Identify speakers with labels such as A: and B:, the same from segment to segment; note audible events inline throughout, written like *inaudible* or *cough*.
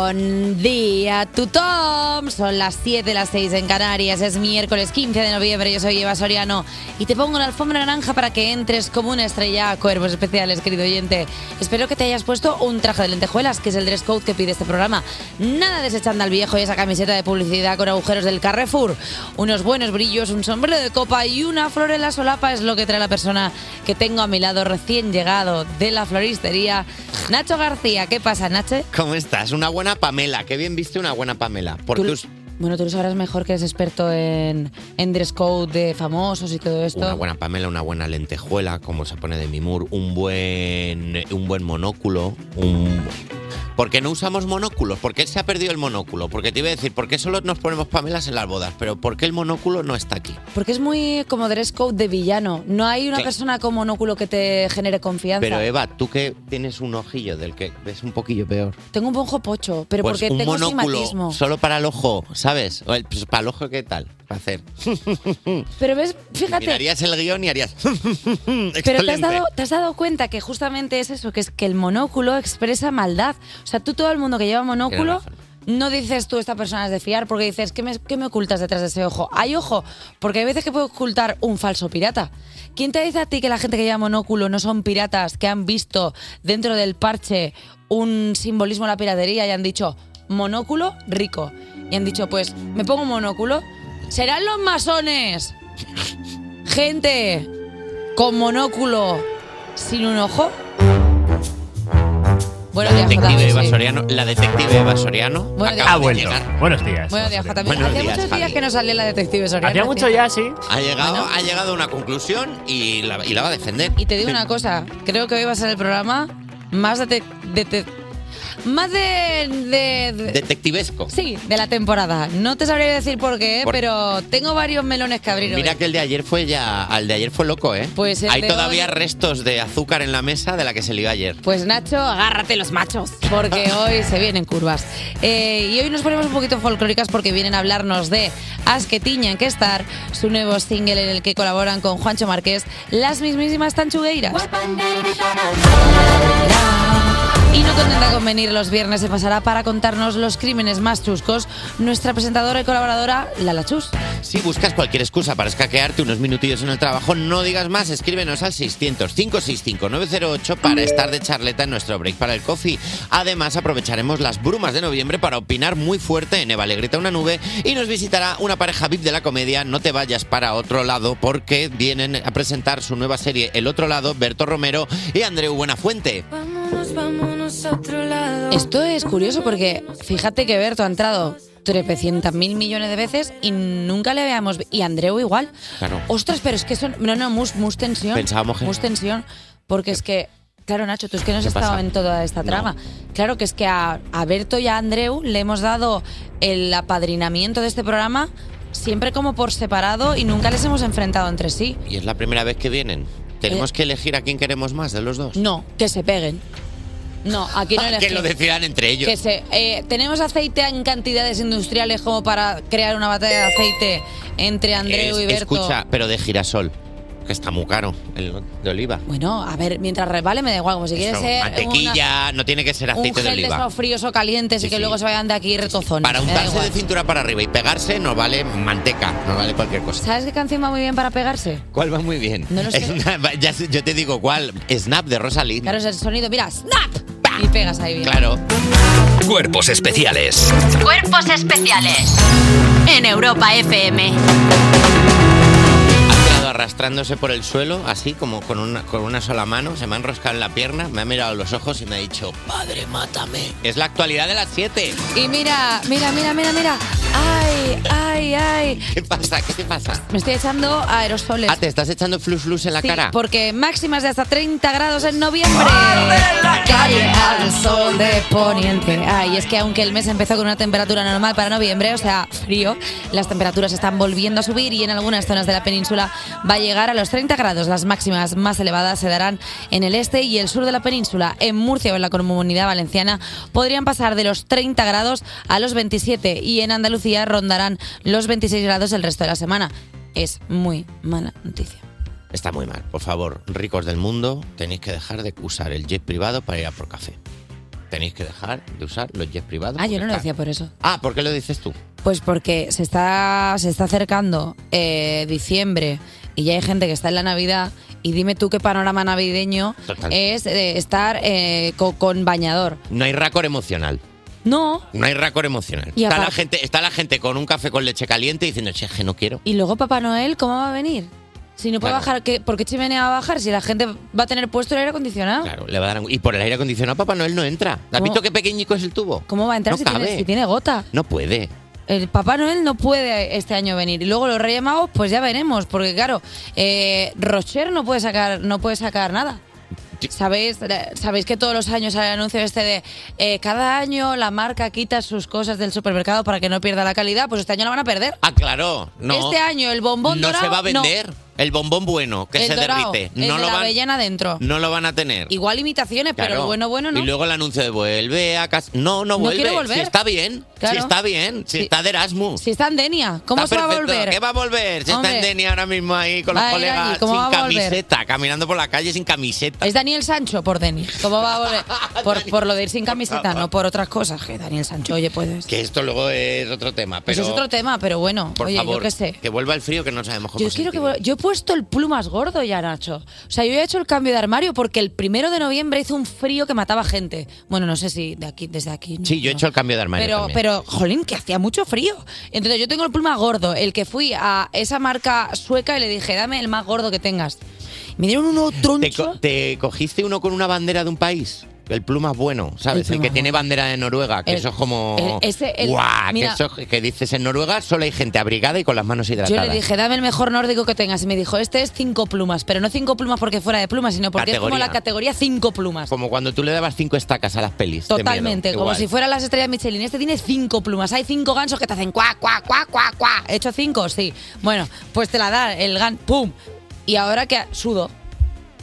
A: Buen día, tu Tom. Son las 7, las 6 en Canarias. Es miércoles 15 de noviembre. Yo soy Eva Soriano y te pongo la alfombra naranja para que entres como una estrella a cuervos especiales, querido oyente. Espero que te hayas puesto un traje de lentejuelas, que es el dress code que pide este programa. Nada de ese chándal viejo y esa camiseta de publicidad con agujeros del Carrefour. Unos buenos brillos, un sombrero de copa y una flor en la solapa es lo que trae la persona que tengo a mi lado recién llegado de la floristería, Nacho García. ¿Qué pasa, Nache?
B: ¿Cómo estás? Una buena Pamela. Qué bien viste una buena Pamela. Por
A: Tú-
B: tus...
A: Bueno, tú lo sabrás mejor que eres experto en, en dress code de famosos y todo esto.
B: Una buena Pamela, una buena lentejuela, como se pone de Mimur, un buen, un buen monóculo, un... ¿Por qué no usamos monóculos? ¿Por qué se ha perdido el monóculo? Porque te iba a decir, ¿por qué solo nos ponemos Pamelas en las bodas? Pero ¿por qué el monóculo no está aquí?
A: Porque es muy como dress code de villano. No hay una
B: Sí.
A: persona con monóculo que te genere confianza.
B: Pero eh, Eva, tú que tienes un ojillo del que ves un poquillo peor.
A: tengo un bonjo pocho, pero
B: Pues
A: porque
B: un
A: tengo
B: monóculo
A: astigmatismo.
B: solo para el ojo, ¿sabes? O el- pues, para el ojo, ¿qué tal? Para hacer.
A: Pero ves, fíjate,
B: Mirarías el guión y harías. *laughs*
A: pero te has,
B: Excelente.
A: dado, te has dado cuenta que justamente es eso, que es que el monóculo expresa maldad. O sea, tú todo el mundo que lleva monóculo...
B: razón.
A: No dices tú, esta persona es de fiar, porque dices, ¿qué me, qué me ocultas detrás de ese ojo? Hay ojo, porque hay veces que puede ocultar un falso pirata. ¿Quién te dice a ti que la gente que lleva monóculo no son piratas que han visto dentro del parche un simbolismo de la piratería y han dicho, monóculo rico? Y han dicho, pues, me pongo un monóculo. ¡Serán los masones! Gente con monóculo sin un ojo. Buenos días, Jota,
B: Detective
A: sí.
B: Eva Soriano, la detective Eva Soriano
A: Buenos días.
B: acaba
C: Ha
B: de
C: vuelto.
B: llegar.
C: Ah, Buenos días.
A: Buenos días, Jota.
B: Buenos
A: Hacía
B: días,
A: muchos días
B: Javi.
A: que no salía la detective Soriano.
C: Hacía mucho ya, sí.
B: Ha llegado, ha llegado a una conclusión y la, y la va a defender.
A: Y te digo una cosa, creo que hoy va a ser el programa más de... de- de- más de, de- de-
B: *laughs* Detectivesco.
A: Sí, de la temporada. No te sabría decir por qué,
B: Por-
A: pero tengo varios melones que abrir hoy.
B: Mira que el de ayer fue ya. Al de ayer fue loco, ¿eh?
A: Pues el
B: Hay
A: de
B: todavía
A: hoy-
B: restos de azúcar en la mesa de la que se lió ayer.
A: Pues Nacho, agárrate los machos,
C: *laughs*
A: porque hoy se vienen curvas. Eh, y hoy nos ponemos un poquito folclóricas porque vienen a hablarnos de As que tiñan que estar, su nuevo single en el que colaboran con Juancho Marqués, las mismísimas tanchugueiras. Y no contenta con venir los viernes, se pasará para contarnos los crímenes más chuscos nuestra presentadora y colaboradora Lala Chus.
B: Si buscas cualquier excusa para escaquearte unos minutillos en el trabajo, no digas más, escríbenos al 600-565-908 para estar de charleta en nuestro break para el coffee. Además, aprovecharemos las brumas de noviembre para opinar muy fuerte en Eva Le Grita una nube y nos visitará una pareja VIP de la comedia. No te vayas para otro lado porque vienen a presentar su nueva serie El Otro Lado, Berto Romero y Andreu Buenafuente.
D: Vámonos, vámonos a otro lado.
A: Esto es curioso porque fíjate que Berto ha entrado 300 mil millones de veces y nunca le veamos. Y Andreu igual.
B: Claro.
A: Ostras, pero es que son. No, no, mus, mus tensión.
B: Pensábamos que
A: Mus
B: no.
A: tensión. Porque es que. Claro, Nacho, tú es que no has
B: ¿Qué
A: estado
B: pasa?
A: en toda esta
B: No.
A: trama. Claro que es que a, a Berto y a Andreu le hemos dado el apadrinamiento de este programa siempre como por separado y nunca les hemos enfrentado entre sí.
B: Y es la primera vez que vienen. Tenemos que elegir a quién queremos más de los dos.
A: No, que se peguen. No, aquí no
B: Ah, que
A: elegimos.
B: lo decidan entre ellos.
A: Que se, eh, tenemos aceite en cantidades industriales como para crear una batalla de aceite entre Andreu
B: Es-
A: y Berto.
B: Escucha, pero de girasol, que está muy caro, el de oliva.
A: Bueno, a ver, mientras revale me da igual, como si quieres
B: Eso,
A: ser
B: mantequilla, no tiene que ser
A: una- un
B: aceite de
A: gel de
B: oliva.
A: esos fríos o calientes
B: Sí,
A: y que
B: sí.
A: luego se vayan de aquí retozones. ¿eh?
B: Para
A: me da
B: untarse
A: igual.
B: de cintura para arriba y pegarse nos vale manteca, nos vale cualquier cosa.
A: ¿Sabes qué canción va muy bien para pegarse?
B: ¿Cuál va muy bien?
A: No lo sé.
B: Es una- ya sé- yo te digo cuál, Snap de Rosalind.
A: Claro, es el sonido, mira, ¡snap! Y pegas ahí bien.
B: Claro.
E: Cuerpos especiales
F: Cuerpos especiales en Europa FM.
B: Ha quedado arrastrándose por el suelo, así como con una, con una sola mano, se me ha enroscado en la pierna, me ha mirado a los ojos y me ha dicho, padre, mátame. Es la actualidad de las 7.
A: Y mira, mira, mira, mira, mira. Ay, ay, ay, ay.
B: *laughs* ¿Qué pasa? ¿Qué pasa?
A: Me estoy echando aerosoles.
B: Ah, te estás echando flus flus en la
A: Sí,
B: cara.
A: porque máximas de hasta 30 grados en noviembre. Calle al sol de poniente. Ay, es que aunque el mes empezó con una temperatura normal para noviembre, o sea, frío, las temperaturas están volviendo a subir y en algunas zonas de la península va a llegar a los 30 grados. Las máximas más elevadas se darán en el este y el sur de la península. En Murcia o en la comunidad valenciana podrían pasar de los 30 grados a los 27 y en Andalucía rondarán los 26 grados el resto de la semana. Es muy mala noticia.
B: Está muy mal. Por favor, ricos del mundo, tenéis que dejar de usar el jet privado para ir a por café. Tenéis que dejar de usar los jets privados.
A: Ah, yo no
B: porque
A: lo
B: está-
A: decía por eso.
B: Ah, ¿por qué lo dices tú?
A: Pues porque se está, se está acercando eh, diciembre y ya hay gente que está en la Navidad y dime tú qué panorama navideño
B: Total.
A: es eh, estar eh, co- con, bañador.
B: No hay racor emocional.
A: No.
B: No hay racor emocional.
A: Y
B: Está la,
A: aparte-
B: gente, está la gente con un café con leche caliente diciendo, che, es que no quiero.
A: Y luego Papá Noel, ¿cómo va a venir? Si no puede
B: Claro.
A: bajar, ¿qué, ¿por qué chimenea va a bajar si la gente va a tener puesto el aire acondicionado?
B: Claro, le va a dar angustia. Y por el aire acondicionado, Papá Noel no entra. ¿Has
A: ¿Cómo?
B: visto qué pequeñico es el tubo?
A: ¿Cómo va a entrar
B: No
A: si, tiene,
B: cabe.
A: si tiene gota?
B: No puede.
A: El Papá Noel no puede este año venir. Y luego los Reyes Magos, pues ya veremos, porque claro, eh, Rocher no puede sacar, no puede sacar nada. ¿Sabéis, la- Sabéis que todos los años hay el anuncio este de eh, cada año la marca quita sus cosas del supermercado para que no pierda la calidad, pues este año la van a perder.
B: Ah, claro. No.
A: Este año el bombón
B: no
A: dorado,
B: se va a
A: no.
B: vender. El bombón bueno que
A: El
B: se
A: dorado,
B: derrite.
A: el
B: No
A: de
B: lo,
A: la
B: van,
A: avellana dentro.
B: no lo van a tener.
A: Igual imitaciones, *laughs* pero
B: Claro.
A: el bueno, bueno no.
B: Y luego el anuncio de vuelve a casa. No, no
A: No
B: vuelve.
A: quiere volver.
B: Si está bien.
A: Claro.
B: Si está bien. Si
A: Sí.
B: está de Erasmus.
A: Si está en Denia, ¿cómo
B: Está
A: se va a
B: perfecto.
A: volver?
B: ¿Qué va a volver? Si
A: Hombre.
B: está en Denia ahora mismo ahí con
A: Va
B: los
A: a ir allí,
B: colegas
A: ¿cómo
B: sin
A: va a volver?
B: camiseta, caminando por la calle sin camiseta.
A: Es Daniel Sancho por Denia. ¿Cómo va a
B: *laughs*
A: volver? Por, por lo de ir sin camiseta, no por otras cosas. Que Daniel Sancho, oye, puedes.
B: Que esto luego es otro tema. Pero,
A: Pues es otro tema, pero bueno,
B: por
A: oye,
B: favor,
A: yo qué sé.
B: que vuelva el frío que no sabemos cómo
A: Yo quiero que
B: sentirlo.
A: vuel- yo he puesto el plumas gordo ya, Nacho. O sea, yo ya he hecho el cambio de armario porque el primero de noviembre hizo un frío que mataba gente. Bueno, no sé si de aquí, desde aquí. no,
B: Sí, yo he
A: no.
B: hecho el cambio de armario.
A: Pero,
B: también.
A: pero, jolín, que hacía mucho frío. Entonces yo tengo el pluma gordo, el que fui a esa marca sueca y le dije, dame el más gordo que tengas. Me dieron uno
B: ¿Te,
A: troncho.
B: co- te cogiste uno con una bandera de un país? El plumas bueno, ¿sabes?
A: El
B: El,
A: plumas
B: que tiene bandera de Noruega, que
A: El-
B: eso es como...
A: el- ese- el-
B: ¡Guau! que
A: mira.
B: eso es- Que, dices, en Noruega solo hay gente abrigada y con las manos
A: Yo
B: hidratadas.
A: le dije, dame el mejor nórdico que tengas. Y me dijo, este es cinco plumas. Pero no cinco plumas porque fuera de plumas, sino porque es como
B: Categoría.
A: la categoría cinco plumas.
B: Como cuando tú le dabas cinco estacas a las pelis. de miedo.
A: Totalmente, como
B: Igual.
A: si fueran las estrellas Michelin. Este tiene cinco plumas. Hay cinco gansos que te hacen cuá, cuá, cuá, cuá, cuá. ¿He hecho cinco? Sí. Bueno, pues te la da el gan, ¡pum! Y ahora que sudo.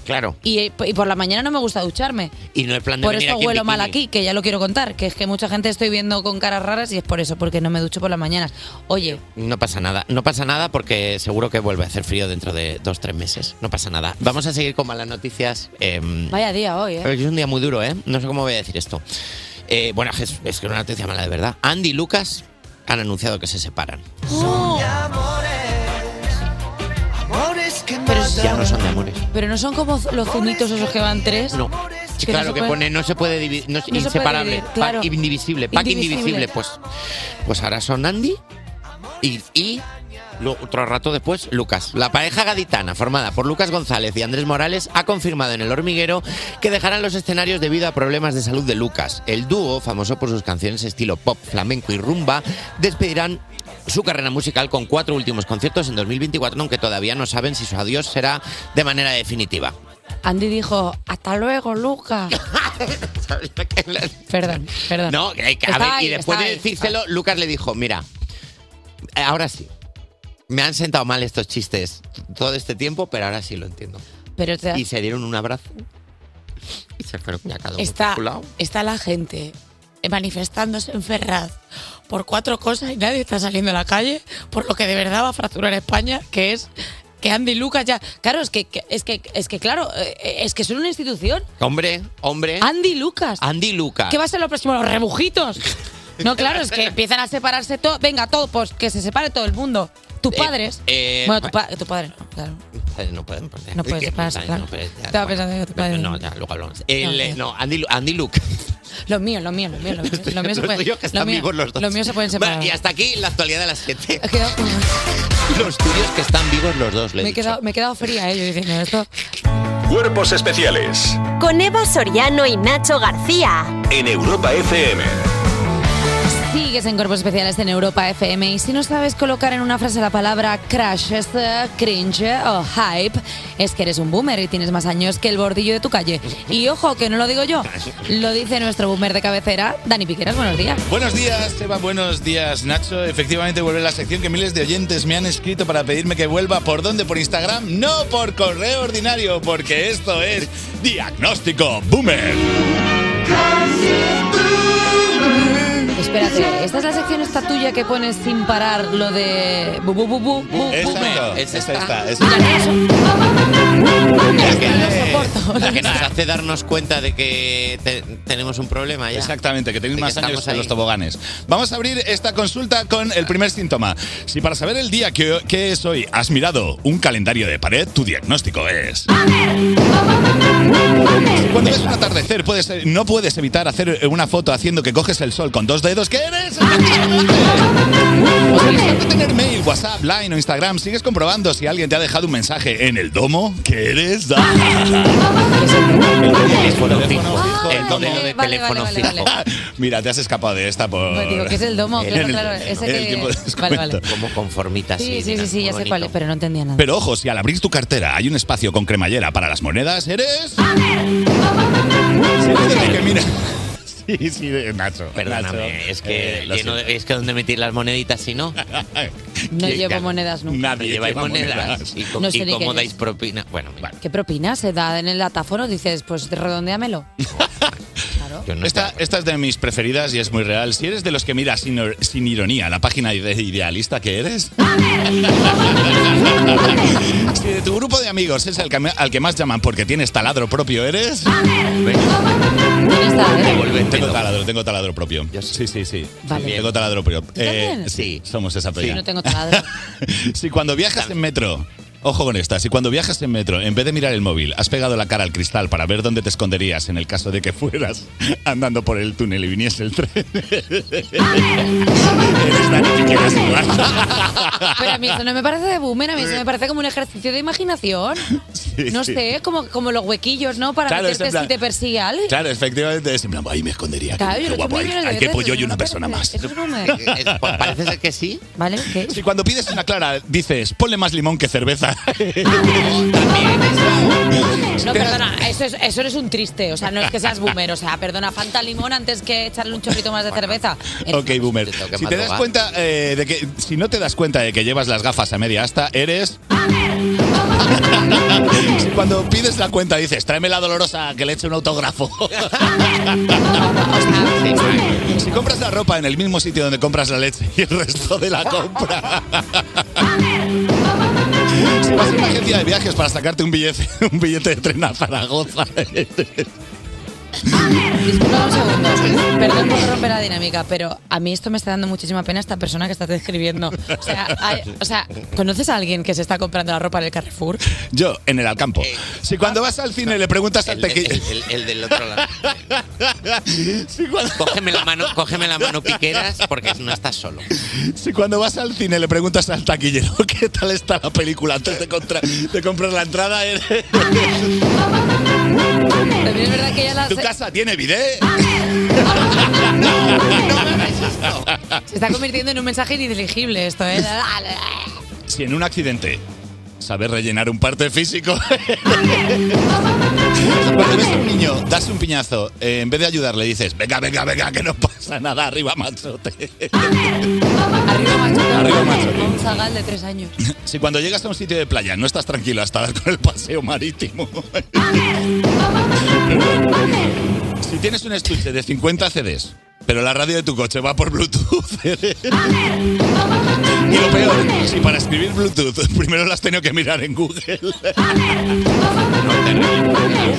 B: Claro.
A: Y, y por la mañana no me gusta ducharme.
B: Y no es plan de
A: Por
B: venir
A: esto
B: aquí en
A: huelo mal
B: bikini.
A: aquí, que ya lo quiero contar, que es que mucha gente estoy viendo con caras raras y es por eso, porque no me ducho por las mañanas. Oye,
B: No pasa nada, no pasa nada porque seguro que vuelve a hacer frío dentro de dos, tres meses. No pasa nada. Vamos a seguir con malas noticias. em,
A: vaya día hoy, ¿eh?
B: Es un día muy duro, ¿eh? No sé cómo voy a decir esto. Eh, bueno, es, es que es una noticia mala de verdad. Andy y Lucas han anunciado que se separan.
A: Pero,
B: Ya no son de amores.
A: pero no son como los zumitos esos que van tres.
B: No.
A: Que no
B: claro,
A: se
B: que
A: puede-
B: pone no se puede dividir, no, es
A: No se puede
B: inseparable,
A: dividir,
B: pack
A: claro.
B: indivisible, pack
A: Indivisible.
B: indivisible. Pues, pues ahora son Andy y, y lo- otro rato después Lucas. La pareja gaditana, formada por Lucas González y Andrés Morales, ha confirmado en El Hormiguero que dejarán los escenarios debido a problemas de salud de Lucas. El dúo, famoso por sus canciones estilo pop, flamenco y rumba, despedirán su carrera musical con cuatro últimos conciertos en 2024, aunque todavía no saben si su adiós será de manera definitiva. *laughs*
A: Andy dijo, hasta luego, Lucas. Perdón, perdón.
B: No, eh, que- que- a
A: Estaba
B: ver,
A: ahí,
B: y después
A: estaba
B: de
A: ahí.
B: decírselo, Lucas le dijo, mira, eh, ahora sí. Me han sentado mal estos chistes todo este tiempo, pero ahora sí lo entiendo.
A: Pero te-
B: Y se dieron un abrazo y se fueron ya cada uno por
C: Está,
B: su lado.
C: está la gente manifestándose en Ferraz por cuatro cosas y nadie está saliendo a la calle por lo que de verdad va a fracturar España, que es que Andy Lucas ya...
A: Claro, es que, que- es que, es que claro, eh, es que son una institución.
B: Hombre, hombre.
A: Andy Lucas.
B: Andy Lucas.
A: Ah, ¿Qué va a ser lo próximo? Los rebujitos. No, claro,
B: *laughs*
A: es que empiezan a separarse todo. Venga, todo, pues que se separe todo el mundo. Tus
B: Eh,
A: padres.
B: eh,
A: bueno, tu, pa- tu padre no, claro.
B: Padre, Eh, No pueden perder.
A: No puedes
B: Ay, *laughs* que-
A: separarse,
B: ay,
A: claro.
B: no, pero ya,
A: Estaba
B: bueno,
A: pensando en tu padre.
B: No, ya, luego
A: No,
B: hablamos.
A: sí.
B: El, no, Andy, Lu- Andy Lucas. *laughs*
A: Los míos, los míos, los míos. Los míos, los míos se
B: Los
A: pueden-
B: tuyos que están
A: los míos-
B: vivos los dos.
A: los míos se pueden
B: Bueno,
A: separar.
B: y hasta aquí la actualidad de las 7.
A: He quedado-
B: Los tuyos que están vivos los dos, le he
A: me, he
B: dicho.
A: quedado, me he quedado fría, eh, yo diciendo esto.
G: Cuerpos especiales
F: Con Eva Soriano y Nacho García.
G: en Europa FM.
A: Sigues en Cuerpos Especiales en Europa FM y si no sabes colocar en una frase la palabra crash, es, eh, cringe o hype, es que eres un boomer y tienes más años que el bordillo de tu calle. Y ojo, que no lo digo
B: *laughs*
A: yo, lo dice nuestro boomer de cabecera, Dani Piqueras, buenos días.
H: Buenos días, Eva. Buenos días, Nacho. Efectivamente, vuelve la sección que miles de oyentes me han escrito para pedirme que vuelva. ¿Por dónde? ¿Por Instagram? No por correo ordinario, porque esto es Diagnóstico Boomer.
A: Espérate, ¿esta es la sección esta tuya que pones sin parar lo de... bu, bu, bu, bu, bu,
H: Eh, Exacto.
B: Es esta.
H: es
B: La que nos hace darnos cuenta de que te- tenemos un problema ya.
H: Exactamente, que tenéis
B: De
H: más
B: que
H: años
B: estamos
H: que
B: ahí.
H: los toboganes. Vamos a abrir esta consulta con el primer síntoma. Si para saber el día que, que es hoy has mirado un calendario de pared, tu diagnóstico es... Cuando ves un atardecer, puedes, no puedes evitar hacer una foto haciendo que coges el sol con dos dedos. ¿Qué eres? O sea, después de Pues tener mail, WhatsApp, Line o Instagram, sigues comprobando si alguien te ha dejado un mensaje en el domo. ¿Qué eres? Da-
B: teléfono
H: fijo,
B: El modelo de
A: vale,
B: teléfono
A: vale,
B: fijo.
A: vale,
H: Mira, te has escapado de esta por...
A: Pues digo, que es el
H: *laughs*
A: domo,
H: en
A: claro,
H: el-
A: claro, ese
H: en el
A: que-
H: tiempo de
A: vale,
H: descuento.
A: vale.
B: Como conformita
A: Sí,
B: así,
A: sí,
B: mira,
A: sí, sí, ya
B: muy
A: sé cuál es,
B: bonito.
A: pero no entendía nada.
H: Pero ojo, si al abrir tu cartera hay un espacio con cremallera para las monedas, eres. *laughs* Desde que mira. Sí, sí, de- Nacho. Nacho.
B: Perdóname, es que,
H: Eh, lo
B: lleno de-
H: siento.
B: es que donde meter las moneditas
H: *laughs*
B: si no.
A: No
B: ¿Quién
A: llevo
B: gana?
A: monedas nunca.
B: No
H: Nadie
B: lleváis
H: lleva
B: monedas. ¿Y, co-
A: No sé
B: y
A: ni
B: cómo
A: quién
B: dais
A: es.
B: propina? Bueno, mira,
A: ¿Qué propina se da en el datáfono? Dices, pues redondeamelo. claro.
B: yo no
H: Esta,
B: sé.
H: esta es de mis preferidas y es muy real. Si eres de los que mira sin, or- sin ironía la página ide- idealista que eres. si de tu grupo de amigos es el que, me- al que más llaman porque tienes taladro propio, eres.
A: ¿Dónde está, eh?
H: Tengo
B: Devuélvetelo.
H: taladro, tengo taladro propio.
B: Yo sí.
H: Sí, sí, sí.
A: Vale.
H: Bien. Tengo taladro propio. Eh,
A: también?
H: sí, somos esa
A: Yo
H: peña.
A: no tengo taladro.
H: si cuando viajas en metro, ojo con esta, si cuando viajas en metro, en vez de mirar el móvil, has pegado la cara al cristal para ver dónde te esconderías en el caso de que fueras andando por el túnel y viniese el tren. Eres Dani Piqueras igual.
A: *laughs* Pero a mí eso no me parece de boomer, a mí eso me parece como un ejercicio de imaginación.
H: *laughs* Sí,
A: No
H: sí.
A: sé, como, como los huequillos, ¿no? Para
H: Claro, es
A: meterte
H: en plan-
A: si te persigue alguien.
H: Claro, efectivamente es en plan, ahí me escondería. qué-
A: Claro, yo
H: qué
A: lo he hecho
H: guapo, hay,
A: millones de
H: hay que
A: veces,
H: pollo
A: eso
H: y
A: no
H: una
A: me
H: persona más.
A: parece. Eso es boomer.
B: Es- pues parece ser que sí.
A: ¿Vale? ¿Qué?
H: Si cuando pides una clara dices, ponle más limón que
B: *laughs*
H: cerveza.
A: No, perdona, eso es, eso eres un triste. O sea, no es que seas boomer. O sea, perdona, falta limón antes que echarle un chorrito más de cerveza.
H: *laughs* Ok, boomer.
B: Te tengo que
H: Si te das
B: madrugar.
H: cuenta eh, de que si no te das cuenta de que llevas las gafas a media asta, eres *laughs* Si cuando pides la cuenta dices, tráeme la dolorosa que le eche un autógrafo. *laughs* si compras la ropa en el mismo sitio donde compras la leche y el resto de la compra. si vas a una agencia de viajes para sacarte un billete, *laughs* un billete de tren a Zaragoza.
A: Disculpa un segundo. Perdón por romper la dinámica, pero a mí esto me está dando muchísima pena esta persona que estás describiendo. O sea, hay- o sea, ¿conoces a alguien que se está comprando la ropa en el Carrefour?
H: Yo, en el Alcampo. Si cuando vas al cine le preguntas al
B: Eh, ah, El, de-
H: tequila.
B: el- el- el del otro lado.
H: Si cuando,
B: Cógeme la mano, cógeme la mano piqueras porque no estás solo.
H: *laughs* si cuando vas al cine le preguntas al taquillero *laughs* qué tal está la película antes de, contra- de comprar la entrada, eh, eres-
A: También es verdad que ya la,
H: ¿tu
A: se,
H: casa *laughs* tiene eh? bidet?
A: se está convirtiendo en un mensaje indirigible esto, ¿eh?
H: Si en un accidente sabes rellenar un parte físico. *laughs* cuando ves a un niño, das un piñazo, eh, en vez de ayudarle dices, venga, venga, venga, que no pasa nada, arriba machote.
A: Arriba macho.
H: Arriba, macho.
A: Un zagal de tres años.
H: Si cuando llegas a un sitio de playa no estás tranquilo hasta dar con el paseo marítimo. *laughs* si tienes un estuche de 50 CDs, pero la radio de tu coche va por Bluetooth. *laughs* y lo peor, si para escribir Bluetooth primero lo has tenido que mirar en Google. *laughs*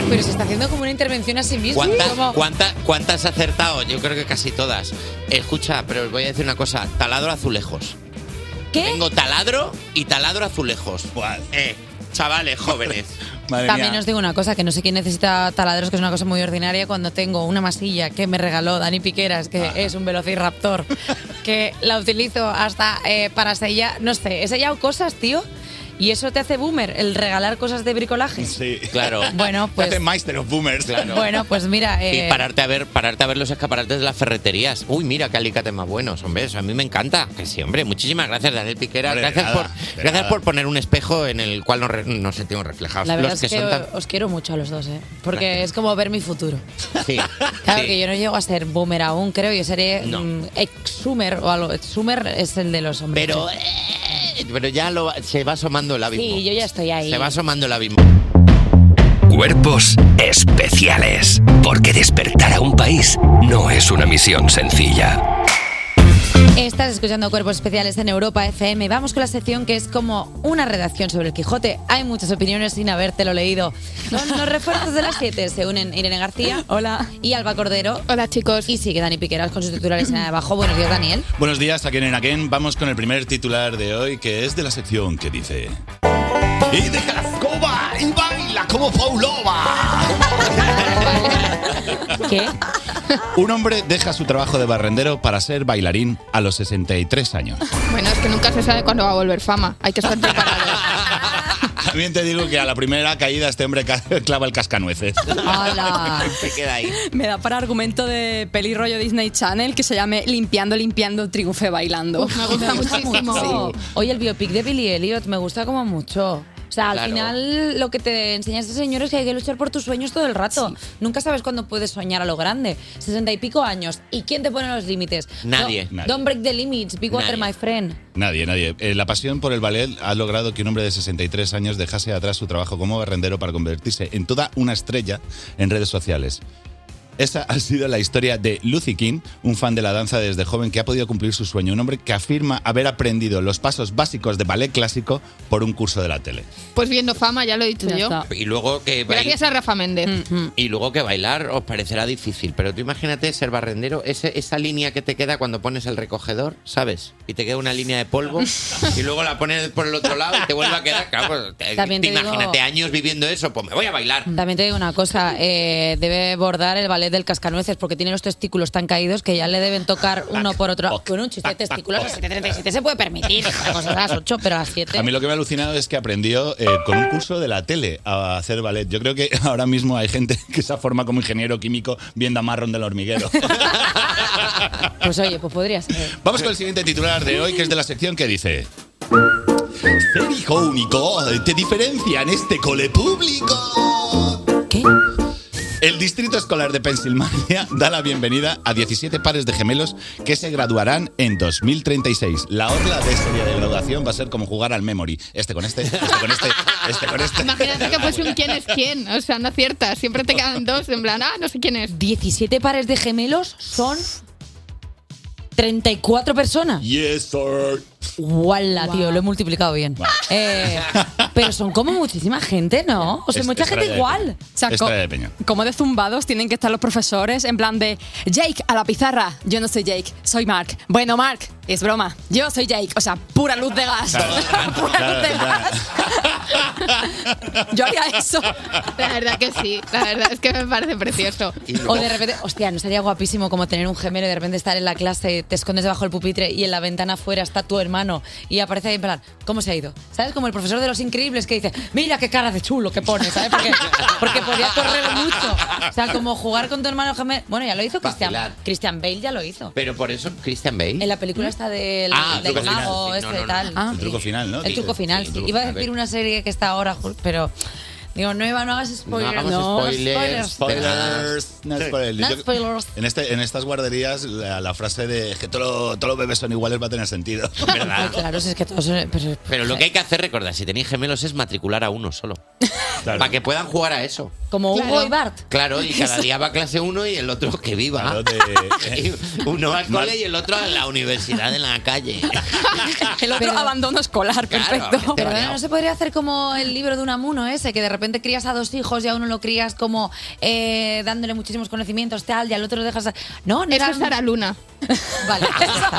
A: Pero se está haciendo como una intervención a sí mismo.
B: ¿Cuántas,
A: como-
B: cuánta- cuántas has acertado? Yo creo que casi todas. Escucha, pero os voy a decir una cosa. Taladro azulejos.
A: ¿Qué?
B: Tengo taladro y taladro azulejos.
H: Buah,
B: Eh, chavales jóvenes.
H: *laughs* Madre
A: También
H: mía.
A: os digo una cosa, que no sé quién necesita taladros, que es una cosa muy ordinaria, cuando tengo una masilla que me regaló Dani Piqueras, que es un
B: *laughs*
A: velociraptor, que la utilizo hasta eh, para sellar, no sé, he sellado cosas, tío, Y eso te hace boomer, el regalar cosas de bricolaje.
H: Sí,
B: claro.
A: *laughs* Bueno, pues-
H: Te hace Meister of Boomers.
B: Claro.
A: Bueno, pues mira, eh,
B: Y pararte a ver, pararte a ver los escaparates de las ferreterías. Uy, mira qué alicates más buenos, hombre. Eso a mí me encanta. Que sí, hombre. Muchísimas gracias, Daniel Piquera.
H: Hombre, de
B: gracias
H: nada,
B: por,
H: de
B: gracias
H: nada.
B: por poner un espejo en el cual nos, re- nos sentimos reflejados.
A: la verdad
B: los
A: es que *laughs*
B: son tan-
A: os quiero mucho a los dos, ¿eh? Porque es como ver mi futuro.
B: *laughs* Sí,
A: Claro
B: sí.
A: que yo no llego a ser boomer aún, creo. Yo seré
B: No.
A: mm, exhumer o algo. Exhumer es el de los hombres.
B: Pero, eh, pero ya lo, se va asomando el abismo.
A: Sí, yo ya estoy ahí.
B: Se va asomando el abismo.
E: Cuerpos especiales. Porque despertar a un país no es una misión sencilla.
A: Estás escuchando Cuerpos Especiales en Europa FM. Vamos con la sección que es como una redacción sobre el Quijote. Hay muchas opiniones sin habértelo leído. Son los refuerzos de las 7. Se unen Irene García. Hola. Y Alba Cordero. Hola, chicos. Y sigue Dani Piqueras con sus titulares en abajo. Buenos días, Daniel.
H: Buenos días, Aken en Aken. Vamos con el primer titular de hoy, que es de la sección que dice... Y deja la escoba y baila como Paulova.
A: ¿Qué?
H: Un hombre deja su trabajo de barrendero para ser bailarín a los 63 años.
I: *laughs* Bueno, es que nunca se sabe cuándo va a volver fama. Hay que estar preparado.
H: También te digo que a la primera caída este hombre ca- *laughs* clava el cascanueces.
A: Hola.
B: *laughs* Se queda ahí.
J: Me da para argumento de pelirroyo Disney Channel que se llame Limpiando, Limpiando, Triunfe Bailando.
I: Uf, me gusta muchísimo.
A: Oye, el biopic de Billy Elliot me gusta como mucho. O sea, al
B: Claro.
A: final lo que te enseña este señor es que hay que luchar por tus sueños todo el rato. Nunca sabes cuándo puedes soñar a lo grande. Sesenta y pico años. ¿Y quién te pone los límites?
B: Nadie.
A: Don't, don't break the limits. Be water,
B: Nadie.
A: my friend.
H: Nadie, nadie. Eh, la pasión por el ballet ha logrado que un hombre de 63 años dejase atrás su trabajo como barrendero para convertirse en toda una estrella en redes sociales. Esa ha sido la historia de Lucy King, un fan de la danza desde joven que ha podido cumplir su sueño, un hombre que afirma haber aprendido los pasos básicos de ballet clásico por un curso de la tele.
I: Pues viendo fama, ya lo he dicho yo.
B: Y luego que bail-
I: Gracias a Rafa Méndez.
K: Mm,
B: y luego que bailar os parecerá difícil, pero tú imagínate ser barrendero, ese- esa línea que te queda cuando pones el recogedor, ¿sabes? Y te queda una línea de
A: *laughs*
B: polvo y luego la pones por el otro lado y te vuelve a quedar. Claro, pues, te-
A: También
B: te
A: te digo- Mm.
B: imagínate años viviendo eso, pues me voy a bailar.
A: También te digo una cosa, eh, debe bordar el ballet del cascanueces porque tiene los testículos tan caídos que ya le deben tocar uno por otro. Con un chiste de testículos a las 7.37 se puede permitir. Una cosa a las 8, pero a las 7...
H: A mí lo que me ha alucinado es que aprendió eh, con un curso de la tele a hacer ballet. Yo creo que *laughs* ahora mismo hay gente *laughs* que se forma como ingeniero químico viendo a Marron del hormiguero. *laughs*
A: Pues oye, pues podría ser.
H: Vamos con el siguiente titular de hoy, que es de la sección que dice... Ser hijo único te diferencia en este cole público.
A: ¿Qué?
H: El Distrito Escolar de Pensilvania da la bienvenida a 17 pares de gemelos que se graduarán en 2036. La orla de este día de graduación va a ser como jugar al memory. Este con este, este con este, este con este.
I: Imagínate que fuese un quién es quién. O sea, no aciertas. Siempre te quedan dos en plan, ah, no sé quién es.
A: 17 pares de gemelos son 34 personas.
H: Yes, sir.
A: ¡Wala, tío! Lo he multiplicado bien. Eh, pero son como muchísima gente, ¿no? O sea,
H: Es-
A: mucha
H: es
A: gente
H: tragedia.
A: igual.
J: O sea,
H: Esta
J: co-
H: era de Peña.
J: como de zumbados tienen que estar los profesores en plan de Jake a la pizarra. Yo no soy Jake, soy Mark. Bueno, Mark, es broma. Yo soy Jake. O sea, pura luz de gas. *laughs* pura luz de gas. Yo haría eso.
I: La verdad que sí. La verdad es que me parece precioso.
B: Y luego-
A: O de repente, hostia, ¿no sería guapísimo como tener un gemelo y de repente estar en la clase, te escondes debajo del pupitre y en la ventana afuera está tu hermano y aparece ahí en plan, ¿cómo se ha ido? ¿Sabes? Como el profesor de los increíbles que dice, mira qué cara de chulo que pone, ¿sabes? Porque, porque podría correr mucho. O sea, como jugar con tu hermano gemelo. Bueno, ya lo hizo Christian,
B: Vacilar.
A: Christian Bale, ya lo hizo.
B: Pero por eso, Christian Bale.
A: En la película está del,
B: Ah,
A: del
B: truco final.
A: mago,
B: Sí, no,
A: este
B: no, no.
A: tal.
B: Ah.
H: El truco final, ¿no?
A: El truco final, sí.
B: truco
A: Iba a
B: final.
A: decir una serie que está ahora, ju- pero digo, no, Eva, no hagas spoilers.
B: hagamos spoilers.
H: Spoilers. No spoilers.
A: No
H: Yo-
A: spoilers.
H: En, este, en estas guarderías, la, la frase de que todos todos los bebés son iguales va a tener sentido.
A: *laughs* Ay,
B: ¿Verdad?
A: claro, si es que todos... son- Pero,
B: Pero lo que hay que hacer, recordad, si tenéis gemelos es matricular a uno solo. Para que puedan jugar a eso.
A: Como
I: Claro.
A: Hugo y *laughs* Bart.
B: Claro, y cada día va a clase uno y el otro que viva.
H: Claro, de-
B: *laughs* Y uno
H: *laughs*
B: al
H: Mar-
B: cole y el otro a la universidad en la
A: *laughs*
B: calle.
J: El otro
A: Pero-
J: abandono escolar,
B: Claro,
J: perfecto.
B: hombre.
A: Pero
B: Variado.
A: no se podría hacer como el libro de Unamuno ese, que de repente crías a dos hijos y a uno lo crías como eh, dándole muchísimos conocimientos, tal, y al otro lo dejas... a- No, no
I: Eso
A: era-
I: es Sara Luna.
A: *laughs* Vale, pues ya *laughs* está.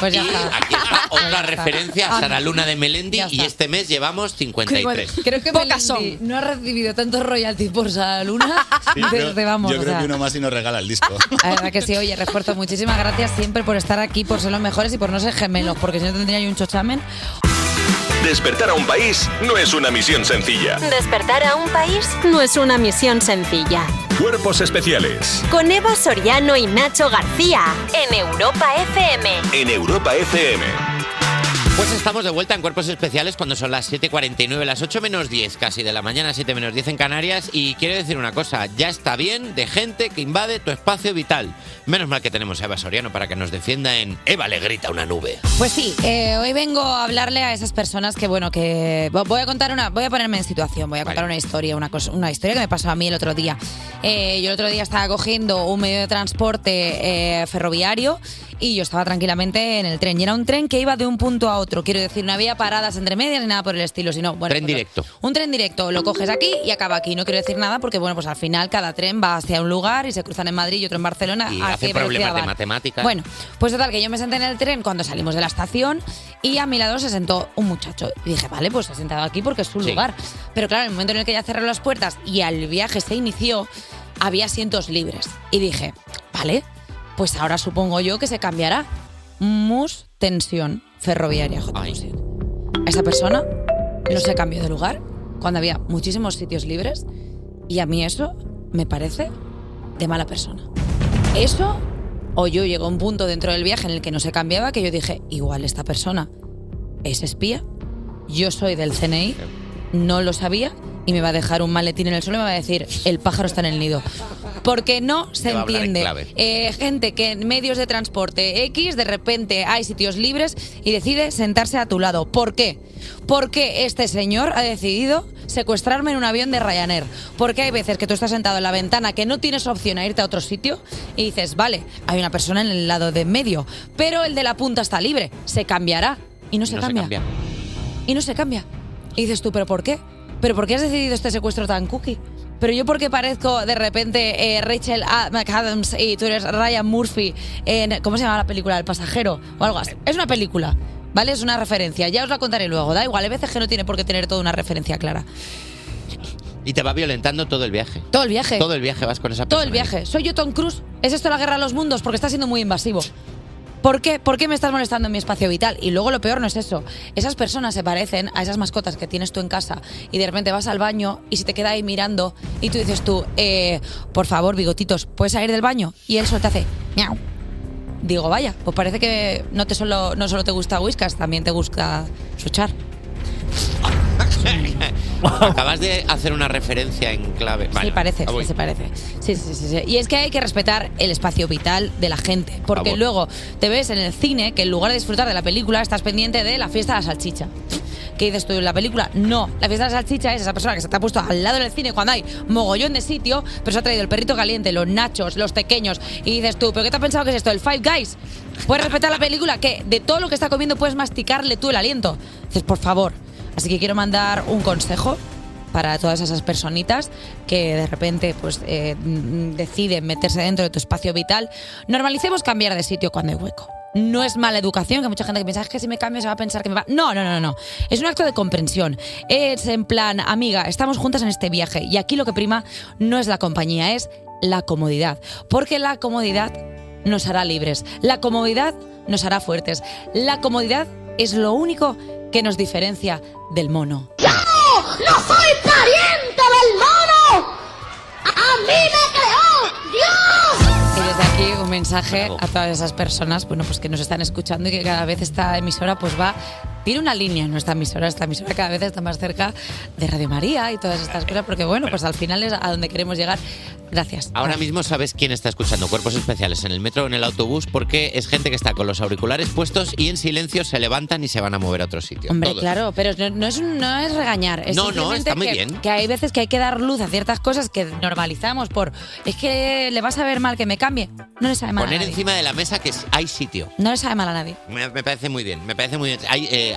A: Pues ya
B: y
A: está.
B: aquí está otra
A: Ya está.
B: referencia a Sara Luna de Melendi
A: Ya
B: y
A: está.
B: este mes llevamos 53.
A: Creo que
J: Pocas
A: Melendi
J: son.
A: no ha recibido tantos royalties por Sara Luna
H: *laughs* Sí, yo
A: desde
H: creo-
A: Ah, vamos.
H: Yo
A: o
H: creo
A: sea. *laughs*
H: que uno más y nos regala el disco.
A: La verdad que sí, oye, refuerzo. Muchísimas gracias siempre por estar aquí, por ser los mejores y por no ser gemelos, porque si no tendría yo un chochamen.
G: Despertar a un país no es una misión sencilla.
F: Despertar a un país no es una misión sencilla.
G: Cuerpos especiales
F: Con Eva Soriano y Nacho García en Europa FM.
G: en Europa FM.
B: Pues estamos de vuelta en Cuerpos Especiales cuando son las 7.49, las 8 menos 10 casi de la mañana, 7 menos 10 en Canarias. Y quiero decir una cosa, ya está bien de gente que invade tu espacio vital. Menos mal que tenemos a Eva Soriano para que nos defienda en Eva le grita una nube.
A: Pues sí, eh, hoy vengo a hablarle a esas personas que, bueno, que vo- voy a contar una, voy a ponerme en situación, voy a contar una historia, una cosa, una historia que me pasó a mí el otro día. Eh, yo el otro día estaba cogiendo un medio de transporte eh, ferroviario y yo estaba tranquilamente en el tren. Y era un tren que iba de un punto a otro. Quiero decir, no había paradas entre medias ni nada por el estilo, sino bueno,
B: Tren
A: pues,
B: directo.
A: un tren directo, lo coges aquí y acaba aquí. No quiero decir nada porque, bueno, pues al final cada tren va hacia un lugar y se cruzan en Madrid y otro en Barcelona.
B: Y
A: ¿A
B: hace
A: qué
B: problemas
A: velocidad
B: de
A: van?
B: matemáticas.
A: Bueno, pues total, que yo me senté en el tren cuando salimos de la estación y a mi lado se sentó un muchacho. Y dije, vale, pues se ha sentado aquí porque es su
B: Sí.
A: lugar. Pero claro, en el momento en el que ya cerré las puertas y el viaje se inició, había asientos libres. Y dije, vale, pues ahora supongo yo que se cambiará. Mus tensión ferroviaria, J. Music. Esa persona no se cambió de lugar cuando había muchísimos sitios libres y a mí eso me parece de mala persona. Eso o yo llegó a un punto dentro del viaje en el que no se cambiaba que yo dije, igual esta persona es espía, yo soy del CNI, no lo sabía y me va a dejar un maletín en el suelo y me va a decir, el pájaro está en el nido. Porque no se
L: Te va a hablar en
A: entiende.
L: clave.
A: Eh, gente que en medios de transporte X de repente hay sitios libres y decide sentarse a tu lado. ¿Por qué? Porque este señor ha decidido secuestrarme en un avión de Ryanair. Porque hay veces que tú estás sentado en la ventana que no tienes opción a irte a otro sitio y dices, vale, hay una persona en el lado de en medio, pero el de la punta está libre, se cambiará. Y no se
B: No
A: cambia. Y no se cambia. Y dices tú, ¿pero por qué? ¿Pero por qué has decidido este secuestro tan cookie? Pero yo porque parezco de repente eh, Rachel A- McAdams y tú eres Ryan Murphy en... ¿Cómo se llama la película? El pasajero o algo así. Es una película, ¿vale? Es una referencia. Ya os la contaré luego. Da igual, hay veces que no tiene por qué tener toda una referencia clara.
B: Y te va violentando todo el viaje.
A: Todo el viaje.
B: Todo el viaje vas con esa persona.
A: Todo el viaje. ¿Soy yo Tom Cruise? ¿Es esto la guerra de los mundos? Porque está siendo muy invasivo. ¿Por qué? ¿Por qué me estás molestando en mi espacio vital? Y luego lo peor no es eso. Esas personas se parecen a esas mascotas que tienes tú en casa y de repente vas al baño y se te queda ahí mirando y tú dices tú, eh, por favor, bigotitos, ¿puedes salir del baño? Y él solo te hace, miau. Digo, vaya, pues parece que no, te solo, no solo te gusta Whiskas, también te gusta suchar.
B: *laughs* Acabas de hacer una referencia en clave.
A: Sí, parece, sí, se
B: se
A: parece. Sí, sí, sí, sí. Y es que hay que respetar el espacio vital de la gente. Porque
B: Favor.
A: luego te ves en el cine que en lugar de disfrutar de la película estás pendiente de la fiesta de la salchicha. ¿Qué dices tú en la película? No. La fiesta de la salchicha es esa persona que se te ha puesto al lado del cine cuando hay mogollón de sitio, pero se ha traído el perrito caliente, los nachos, los pequeños. Y dices tú, ¿pero qué te has pensado que es esto? ¿El Five Guys? Puedes respetar la película, que de todo lo que está comiendo puedes masticarle tú el aliento. Dices, por favor. Así que quiero mandar un consejo para todas esas personitas que de repente pues eh, mm, deciden meterse dentro de tu espacio vital, normalicemos cambiar de sitio cuando hay hueco. No es mala educación, que mucha gente que piensa "Es que si me cambio se va a pensar que me va... No, no, no, no. Es un acto de comprensión. Es en plan, amiga, estamos juntas en este viaje y aquí lo que prima no es la compañía, es la comodidad. Porque la comodidad nos hará libres. La comodidad nos hará fuertes. La comodidad es lo único que nos diferencia del mono.
L: ¡No soy pariente del mono! ¡A mí me creó Dios!
A: Y desde aquí un mensaje a todas esas personas bueno, pues que nos están escuchando y que cada vez esta emisora pues va, tiene una línea en nuestra emisora, esta emisora cada vez está más cerca de Radio María y todas estas cosas, porque bueno, pues al final es a donde queremos llegar. Gracias.
B: Ahora mismo sabes quién está escuchando Cuerpos Especiales en el metro o en el autobús porque es gente que está con los auriculares puestos y en silencio se levantan y se van a mover a otro sitio.
A: Hombre,
B: Todos.
A: claro, pero no, no es, un- no es regañar. Es
B: No, no,
A: simplemente
B: está muy
A: que,
B: bien.
A: Que hay veces que hay que dar luz a ciertas cosas que normalizamos por. Es que le vas a ver mal que me cambie. No le sabe mal
B: Poner
A: a nadie.
B: encima de la mesa que hay sitio.
A: No le sabe mal a nadie.
B: Me, me parece muy bien, me parece muy bien. Hay, eh,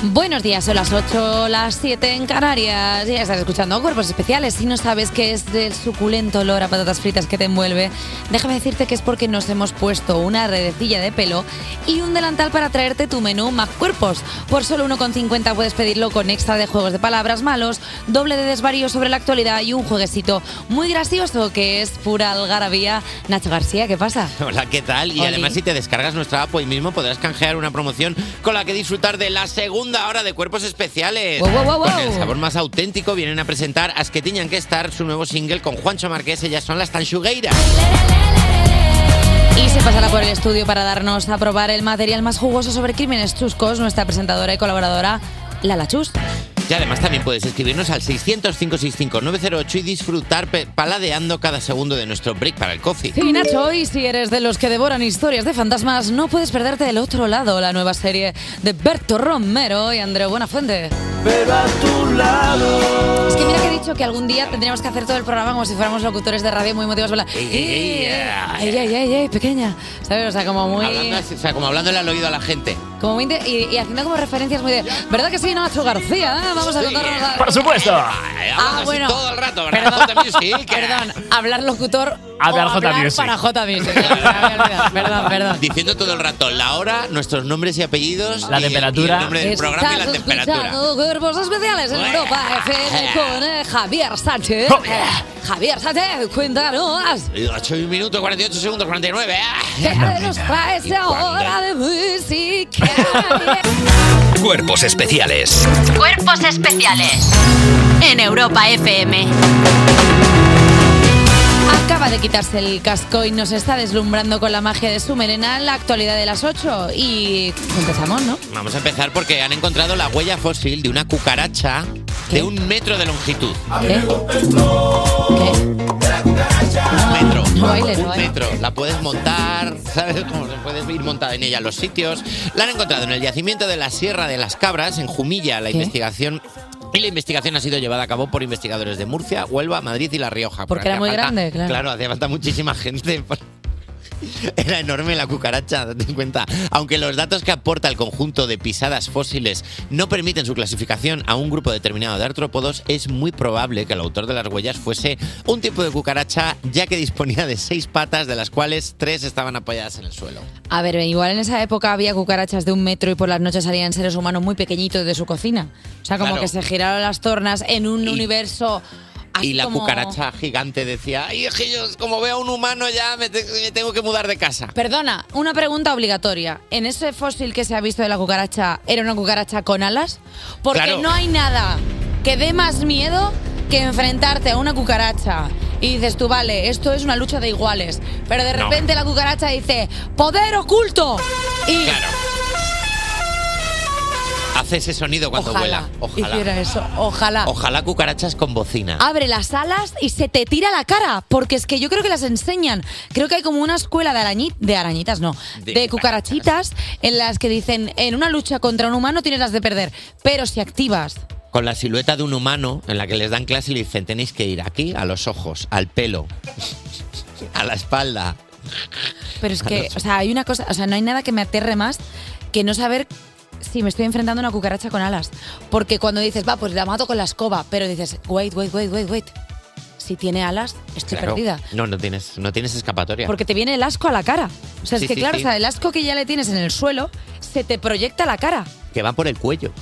A: Buenos días, son las 8, las 7 en Canarias. Ya estás escuchando Cuerpos Especiales. Si no sabes qué es el suculento olor a patatas fritas que te envuelve, déjame decirte que es porque nos hemos puesto una redecilla de pelo y un delantal para traerte tu menú Mac Cuerpos. Por solo 1,50 puedes pedirlo con extra de juegos de palabras malos, doble de desvarío sobre la actualidad y un jueguecito muy gracioso que es pura algarabía. Nacho García, ¿qué pasa?
B: *laughs* Hola, ¿qué tal? Y
A: Oli.
B: además si te descargas nuestra app hoy mismo podrás canjear una promoción con la que disfrutar de la segunda hora de Cuerpos Especiales.
A: Wow, wow, wow,
B: Con el
A: wow.
B: sabor más auténtico vienen a presentar As que tiñan que estar su nuevo single con Juancho Marqués, ellas son las Tanchugueiras.
A: Y se pasará por el estudio para darnos a probar el material más jugoso sobre crímenes chuscos, nuestra presentadora y colaboradora, Lala Chus.
B: Y además también puedes escribirnos al 600-565-908 y disfrutar pe- paladeando cada segundo de nuestro break para el coffee.
A: Y Nacho, hoy si eres de los que devoran historias de fantasmas, no puedes perderte el otro lado, la nueva serie de Berto Romero y Andreu Buenafuente.
L: Pero a tu lado.
A: Es que mira que he dicho que algún día tendríamos que hacer todo el programa como si fuéramos locutores de radio muy motivados. en plan,
B: Ey, ey,
A: Ey, ey, ey, ey, pequeña. ¿Sabes? O sea, como muy...
B: Hablando así, o sea, como hablándole al oído a la gente.
A: Como muy inte- y, y haciendo como referencias muy de... ¿Verdad que sí, Nacho García? eh? Vamos a contarnos... a-
M: Por supuesto.
A: Ah, bueno.
B: Todo el rato, ¿verdad? J Music. ¿eh?
A: *laughs* Perdón, hablar locutor
B: Hablar
A: o
B: J
A: hablar
B: Music.
A: para J Music.
B: *laughs*
A: Me había olvidado. *laughs* Perdón, perdón.
B: Diciendo todo el rato la hora, nuestros nombres y apellidos, la
M: temperatura.
B: el nombre del programa y la
A: Estás
B: temperatura.
A: escuchando Cuerpos Especiales en Europa
B: *laughs*
A: FM con eh, Javier Sánchez.
B: Oh.
A: Eh, Javier Sánchez, cuéntanos
B: 8 minutos, 48 segundos, 49. ¡ah!
A: qué nos traes ahora de música.
E: Cuerpos especiales.
F: Cuerpos especiales en Europa FM.
A: Acaba de quitarse el casco y nos está deslumbrando con la magia de su melena la actualidad de las 8. Y empezamos, ¿no?
B: Vamos a empezar porque han encontrado la huella fósil de una cucaracha de un metro de longitud.
A: No bailes, no
B: un
A: bailes.
B: metro. La puedes montar, ¿sabes? Como se puedes ir montada en ella a los sitios. La han encontrado en el yacimiento de la Sierra de las Cabras, en Jumilla, la investigación. Y la investigación ha sido llevada a cabo por investigadores de Murcia, Huelva, Madrid y La Rioja.
A: Porque era
B: hacía
A: muy
B: falta-
A: grande, claro.
B: Claro, hacía falta muchísima gente. *laughs* Era enorme la cucaracha, date en cuenta. Aunque los datos que aporta el conjunto de pisadas fósiles no permiten su clasificación a un grupo determinado de artrópodos, es muy probable que el autor de las huellas fuese un tipo de cucaracha, ya que disponía de seis patas, de las cuales tres estaban apoyadas en el suelo.
A: A ver, igual en esa época había cucarachas de un metro y por las noches salían seres humanos muy pequeñitos de su cocina. O sea, como
B: Claro.
A: que se giraron las tornas en un universo así
B: y la
A: Ah, como-
B: cucaracha gigante decía: ¡Ay, es que yo, como veo a un humano, ya me, te- me tengo que mudar de casa!
A: Perdona, una pregunta obligatoria. ¿En ese fósil que se ha visto de la cucaracha era una cucaracha con alas? Porque
B: Claro.
A: no hay nada que dé más miedo que enfrentarte a una cucaracha. Y dices tú, vale, esto es una lucha de iguales. Pero de
B: No.
A: repente la cucaracha dice, ¡poder oculto! Y
B: Hace ese sonido cuando vuela. Ojalá.
A: hiciera Ah. eso, ojalá.
B: Ojalá cucarachas con bocina.
A: abre las alas y se te tira la cara, porque es que yo creo que las enseñan. Creo que hay como una escuela de, arañi- de arañitas, no,
B: De
A: de, cucarachitas, en las que dicen, en una lucha contra un humano tienes las de perder, pero si activas...
B: con la silueta de un humano en la que les dan clase y le dicen tenéis que ir aquí a los ojos, al pelo, *laughs* a la espalda.
A: Pero es que, o sea, hay una cosa, o sea, no hay nada que me aterre más que no saber si me estoy enfrentando a una cucaracha con alas. Porque cuando dices, va, pues la mato con la escoba, pero dices, wait, wait, wait, wait, wait. Si tiene alas, estoy
B: Claro.
A: perdida.
B: No, no tienes, no tienes escapatoria.
A: Porque te viene el asco a la cara. O sea,
B: Sí,
A: es que
B: sí,
A: claro,
B: sí.
A: o sea, el asco que ya le tienes en el suelo se te proyecta a la cara.
B: Que va por el cuello.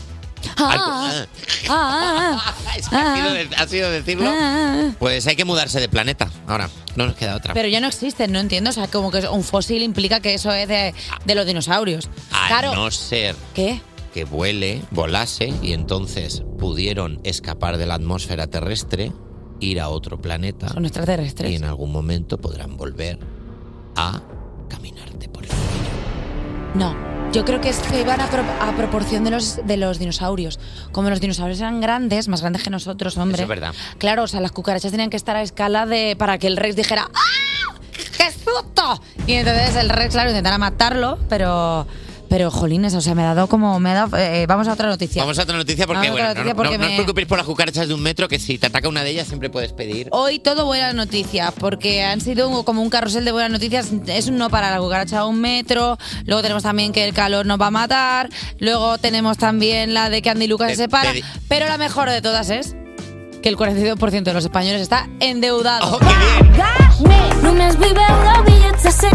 A: Ah, ah, ah, ah.
B: *laughs* Ha sido, de- ha sido decirlo.
A: Ah.
B: Pues hay que mudarse de planeta. Ahora, no nos queda otra.
A: Pero ya no existen, no entiendo. O sea, como que un fósil implica que eso es de, de los dinosaurios.
B: a
A: Claro.
B: Ah, no ser
A: ¿Qué?
B: que vuele, volase y entonces pudieron escapar de la atmósfera terrestre, ir a otro planeta.
A: Son extraterrestres.
B: Y en algún momento podrán volver a
A: No. Yo creo que es que iban a, pro- a proporción de los, de los dinosaurios. Como los dinosaurios eran grandes, más grandes que nosotros, hombre.
B: Eso es verdad.
A: Claro, o sea, las cucarachas tenían que estar a escala de para que el Rex dijera ¡Ah! ¡Qué susto! Y entonces el Rex, claro, intentara matarlo, pero, Pero, jolines, o sea, me ha dado como. Me ha dado, eh, vamos a otra noticia.
B: Vamos a otra noticia
A: Vamos
B: porque,
A: a
B: bueno,
A: otra
B: no-
A: noticia
B: no,
A: porque
B: no os
A: me-
B: preocupéis por las cucarachas de un metro, que si te ataca una de ellas siempre puedes pedir.
A: Hoy todo buenas noticias, porque han sido un- como un carrusel de buenas noticias. Es un no para la cucaracha a un metro. Luego tenemos también que el calor nos va a matar. Luego tenemos también la de que Andy Lucas
B: Te-
A: se separa.
B: te di-
A: Pero la mejor de todas es que el 42% de los españoles está endeudado.
D: Lunes vive euro, billetes se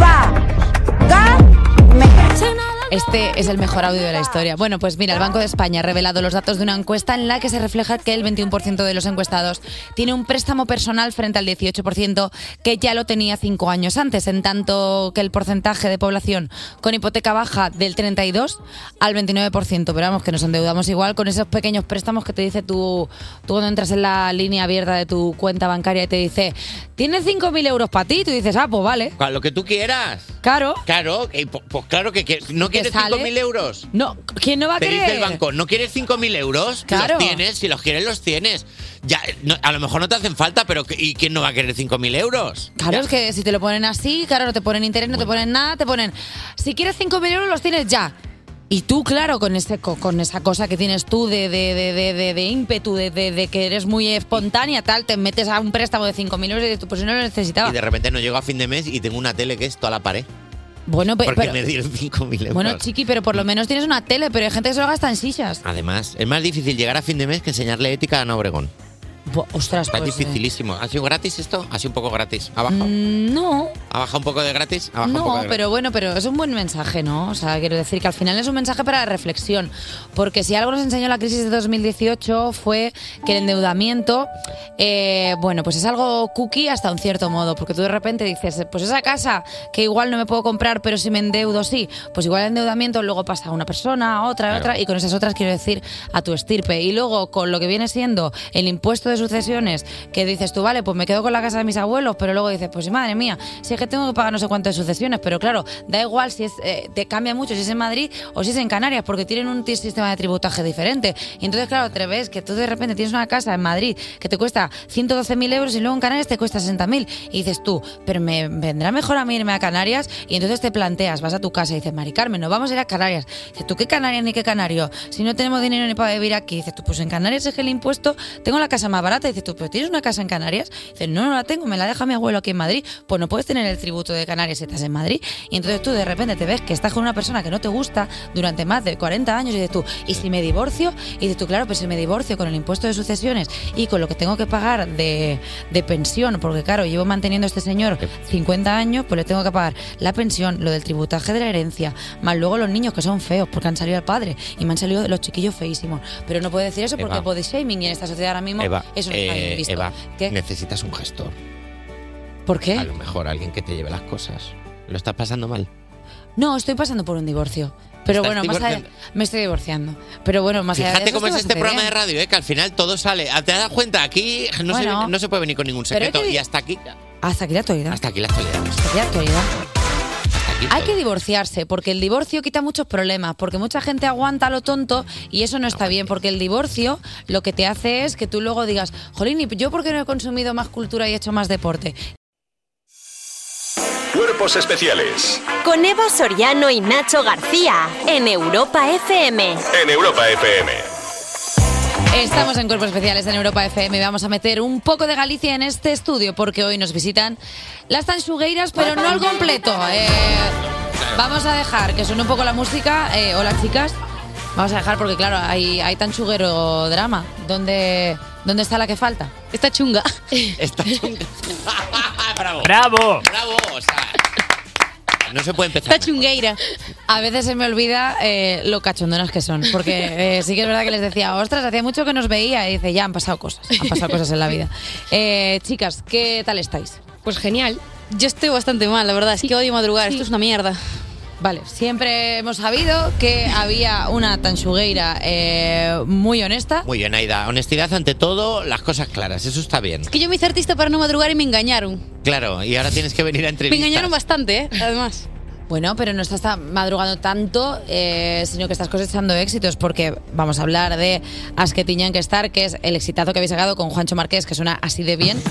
A: Este es el mejor audio de la historia. Bueno, pues mira, el Banco de España ha revelado los datos de una encuesta en la que se refleja que el 21% de los encuestados tiene un préstamo personal frente al 18% que ya lo tenía cinco años antes, en tanto que el porcentaje de población con hipoteca baja del 32 al 29%. Pero vamos, que nos endeudamos igual con esos pequeños préstamos que te dice tú, tú cuando entras en la línea abierta de tu cuenta bancaria y te dice, tienes 5.000 euros para ti, tú dices, ah, pues vale.
B: Con lo que tú quieras.
A: Claro.
B: Claro, que- po- pues claro que, que- no
A: ¿Te
B: quieres
A: sale?
B: 5.000 euros.
A: No, ¿quién no va a
B: Te
A: querer?
B: dice el banco, ¿no quieres 5.000 euros?
A: Claro.
B: Los tienes, si los quieres, los tienes. Ya, no- a lo mejor no te hacen falta, pero que- ¿y quién no va a querer 5.000 euros?
A: Claro, es que si te lo ponen así, claro, no te ponen interés, no te ponen nada, te ponen, si quieres 5.000 euros los tienes ya. Y tú, claro, con, este, co- con esa cosa que tienes tú de, de, de, de, de- de ímpetu, de, de- de que eres muy espontánea, tal, te metes a un préstamo de 5.000 euros y dices, tú, pues yo no lo necesitaba.
B: Y de repente no llego a fin de mes y tengo una tele que es toda la pared.
A: Bueno, pe-
B: Porque
A: pero-
B: me dieron 5.000 euros.
A: Bueno, chiqui, pero por lo menos tienes una tele, pero hay gente que se lo gasta en sillas.
B: Además, es más difícil llegar a fin de mes que enseñarle ética a Ana Obregón.
A: Bo- ostras,
B: Está
A: pues, eh.
B: dificilísimo. ¿Ha sido gratis esto? Ha sido un poco gratis. ¿Ha bajado?
A: Mm, No,
B: ¿Ha bajado un poco de gratis? ¿Ha bajado un poco
A: No,
B: de gratis?
A: pero bueno, pero es un buen mensaje, ¿no? O sea, quiero decir que al final es un mensaje para la reflexión, porque si algo nos enseñó la crisis de 2018 fue que el endeudamiento, eh, bueno, pues es algo cookie hasta un cierto modo, porque tú de repente dices, pues esa casa que igual no me puedo comprar, pero si me endeudo sí, pues igual el endeudamiento luego pasa a una persona, a otra, a
M: Claro.
A: otra, y con esas otras quiero decir a tu estirpe. Y luego con lo que viene siendo el impuesto de sucesiones, que dices tú, vale, pues me quedo con la casa de mis abuelos, pero luego dices, pues madre mía, si es que tengo que pagar no sé cuánto de sucesiones, pero claro, da igual si es, eh, te cambia mucho si es en Madrid o si es en Canarias, porque tienen un ti- sistema de tributaje diferente. Y entonces, claro, te ves que tú de repente tienes una casa en Madrid que te cuesta 112.000 euros y luego en Canarias te cuesta 60.000. Y dices tú, pero me vendrá mejor a mí irme a Canarias. Y entonces te planteas, vas a tu casa y dices, Mari Carmen, no vamos a ir a Canarias. Dices tú, ¿qué Canarias ni qué Canario? Si no tenemos dinero ni para vivir aquí. Dices tú, pues en Canarias es que el impuesto, tengo la casa más barata. Dices tú, pero ¿tienes una casa en Canarias? Dices, no, no la tengo, me la deja mi abuelo aquí en Madrid. Pues no puedes tener el tributo de Canarias si estás en Madrid. Y entonces tú de repente te ves que estás con una persona que no te gusta durante más de 40 años y dices tú, ¿y si me divorcio? Y dices tú, claro, pero si me divorcio con el impuesto de sucesiones y con lo que tengo que pagar de, de pensión, porque claro, llevo manteniendo a este señor 50 años, pues le tengo que pagar la pensión, lo del tributaje de la herencia, más luego los niños que son feos porque han salido al padre y me han salido los chiquillos feísimos. Pero no puedo decir eso porque
B: Eva.
A: body shaming y en esta sociedad ahora mismo
B: Eva,
A: eso no está
B: eh,
A: bien visto.
B: Eva,
A: ¿Qué?
B: necesitas un gestor.
A: ¿Por qué?
B: A lo mejor alguien que te lleve las cosas. Lo estás pasando mal.
A: No, estoy pasando por un divorcio. Pero
B: ¿Estás
A: bueno, más allá,
B: divorciando?
A: me estoy divorciando. Pero bueno, más allá de
B: Fíjate
A: eso,
B: cómo es
A: estoy
B: este
A: bastante
B: programa
A: bien.
B: de radio, eh, que al final todo sale. Ah, ¿Te das cuenta? Aquí no,
A: Bueno.
B: se, no se puede venir con ningún
A: Pero es
B: secreto.
A: que-
B: Y hasta aquí,
A: Hasta aquí la actualidad.
B: hasta aquí la actualidad.
A: Hasta aquí la actualidad.
B: Hasta aquí
A: Hay
B: todo.
A: que divorciarse, porque el divorcio quita muchos problemas, porque mucha gente aguanta lo tonto y eso no está bien, porque el divorcio lo que te hace es que tú luego digas, jolín, ¿y yo por qué no he consumido más cultura y he hecho más deporte?
G: Cuerpos especiales
F: Con Eva Soriano y Nacho García en Europa FM.
G: en Europa FM.
A: Estamos en Cuerpos Especiales en Europa FM y vamos a meter un poco de Galicia en este estudio, porque hoy nos visitan las tanxugueiras, pero no al completo. Eh, vamos a dejar que suene un poco la música. Eh, hola, chicas. Vamos a dejar porque, claro, hay, hay tanchuguero drama. ¿Dónde, ¿Dónde está la que falta? Está *laughs* chunga.
B: Está chunga. ¡Bravo!
N: ¡Bravo!
B: ¡Bravo! O sea, no se puede empezar.
A: Está chungueira. A veces se me olvida eh, lo cachondonas que son, porque eh, sí que es verdad que les decía, ostras, hacía mucho que nos veía. Y dice, ya han pasado cosas, han pasado cosas en la vida. Eh, chicas, ¿qué tal estáis?
K: Pues genial. Yo estoy bastante mal, la verdad. Es que odio madrugar. Esto es una mierda.
A: Vale, siempre hemos sabido que había una tanchugueira eh, muy honesta.
B: Muy bien, Aida. Honestidad ante todo, las cosas claras. Eso está bien.
K: Es que yo me hice artista para no madrugar y me engañaron.
B: Claro, y ahora tienes que venir a
K: Me
B: entrevistas.
K: engañaron bastante, ¿eh? Además.
A: Bueno, pero no estás tan madrugando tanto, eh, sino que estás cosechando éxitos, porque vamos a hablar de As que tiñan que estar, que es el exitazo que habéis sacado con Juancho Marqués, que suena así de bien.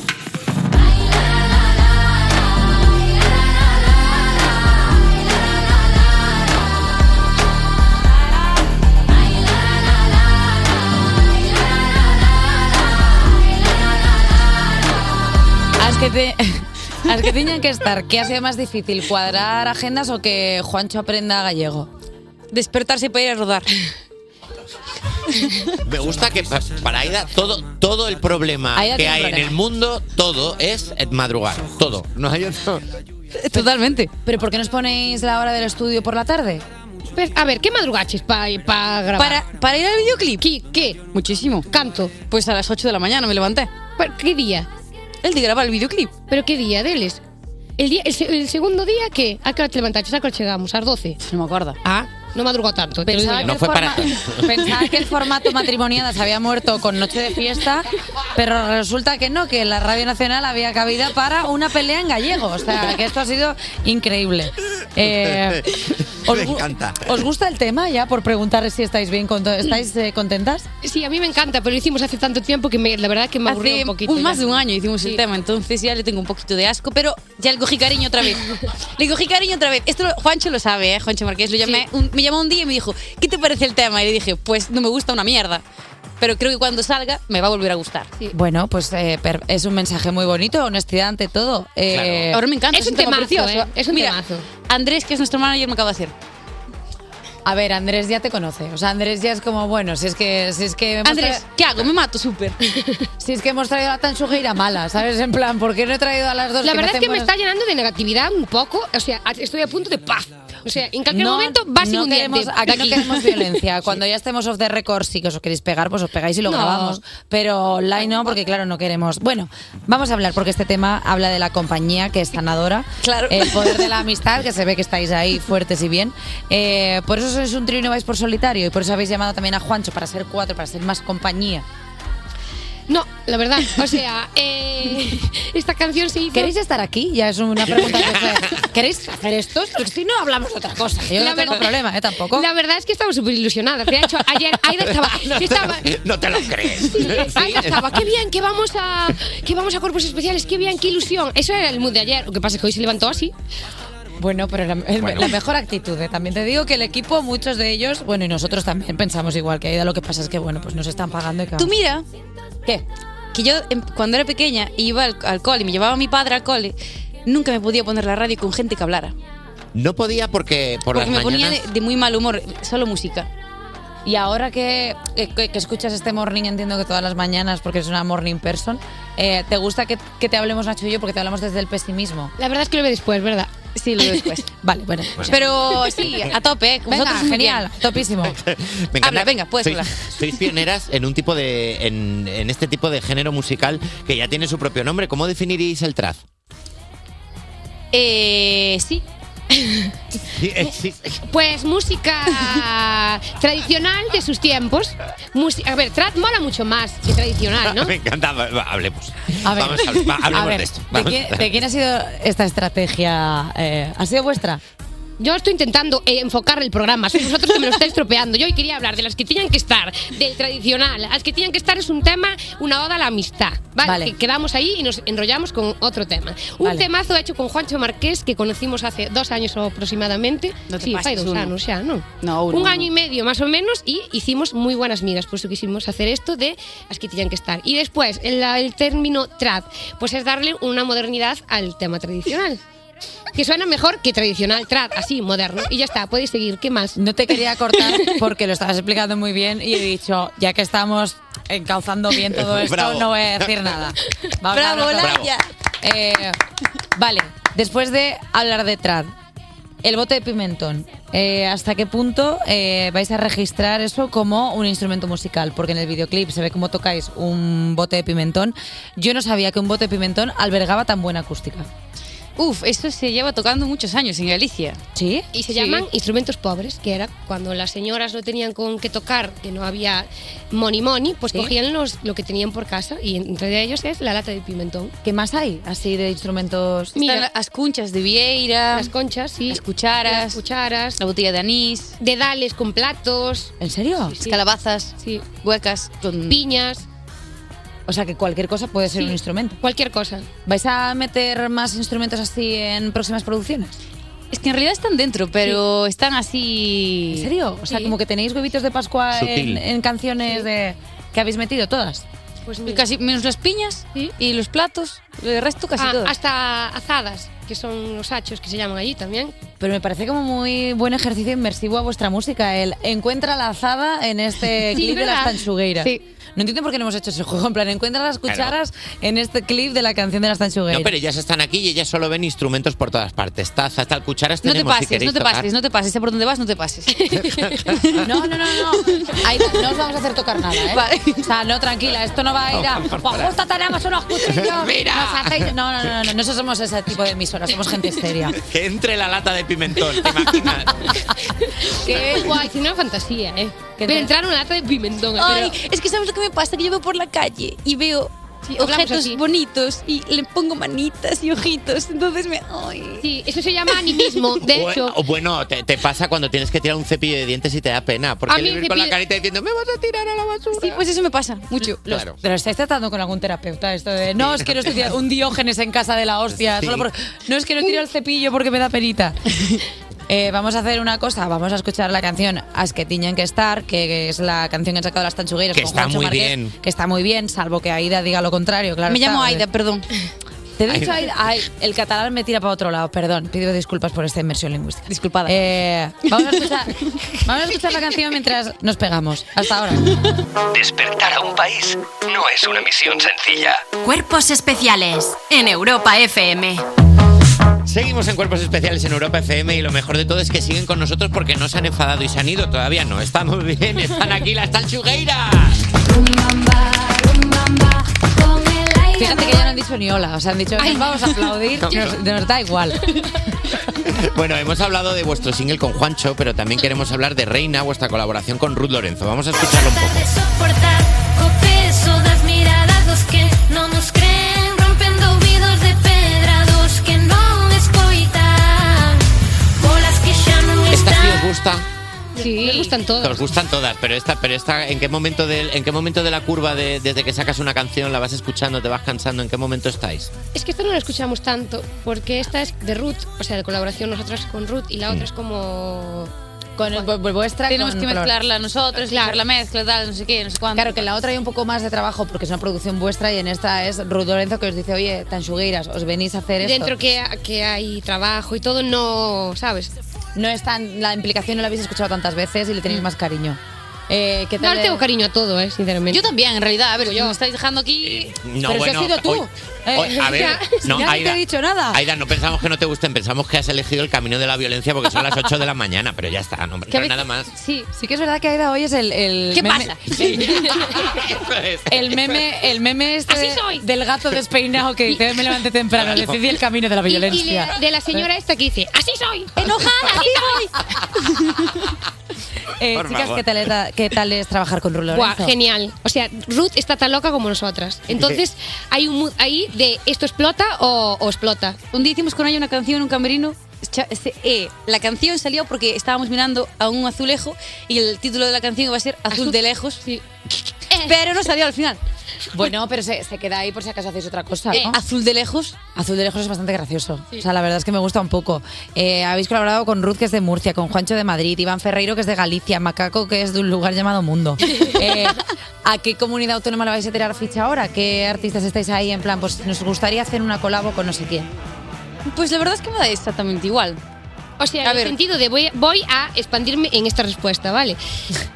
A: que, te- a las que tenían que estar, ¿qué ha sido más difícil? ¿Cuadrar agendas o que Juancho aprenda gallego?
K: Despertarse para ir a rodar.
B: Me gusta que pa- para Aida todo, todo el problema
K: Aida
B: que
K: tiene
B: hay
K: un
B: en
K: problema.
B: el mundo, todo es madrugar.
K: *laughs*
B: Todo. No hay otro.
A: Totalmente. ¿Pero por qué nos ponéis la hora del estudio por la tarde?
M: Pues, a ver, ¿qué madrugaches para grabar?
K: Para, para ir al videoclip.
M: ¿Qué?
K: Muchísimo. Canto. Pues a las 8 de la mañana me levanté.
M: ¿Qué día?
K: El de grabar el videoclip.
M: ¿Pero qué día, Deles? ¿El, día, el, se- el segundo día qué? ¿A qué hora te levantaste? ¿A qué hora llegamos? ¿A las 12?
K: No me acuerdo.
M: Ah, no madrugó tanto. te lo digo
A: Pensaba,
M: yo.
B: No
A: que
B: fue
A: el
B: para
A: forma- pensaba que el formato matrimonial se había muerto con Noche de Fiesta, pero resulta que no, que en la Radio Nacional había cabida para una pelea en gallego. O sea, que esto ha sido increíble.
B: *laughs*
A: Eh,
N: Me encanta.
A: ¿Os gusta el tema ya por preguntar si estáis bien con todo? ¿Estáis eh, contentas?
M: Sí, a mí me encanta, pero lo hicimos hace tanto tiempo que me- la verdad que me aburrió
K: Hace
M: un poquito.
K: un- más
M: ya.
K: de un año hicimos el tema, entonces ya le tengo un poquito de asco, pero ya le cogí cariño otra
A: *laughs*
K: vez. Le cogí cariño otra vez. Esto lo- Juancho lo sabe, ¿eh? Juancho Marqués. Lo llamé, un- me llamó un día y me dijo, ¿qué te parece el tema? Y le dije, pues no me gusta una mierda. Pero creo que cuando salga me va a volver a gustar.
A: Bueno, pues eh, per- es un mensaje muy bonito, honestidad ante todo. Eh,
K: Ahora me encanta.
M: Es un temazo,
K: precioso.
M: ¿eh? Es un
K: Mira,
M: temazo.
K: Andrés, que es nuestro manager, me acaba de hacer.
A: A ver, Andrés ya te conoce. O sea, Andrés ya es como, bueno, si es que. Si es que hemos
K: Andrés,
A: traído-
K: ¿qué hago? Me mato súper.
A: *laughs* si es que hemos traído a Tansuji y a Mala, ¿sabes? En plan, ¿por qué no he traído a las dos?
M: La
A: no
M: verdad es que me
A: hacen
M: está llenando de negatividad un poco. O sea, a- estoy a punto de paz. O sea, en cualquier
A: No,
M: momento va a ser
A: no
M: un
A: queremos,
M: diente.
K: *laughs*
A: aquí
M: de
A: no queremos violencia. Cuando ya estemos off the record, sí que os queréis pegar, pues os pegáis y lo
M: No.
A: grabamos. Pero online no, porque claro, no queremos. Bueno, vamos a hablar porque este tema habla de la compañía que es sanadora.
K: Claro.
A: El
K: *laughs*
A: poder de la amistad, que se ve que estáis ahí fuertes y bien. Eh, por eso sois un trío y no vais por solitario. Y por eso habéis llamado también a Juancho para ser cuatro, para ser más compañía.
M: *laughs* No, la verdad. O sea, eh, *laughs* esta canción se hizo.
A: ¿Queréis estar aquí? Ya es una pregunta que os- ¿Queréis hacer esto? Porque si no, hablamos otra cosa. Yo
M: La
A: no tengo
M: verdad-
A: problema, ¿eh? Tampoco.
M: La verdad es que estaba súper ilusionada. De hecho, ayer
A: *laughs*
M: Aida estaba. estaba
B: *laughs* No te lo crees.
M: Aida estaba, qué bien, que vamos a que vamos a cuerpos especiales, qué bien, qué ilusión. Eso era el mood de ayer. Lo que pasa es que hoy se levantó así.
A: Bueno, pero la, el- la mejor actitud. ¿eh? También te digo que el equipo, muchos de ellos, bueno, y nosotros también pensamos igual que Aida. Lo que pasa es que, bueno, pues nos están pagando y que
K: Tú
A: vamos.
K: mira.
A: ¿Qué?
K: Que yo, em, cuando era pequeña, iba al, al cole, me llevaba a mi padre al cole, nunca me podía poner la radio con gente que hablara.
B: No podía porque por
K: porque me
B: las
K: ponía
B: mañanas.
K: de, de muy mal humor, solo música.
A: Y ahora que, que- que escuchas este morning, entiendo que todas las mañanas, porque es una morning person, eh, ¿te gusta que, que te hablemos, Nacho y yo? Porque te hablamos desde el pesimismo.
M: La verdad es que lo ve después, ¿verdad?
K: Sí, lo veo
M: *laughs*
K: después.
A: vale, bueno.
M: Pues
K: Pero
A: *laughs*
K: sí, a tope, ¿eh?
A: Venga,
K: Vosotros muy
A: genial,
K: bien.
M: *laughs*
A: topísimo.
B: *laughs* Me encanta
K: Habla,
B: que
K: venga, puedes
B: sois,
K: hablar.
B: Sois pioneras en un tipo de. En, en este tipo de género musical que ya tiene su propio nombre. ¿Cómo definiríais el trap?
K: Eh, sí. Eh,
B: *laughs*
M: Pues música tradicional de sus tiempos. Musi- a ver, trad mola mucho más que tradicional, ¿no?
B: *laughs* Me encanta. Va- va, hablemos.
A: A ver,
B: Vamos, hable- va, hablemos
A: a ver,
B: de esto.
A: ¿de,
B: Vamos.
A: quién, de quién ha sido esta estrategia? eh, ¿Ha sido vuestra?
M: Yo estoy intentando eh, enfocar el programa, sois vosotros que me lo estáis *laughs* estropeando. Yo hoy quería hablar de las que tenían que estar, del tradicional. Las que tenían que estar es un tema, una oda a la amistad. Vale, que quedamos ahí y nos enrollamos con otro tema. Un
K: Vale.
M: temazo hecho con Juancho Marqués que conocimos hace dos años aproximadamente.
K: No te
M: sí,
K: pases,
M: fai dos
K: uno.
M: años ya, ¿no?
K: No, uno,
M: un
K: uno.
M: año y medio más o menos y hicimos muy buenas migas, por eso quisimos hacer esto de las que tenían que estar. Y después, el, el término trad, pues es darle una modernidad al
K: *laughs*
M: tema tradicional. Que suena mejor que tradicional, trad, así, moderno. Y ya está, podéis seguir. ¿Qué más?
A: No te quería cortar *laughs* porque lo estabas explicando muy bien y he dicho, ya que estamos encauzando
M: *laughs*
A: bien todo esto,
K: Bravo.
A: no voy a decir nada. a
K: Bravo,
A: hablar de-
K: Laia.
A: Eh, vale, después de hablar de trad, el bote de pimentón, eh, ¿hasta qué punto eh, vais a registrar eso como un instrumento musical? Porque en el videoclip se ve cómo tocáis un bote de pimentón. Yo no sabía que un bote de pimentón albergaba tan buena acústica.
K: Uf, esto se lleva tocando muchos años en Galicia.
A: ¿Sí?
M: Y se
K: Sí.
M: llaman instrumentos pobres, que era cuando las señoras no tenían con qué tocar, que no había money money, pues
A: Sí.
M: cogían los, lo que tenían por casa y entre ellos es la lata de pimentón.
A: ¿Qué más hay así de instrumentos?
K: Están las conchas de Vieira. Las
M: conchas, sí.
K: Las cucharas. Las
M: cucharas.
K: La botella de anís.
M: Dedales con platos.
A: ¿En serio?
K: Calabazas. Huecas. Con...
M: Piñas.
A: O sea que cualquier cosa puede ser un instrumento.
M: Cualquier cosa.
A: ¿Vais a meter más instrumentos así en próximas producciones?
K: Es que en realidad están dentro, pero están así.
A: ¿En serio? O sea, como que tenéis huevitos de Pascua
K: Sutil.
A: en, en canciones de que habéis metido todas.
M: Pues mira.
K: Casi menos las piñas y los platos, el resto casi
M: Ah,
K: todo.
M: Hasta azadas, que son los hachos que se llaman allí también.
A: Pero me parece como muy buen ejercicio inmersivo a vuestra música. El encuentra la azada en este
M: Sí,
A: clip de las
M: ¿verdad?
A: tanchugueiras.
M: Sí.
A: No entiendo por qué no hemos hecho ese juego. En plan, encuentra las cucharas en este clip de la canción de las tanchugueiras.
B: No, pero ellas están aquí y ellas solo ven instrumentos por todas partes. Tazas, tal, cucharas
K: No te
B: tenemos, si
K: pases,
B: queréis
K: no te
B: tocar. *laughs*
K: pases, no te pases. Sé por dónde vas, no te pases.
A: No, no, no, no. Aida, no os vamos a hacer tocar nada, ¿eh? O sea, no, tranquila, esto no va a ir a.
K: Por
A: "Pues justo tenemos unos cuchillos!
B: Mira.
A: nos hacéis-". No, no, no, no, no. Nosotros somos ese tipo de emisoras, somos gente seria.
B: Que entre la lata de pimentón.
M: Qué guay, tiene una fantasía, ¿eh? Pero entrar una lata de pimentón.
K: Ay,
M: pero-
K: es que sabes lo que me pasa, que yo veo por la calle y veo
M: hablamos
K: objetos
M: así.
K: bonitos y le pongo manitas y ojitos, entonces me...
M: Sí, eso se llama animismo, de
B: O-
M: hecho.
B: o bueno, te, te pasa cuando tienes que tirar un cepillo de dientes y te da pena.
M: A
B: Porque
M: mí
B: le ves con
M: cepillo-
B: la carita diciendo, me vas a tirar a la basura.
K: Sí, pues eso me pasa mucho.
B: Claro.
A: Pero estáis tratando con algún terapeuta esto de no os quiero estudiar un diógenes en casa de la hostia.
K: Sí.
A: Solo por, no os quiero tirar el cepillo porque me
K: *laughs*
A: da perita. Eh, vamos a hacer una cosa, vamos a escuchar la canción As que tiñen que estar, que es la canción que han sacado las tanchugueiras
B: Que
A: con
B: está
A: Juancho
B: muy
A: Marqués,
B: bien.
A: que está muy bien, salvo que Aida diga lo contrario, claro.
K: me llamo
A: está. eh.
K: Aida, perdón.
A: Te
O: *laughs*
A: he dicho,
K: Aida.
A: Aida- ay, el catalán me tira para otro lado, perdón. Pido disculpas por esta inmersión lingüística. Disculpada. vamos, a escuchar, vamos a escuchar la canción mientras nos pegamos. Hasta *laughs* ahora.
E: Despertar a un país no es una misión sencilla.
F: Cuerpos especiales en Europa FM.
B: Seguimos en Cuerpos Especiales en Europa FM y lo mejor de todo es que siguen con nosotros porque no se han enfadado y se han ido. Todavía no, estamos bien, están aquí las tanchugueiras.
A: Fíjate que ya no han dicho ni hola, o sea, han dicho
K: Ay.
A: "Nos vamos a *laughs* aplaudir,
B: No,
A: nos, nos da igual. *laughs*
B: Bueno, hemos hablado de vuestro single con Juancho, pero también queremos hablar de Reina, vuestra colaboración con Ruth Lorenzo. Vamos a escucharlo un poco.
D: de soportar Copesudas miradas dos que no nos creen Rompendo ouvidos de pedra dos que non escoitan Bolas que xa non
B: Esta sí
D: están
B: os gusta,
M: Sí, les gustan todas.
B: os gustan todas, pero esta, pero esta, ¿en qué momento del, en qué momento de la curva de- desde que sacas una canción la vas escuchando, te vas cansando, en qué momento estáis?
M: Es que esta no la escuchamos tanto, porque esta es de Ruth, o sea, de colaboración nosotras con Ruth, y la otra es como.
A: Con vuestra.
K: Mm. Tenemos
A: con
K: que
A: Flor.
K: mezclarla nosotros, claro. la mezcla, tal, no sé qué, no sé cuánto.
A: Claro que en la otra hay un poco más de trabajo porque es una producción vuestra y en esta es Ruth Lorenzo que os dice, oye, tanchugueiras, os venís a hacer esto.
M: Dentro que, que hay trabajo y todo, no. ¿Sabes?
A: No es tan. La implicación no la habéis escuchado tantas veces y le tenéis más cariño. Eh, ¿qué
M: No
A: tal
M: le
A: el- Pues
M: tengo cariño a todo, eh, sinceramente.
K: Yo también, en realidad, a ver, yo me estáis dejando
A: Eh,
K: aquí...
B: No, bueno, hoy- hoy-
A: *laughs*
B: a ver, no, Aida, Aida, no pensamos que no te gusten, pensamos que has elegido el camino de la violencia porque son las 8 de la mañana, pero ya está, no, hombre,
A: Que a
B: no,
A: veces-
B: nada más.
A: Sí, sí que es verdad que Aida hoy es el. el
B: ¿Qué
A: meme- *laughs*
B: pasa? Eso es.
A: El meme, el meme este de- del gato despeinado que dice me levanté temprano, decidí el camino de la
M: Y, y
A: violencia.
M: de, de la señora esta que dice, ¡Así soy!
K: ¡Enojada!
M: ¡Así soy! *laughs*
A: Eh,
M: Por
A: chicas,
M: favor.
A: ¿qué tal, era- qué tal es trabajar con Ruth
M: Buah,
A: Lorenzo?
M: genial. O sea, Ruth está tan loca como *laughs* nosotras. Entonces, hay un mood ahí de esto explota o, o explota.
K: Un día hicimos con ella una canción en un camerino. Cha- este, eh, la canción salió porque estábamos mirando a un azulejo y el título de la canción iba a ser Azul, de lejos. Pero no salió al final.
A: Bueno, pero se, se queda ahí por si acaso hacéis otra cosa.
K: Eh,
A: ¿no?
K: azul de lejos.
A: Pues, Azul de lejos es bastante gracioso. O sea, la verdad es que me gusta un poco. Eh, habéis colaborado con Ruth, que es de Murcia, con Juancho de Madrid, Iván Ferreiro, que es de Galicia, Macaco, que es de un lugar
K: *laughs*
A: llamado Mundo. Eh, ¿A qué comunidad autónoma le vais a tirar ficha ahora? ¿Qué artistas estáis ahí? En plan, pues nos gustaría hacer una colabo con no sé quién.
K: Pues la verdad es que me da exactamente igual.
M: O sea,
K: A
M: en
K: ver.
M: el sentido de voy, voy a expandirme en esta
K: *laughs*
M: respuesta, ¿vale?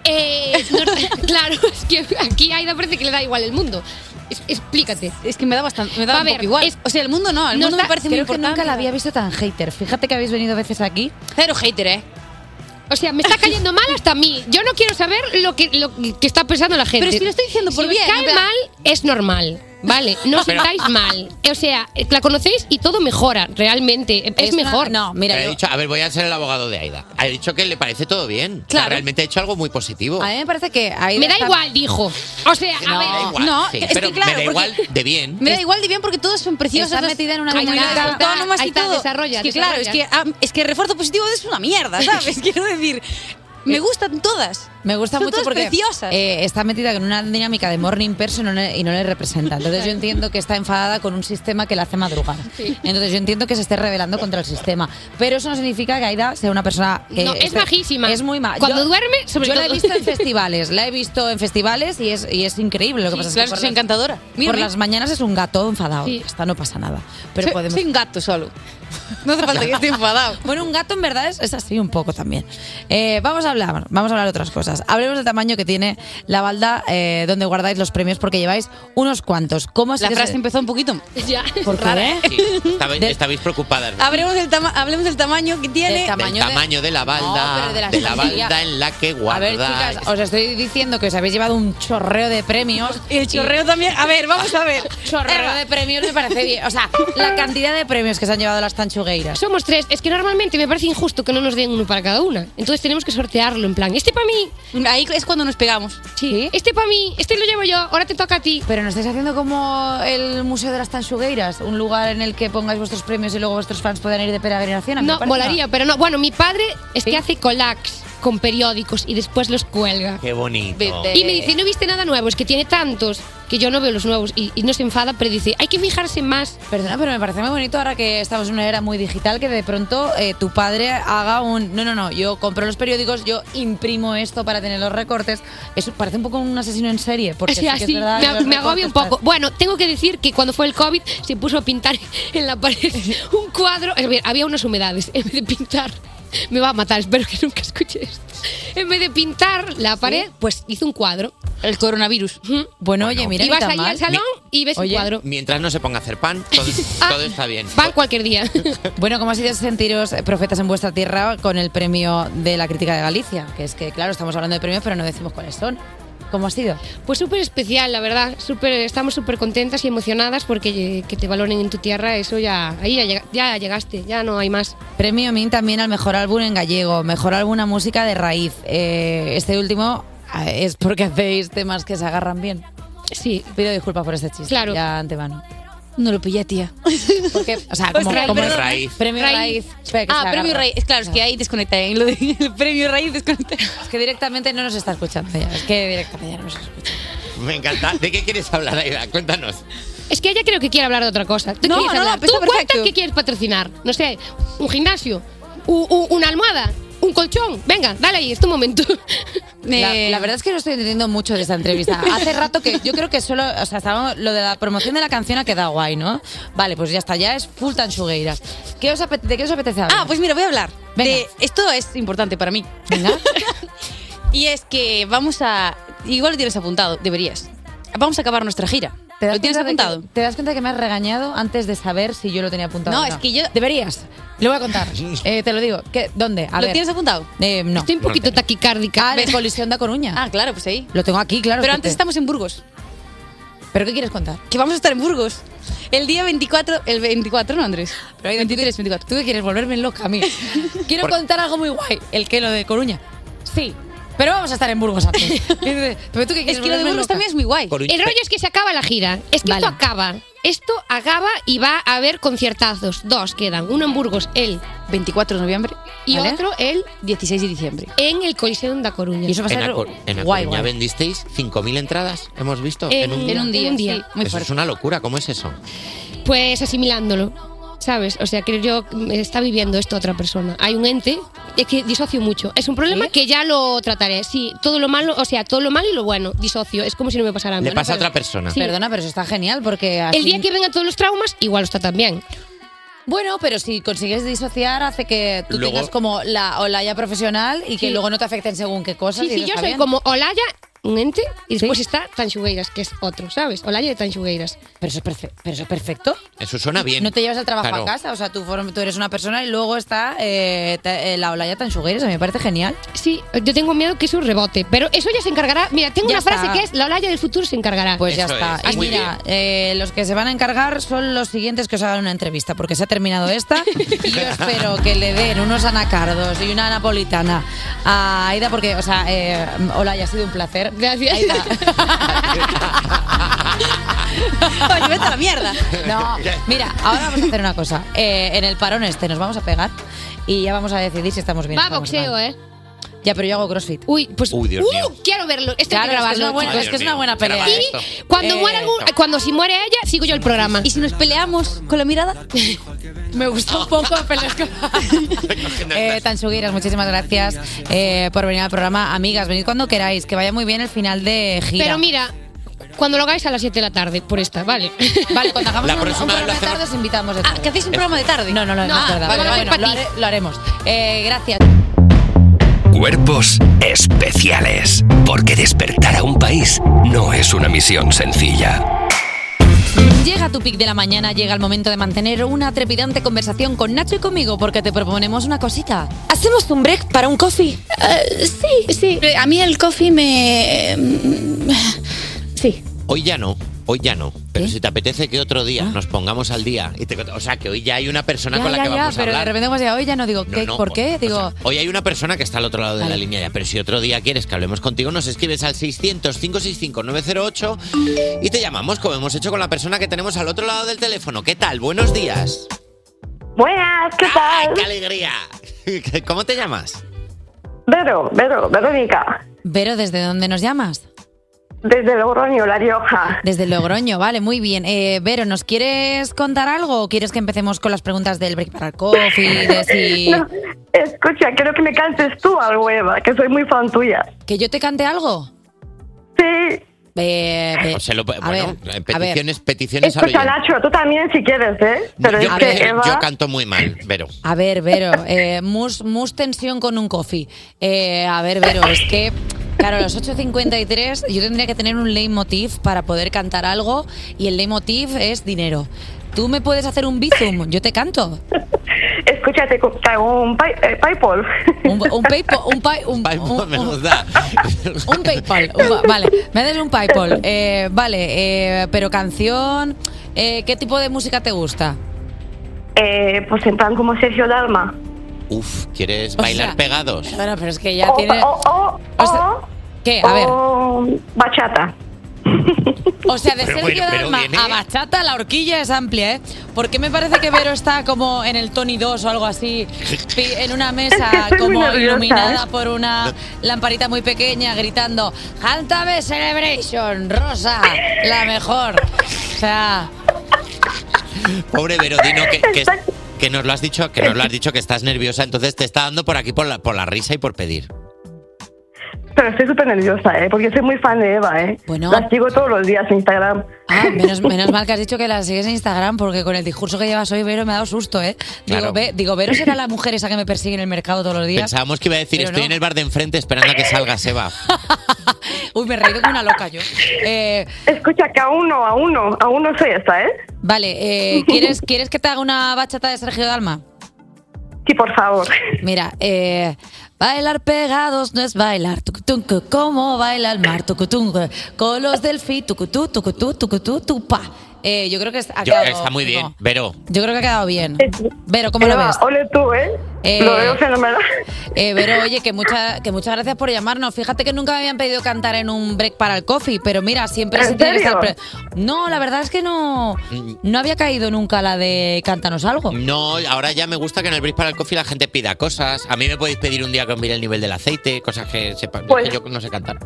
M: Eh, no- *laughs* claro, es que aquí a Aida parece que le da igual el mundo. Es- explícate.
K: Es que me da bastante, me da un poco igual. o sea, el mundo no, el mundo me parece muy
A: Creo que
K: importante.
A: nunca la había visto tan hater. Fíjate que habéis venido veces aquí.
K: Cero hater, ¿eh?
M: O sea, me está cayendo mal hasta a mí. Yo no quiero saber lo que, lo que está pensando la gente.
K: Pero si lo estoy diciendo por
M: si
K: bien,
M: Si cae
K: en plan-
M: mal, es normal. Vale, no os
K: Pero-
M: sintáis mal. O sea, la conocéis y todo mejora, realmente. Es,
A: una-
M: mejor.
A: no, mira,
B: Pero ha dicho, a ver, voy a ser el abogado de Aida. Ha dicho que le parece todo bien. O sea,
A: Claro.
B: realmente ha hecho algo muy positivo.
A: A mí me parece que... Aida
M: Me da
A: está-
M: igual, dijo. O sea,
B: No,
M: a ver.
B: me da igual,
K: no,
B: sí,
K: es que
B: pero
K: claro,
B: me da
K: porque-
B: igual de bien.
M: *laughs*
K: Me da igual de bien porque todos son preciosos.
A: Está metida en una
K: Ahí está,
A: comunidad
K: está, autónomas
A: ahí
K: y
A: está,
K: todo.
A: desarrolla,
K: es que claro, es que,
F: *laughs*
A: desarrolla.
K: ah, es que refuerzo positivo es una mierda, ¿sabes? Quiero decir, Me gustan todas.
A: Me gusta
K: Son
A: mucho
K: todas
A: porque
K: preciosas.
A: eh, está metida en una dinámica de morning person y no le- y no le
K: *laughs*
A: representa. Entonces yo entiendo que está enfadada con un sistema que la hace madrugar.
M: Sí.
A: Entonces yo entiendo que se esté rebelando contra el sistema. Pero eso no significa que Aida sea una persona que...
K: eh,
M: No, es
A: esté-
M: majísima.
A: Es muy maja.
M: Cuando duerme, sobre
A: Yo la he
M: todo.
A: visto en festivales, la he visto en festivales y es, y es increíble lo que
K: Sí,
A: pasa.
K: claro,
A: es
K: es encantadora. Mira,
A: por
K: mira.
A: las mañanas es un gato enfadado.
K: Sí.
A: Esta no pasa nada. Pero
K: soy,
A: podemos...
K: soy un gato solo. *laughs* No hace falta que esté enfadado.
A: Bueno, un gato en verdad es, es así un poco también. Eh, vamos a hablar, vamos a hablar de otras cosas. Hablemos del tamaño que tiene la balda eh, donde guardáis los premios porque lleváis unos cuantos. ¿Cómo
K: La frase empezó un poquito.
M: Ya.
A: ¿Por qué?
B: Sí, estabais, estabais preocupadas. ¿no?
K: Hablemos del, tama- hablemos del tamaño que tiene.
A: Del
B: Del tamaño de la
A: Ah, No,
B: balda,
A: pero de
B: de
A: la
B: la,
A: sandía.
B: balda en la
A: A
B: que
A: ver,
B: guardáis.
A: chicas, os estoy diciendo que os habéis llevado un chorreo de premios.
K: El chorreo también. A ver, vamos a ver.
A: *laughs* Chorreo
K: Eva.
A: de premios me parece bien. O sea, la cantidad de premios que se han llevado las tanchugueiras.
M: Somos tres. Es que normalmente me parece injusto que no nos den uno para cada una. Entonces tenemos que sortearlo en plan, este para mí.
K: Ahí es cuando nos pegamos.
M: Sí. Este para mí, este lo llevo yo, ahora te toca a ti.
A: Pero no estáis haciendo como el Museo de las Tanchugueiras, un lugar en el que pongáis vuestros premios y luego vuestros fans puedan ir de peregrinación. a mí me
M: No,
A: parece
M: volaría,
A: una-
M: pero no. Bueno, mi padre es que hace colacs con periódicos y después los cuelga.
B: Qué bonito.
M: Y me dice, no viste nada nuevo, es que tiene tantos que yo no veo los nuevos y, y no se enfada, pero dice, hay que fijarse más.
A: Perdona, pero me parece muy bonito ahora que estamos en una era muy digital que de pronto eh, tu padre haga un... No, no, no, yo compro los periódicos, yo imprimo esto para tener los recortes. Eso parece un poco un asesino en serie, porque
M: O
A: sí
M: sea,
A: que es
M: sí,
A: verdad que
M: me,
A: los
M: me agobia
A: recortes
M: un poco. Bueno, tengo que decir que cuando fue el COVID se puso a pintar *laughs* en la pared
A: *laughs*
M: un cuadro. A ver, había unas humedades. En vez de pintar, me va a matar, espero que nunca escuche esto. En vez de pintar la pared, pues hizo un cuadro.
K: El coronavirus.
A: Bueno, oye, mira,
M: Y
A: ni
M: vas
A: tan
M: ahí
A: mal.
M: al salón y ves
A: Oye,
M: un cuadro.
B: Mientras no se ponga a hacer pan, todo, todo está bien.
M: Pan cualquier
A: *laughs*
M: día.
A: Bueno, ¿cómo ha sido sentiros eh, profetas en vuestra tierra con el premio de la crítica de Galicia? Que es que, claro, estamos hablando de premios, pero no decimos cuáles son. ¿Cómo ha sido?
M: Pues súper especial, la verdad. Súper, estamos súper contentas y emocionadas porque eh, que te valoren en tu tierra, eso ya, ahí ya, llega- ya llegaste, ya no hay más.
A: Premio Min también al mejor álbum en gallego, mejor álbum a música de raíz. Eh, este último ah, es porque hacéis temas que se agarran bien.
M: Sí.
A: Pido disculpas por este chiste.
K: Claro.
A: Ya antemano.
K: No lo pillé, tía.
A: Porque, o
K: *laughs*
A: sea, como,
K: Ostras,
A: como-
K: perdón.
A: Premio raíz. Espera, que se
K: Ah, premio
A: agarra.
K: raíz. Es Claro, es que ahí desconecta. ¿eh? Lo de- *laughs* el premio raíz desconecta.
A: Es que directamente no nos está escuchando ya. Es que directamente ya no nos escucha.
B: Me encanta. ¿De qué quieres hablar, Aida? Cuéntanos.
M: Es que ella creo que quiere hablar de otra cosa. ¿Tú
K: No,
M: quieres
K: no,
M: hablar?
K: no, está
M: ¿Tú cuenta
K: perfecto.
M: qué quieres patrocinar? No sé, un gimnasio, u- u- una almohada, un colchón. Venga, dale ahí, es tu momento.
A: *laughs* La, la verdad es que no estoy entendiendo mucho de
M: *laughs*
A: esta entrevista. Hace rato que yo creo que solo, o sea, estábamos- lo de la promoción de la canción ha quedado guay, ¿no? Vale, pues ya está, ya es full tan sugueiras. ¿Qué os apete- ¿De qué os apetece hablar?
K: Ah, pues mira, voy a hablar. de- esto es importante para mí. *laughs* y es que vamos a. Igual lo tienes apuntado, deberías. Vamos a acabar nuestra gira.
A: ¿Te das
K: ¿Lo tienes
A: cuenta de que-
K: apuntado?
A: ¿Te das cuenta que me has regañado antes de saber si yo lo tenía apuntado?
K: No,
A: o
K: es que yo-
A: Deberías. Lo voy a contar. Eh, te lo digo. ¿Qué- ¿Dónde? A
K: ¿Lo
A: ver.
K: tienes apuntado?
A: Eh, no.
K: Estoy un poquito No.
M: taquicárdica.
A: Ah, de colisión de Coruña.
K: Ah, claro, pues ahí.
A: Lo tengo aquí, claro.
K: Pero
A: es que
K: antes
A: te-
K: estamos en Burgos.
A: ¿Pero qué quieres contar?
K: Que vamos a estar en Burgos. El día 24, el 24, ¿no, Andrés? Pero hay 23, 24.
A: Tú que quieres volverme loca a
M: *laughs*
A: mí. Quiero
K: Por-
A: contar algo muy guay. ¿El qué? ¿Lo de Coruña? Sí. Pero vamos a estar en
M: *laughs*
A: Burgos antes. Y dice, ¿Pero tú qué quieres
M: que lo de
A: volverme
M: Burgos
A: loca?
M: también es muy
K: guay.
M: El rollo es que se acaba la gira. Es que esto acaba. Esto acaba y va a haber conciertazos. Dos quedan. Uno en Burgos, el
K: 24 de noviembre.
M: Y
K: ¿Vale?
M: otro el
K: 16 de diciembre.
M: en el Coliseum de Coruña.
B: en Acor- en Coruña vendisteis 5.000 entradas, hemos visto,
M: En-
B: en, un día.
M: en un día, En un día. sí, muy
B: Eso
M: fuerte.
B: es una locura, ¿cómo es eso?
M: Pues asimilándolo, ¿sabes? O sea, creo yo que me está viviendo esto otra persona. Hay un ente, es que disocio mucho. Es un problema que ya lo trataré. Sí, todo lo malo, o sea, todo lo malo y lo bueno, disocio. Es como si no me pasara a mí.
B: Le pasa a otra persona.
M: Sí.
A: Perdona, pero eso está genial porque así...
M: El día que vengan todos los traumas, igual está también.
A: Bueno, pero si consigues disociar hace que tú
M: Luego-
A: tengas como la olaya profesional y que luego no te afecten según qué cosas.
M: Sí,
A: y
M: sí,
A: eso
M: yo
A: está
M: soy
A: bien.
M: como Olaya, un ente, y después está Tanchugueiras, que es otro, ¿sabes? Olaya de Tanchugueiras.
A: Pero eso es, perfecto.
B: Eso suena bien.
A: No te llevas el trabajo
B: Claro.
A: a casa, o sea, tú, form- tú eres una persona y luego está eh, ta- eh, la olaya tan sugueres, a mí me parece genial.
M: Sí, yo tengo miedo que eso rebote, pero eso ya se encargará. Mira, tengo
A: Ya
M: una frase
A: está.
M: que es la Olaya del futuro se
K: Ah,
M: encargará.
A: Pues ya está. Y mira, eh, los que se van a encargar son los siguientes que os hagan una entrevista, porque se ha terminado esta. y
K: *laughs*
A: yo espero que le den unos anacardos y una napolitana a Aida, porque, o sea, eh, Olaya, ha sido un placer.
M: Gracias.
K: *laughs* Oye, vete a la mierda.
A: No, mira, ahora vamos a hacer una cosa. Eh, en el parón este nos vamos a pegar y ya vamos a decidir si estamos bien.
M: Va
A: estamos
M: boxeo,
A: mal.
M: ¿eh?
A: Ya, pero yo hago crossfit.
M: Uy, pues.
B: Uy, Dios mío.
M: Quiero verlo. Esto hay
A: Claro,
M: que
A: es que es
M: grabarlo.
A: una buena-
M: chicos.
A: es que es una buena pelea.
M: Y
A: Graba esto.
M: cuando
A: Eh,
M: muera algún,
A: esto.
M: cuando si muere ella, sigo yo el programa.
K: ¿Y si nos peleamos con la mirada?
A: Me gusta un poco pelear con eh, Tansuguiras, muchísimas gracias eh, por venir al programa. Amigas, venid cuando queráis, que vaya muy bien el final de gira.
M: Pero mira, cuando lo hagáis a las 7 de la tarde, por esta, vale.
A: Vale, cuando hagamos
M: La
A: un, un
M: próxima
A: programa
M: lo
A: de tarde os invitamos. Ah,
K: ¿que hacéis un programa de tarde?
A: No, no, no, no,
K: No,
A: es
K: ah,
A: verdad.
K: vale,
A: Pero
K: vale.
A: bueno, lo, hare- lo haremos. Eh, gracias.
E: Cuerpos especiales. Porque despertar a un país no es una misión sencilla.
A: Llega tu pic de la mañana, llega el momento de mantener una trepidante conversación con Nacho y conmigo porque te proponemos una cosita.
N: ¿Hacemos un break para un coffee?
M: Eh,
N: sí, sí. A mí el coffee me... Sí.
B: Hoy ya no. Hoy ya no, pero si te apetece que otro día nos pongamos al día. Y te, o sea, que hoy ya hay una persona
A: Ah. Ya,
B: con la
A: ya,
B: que
A: ya,
B: vamos a
A: pero de
B: hablar.
A: repente hemos llegado hoy ya no digo,
B: No,
A: ¿qué,
B: no,
A: ¿por
B: o-
A: qué? Digo,
B: Hoy hay una persona que está al otro lado de la línea ya, pero si otro día quieres que hablemos contigo, nos escribes al 600-565-908 y te llamamos como hemos hecho con la persona que tenemos al otro lado del teléfono. ¿Qué tal? Buenos días.
P: Buenas, ¿qué
B: ¡Ay,
P: tal?
B: qué alegría! *laughs* ¿Cómo te llamas?
P: Vero, Vero, Verónica,
A: Vero, ¿desde dónde nos llamas?
P: desde Logroño, La Rioja.
A: Desde Logroño, vale, muy bien. Eh, Vero, ¿nos quieres contar algo o quieres que empecemos con las preguntas del break para el
P: *laughs*
A: coffee? De si...
P: No, escucha, quiero que me cantes tú algo, Eva, que soy muy fan tuya.
A: ¿Que yo te cante algo?
P: Sí.
B: O sea, lo- Eh, bueno,
A: ver,
B: eh,
A: Eh, a ver.
B: peticiones, peticiones al
P: Escucha,
B: oyente.
P: Nacho, tú también si quieres, ¿eh? Pero
B: yo,
P: es que,
B: yo-
P: Eva...
B: yo canto muy mal, Vero.
A: A ver, Vero, eh, mus, mus tensión con un coffee. Eh, a ver, Vero, es que, claro, a los 8.53 yo tendría que tener un leitmotiv para poder cantar algo y el leitmotiv es dinero. Tú me puedes hacer un bizum, yo te canto.
P: Escúchate, un eh, PayPal.
A: Un, un PayPal, un, pay-
B: *laughs*
A: un- un-
B: Menos da.
A: *laughs* un PayPal. un pa- vale, me haces
P: *laughs*
A: un PayPal. Eh, vale, eh, pero canción, eh, ¿qué tipo de música te gusta?
P: Eh, pues en plan como Sergio Dalma.
B: Uf, ¿quieres bailar
A: sea,
B: pegados?
A: Perdona, pero es que ya tiene.
P: o sea,
A: ¿Qué? A ver.
P: bachata.
A: *laughs* O sea, de
P: Pero
A: Sergio
P: bueno, pero
A: Dalma
P: viene-
A: a Bachata, la horquilla es amplia, ¿eh? Porque me parece que Vero está como en el Tony 2 o
P: *laughs*
A: algo así, pi- en una mesa
P: estoy muy
A: como
P: nerviosa,
A: iluminada
P: ¿eh?
A: por una lamparita muy pequeña gritando ¡Cántame Celebration, Rosa, la mejor! O sea,
B: Pobre Vero, Dino, que, que- que nos lo has dicho, que nos lo has dicho que estás nerviosa, entonces te está dando por aquí por la, por la risa y por pedir.
P: Pero estoy súper nerviosa, ¿eh? Porque soy muy fan de Eva, ¿eh?
A: Bueno.
P: La sigo todos los días en Instagram.
A: ah, menos, menos mal que has dicho que la sigues en Instagram porque con el discurso que llevas hoy, Vero, me ha dado susto, ¿eh? Digo,
B: Claro.
A: "Ve- digo Vero será la mujer esa que me persigue en el mercado todos los días.
B: Pensábamos que iba a decir,
A: Pero
B: estoy
A: no.
B: en el bar de enfrente esperando a que salga
A: *laughs*
B: Seba.
A: Uy, me he reído como una loca yo. Eh,
P: *laughs* Escucha, que aún no, aún no, aún no soy esta, ¿eh?
A: Vale, eh, ¿quieres, ¿quieres que te haga una bachata de Sergio Dalma?
P: Sí, por favor.
A: Mira, eh, bailar pegados no es bailar, tucutuncu, como baila el mar, tucutuncu, con los delfín, tucutú, tucutú, tucutú, tupa. Eh, yo creo que ha
B: Yo-
A: quedado,
B: está muy bien, Vero.
A: yo creo que ha quedado bien. Vero, ¿cómo lo
P: Eva,
A: ves?
P: ole tú, ¿eh?
A: Eh,
P: Lo veo fenomenal.
A: Eh, Vero, oye, que, mucha- que muchas gracias por llamarnos. Fíjate que nunca me habían pedido cantar en un break para el coffee, pero mira, siempre
P: ¿En
A: se tiene que estar...
P: serio?
A: pre- No, la verdad es que no, no había caído nunca la de cántanos algo.
B: mm, No, ahora ya me gusta que en el Break para el Coffee la gente pida cosas. A mí me podéis pedir un día que os mire el nivel del aceite, cosas que, sepa-
A: Pues
B: que yo no sé cantar.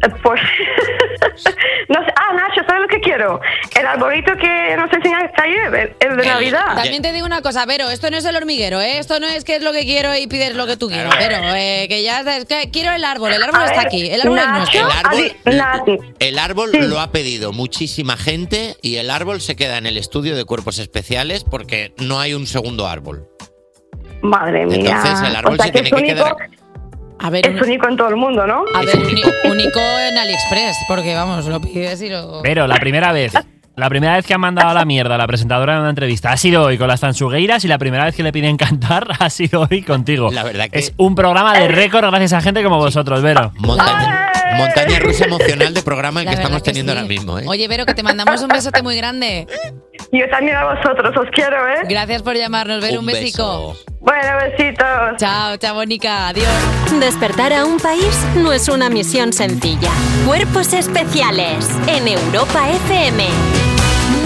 P: eh, *laughs* No sé- ah, Nacho, ¿sabes lo que quiero? El arbolito que nos enseñaste ayer, el, el de Navidad.
A: También te digo una cosa, Vero, esto no es el hormiguero, ¿eh? Esto no es que es lo que quiero y pides lo que tú quieras,
B: Claro.
A: Vero, eh, que ya es que quiero el árbol, el árbol
P: A
A: está
P: ver,
A: aquí, el árbol es
P: Nacho,
A: nuestro.
B: El árbol-
P: a di- Nacho,
B: El árbol lo ha pedido muchísima gente y el árbol se queda en el estudio de cuerpos especiales porque no hay un segundo árbol.
P: Madre mía.
B: Entonces, el árbol
P: o sea,
B: se
P: que
B: tiene
P: es
B: que
P: único,
B: quedar-
A: A ver,
P: es único en todo el mundo, ¿no?
A: A ver, uni- único en AliExpress, porque vamos, lo pides y lo...
Q: Pero la primera vez. La primera vez que han mandado a la mierda a la presentadora en una entrevista ha sido hoy con las tansugueiras y la primera vez que le piden cantar *laughs* ha sido hoy contigo. La verdad que es un programa de récord gracias a gente como vosotros, Vero.
B: Montaña, montaña rusa emocional de programa
A: La
B: que estamos
A: verdad que
B: teniendo
A: sí.
B: ahora mismo. ¿eh?
A: Oye, Vero, que te mandamos un besote muy grande.
P: Yo también a vosotros, os quiero, ¿eh?
A: Gracias por llamarnos, Vero, un,
P: Un
A: besico.
P: Bueno, besitos.
A: Chao, chao, Bonica, adiós.
F: Despertar a un país no es una misión sencilla. Cuerpos especiales en Europa FM.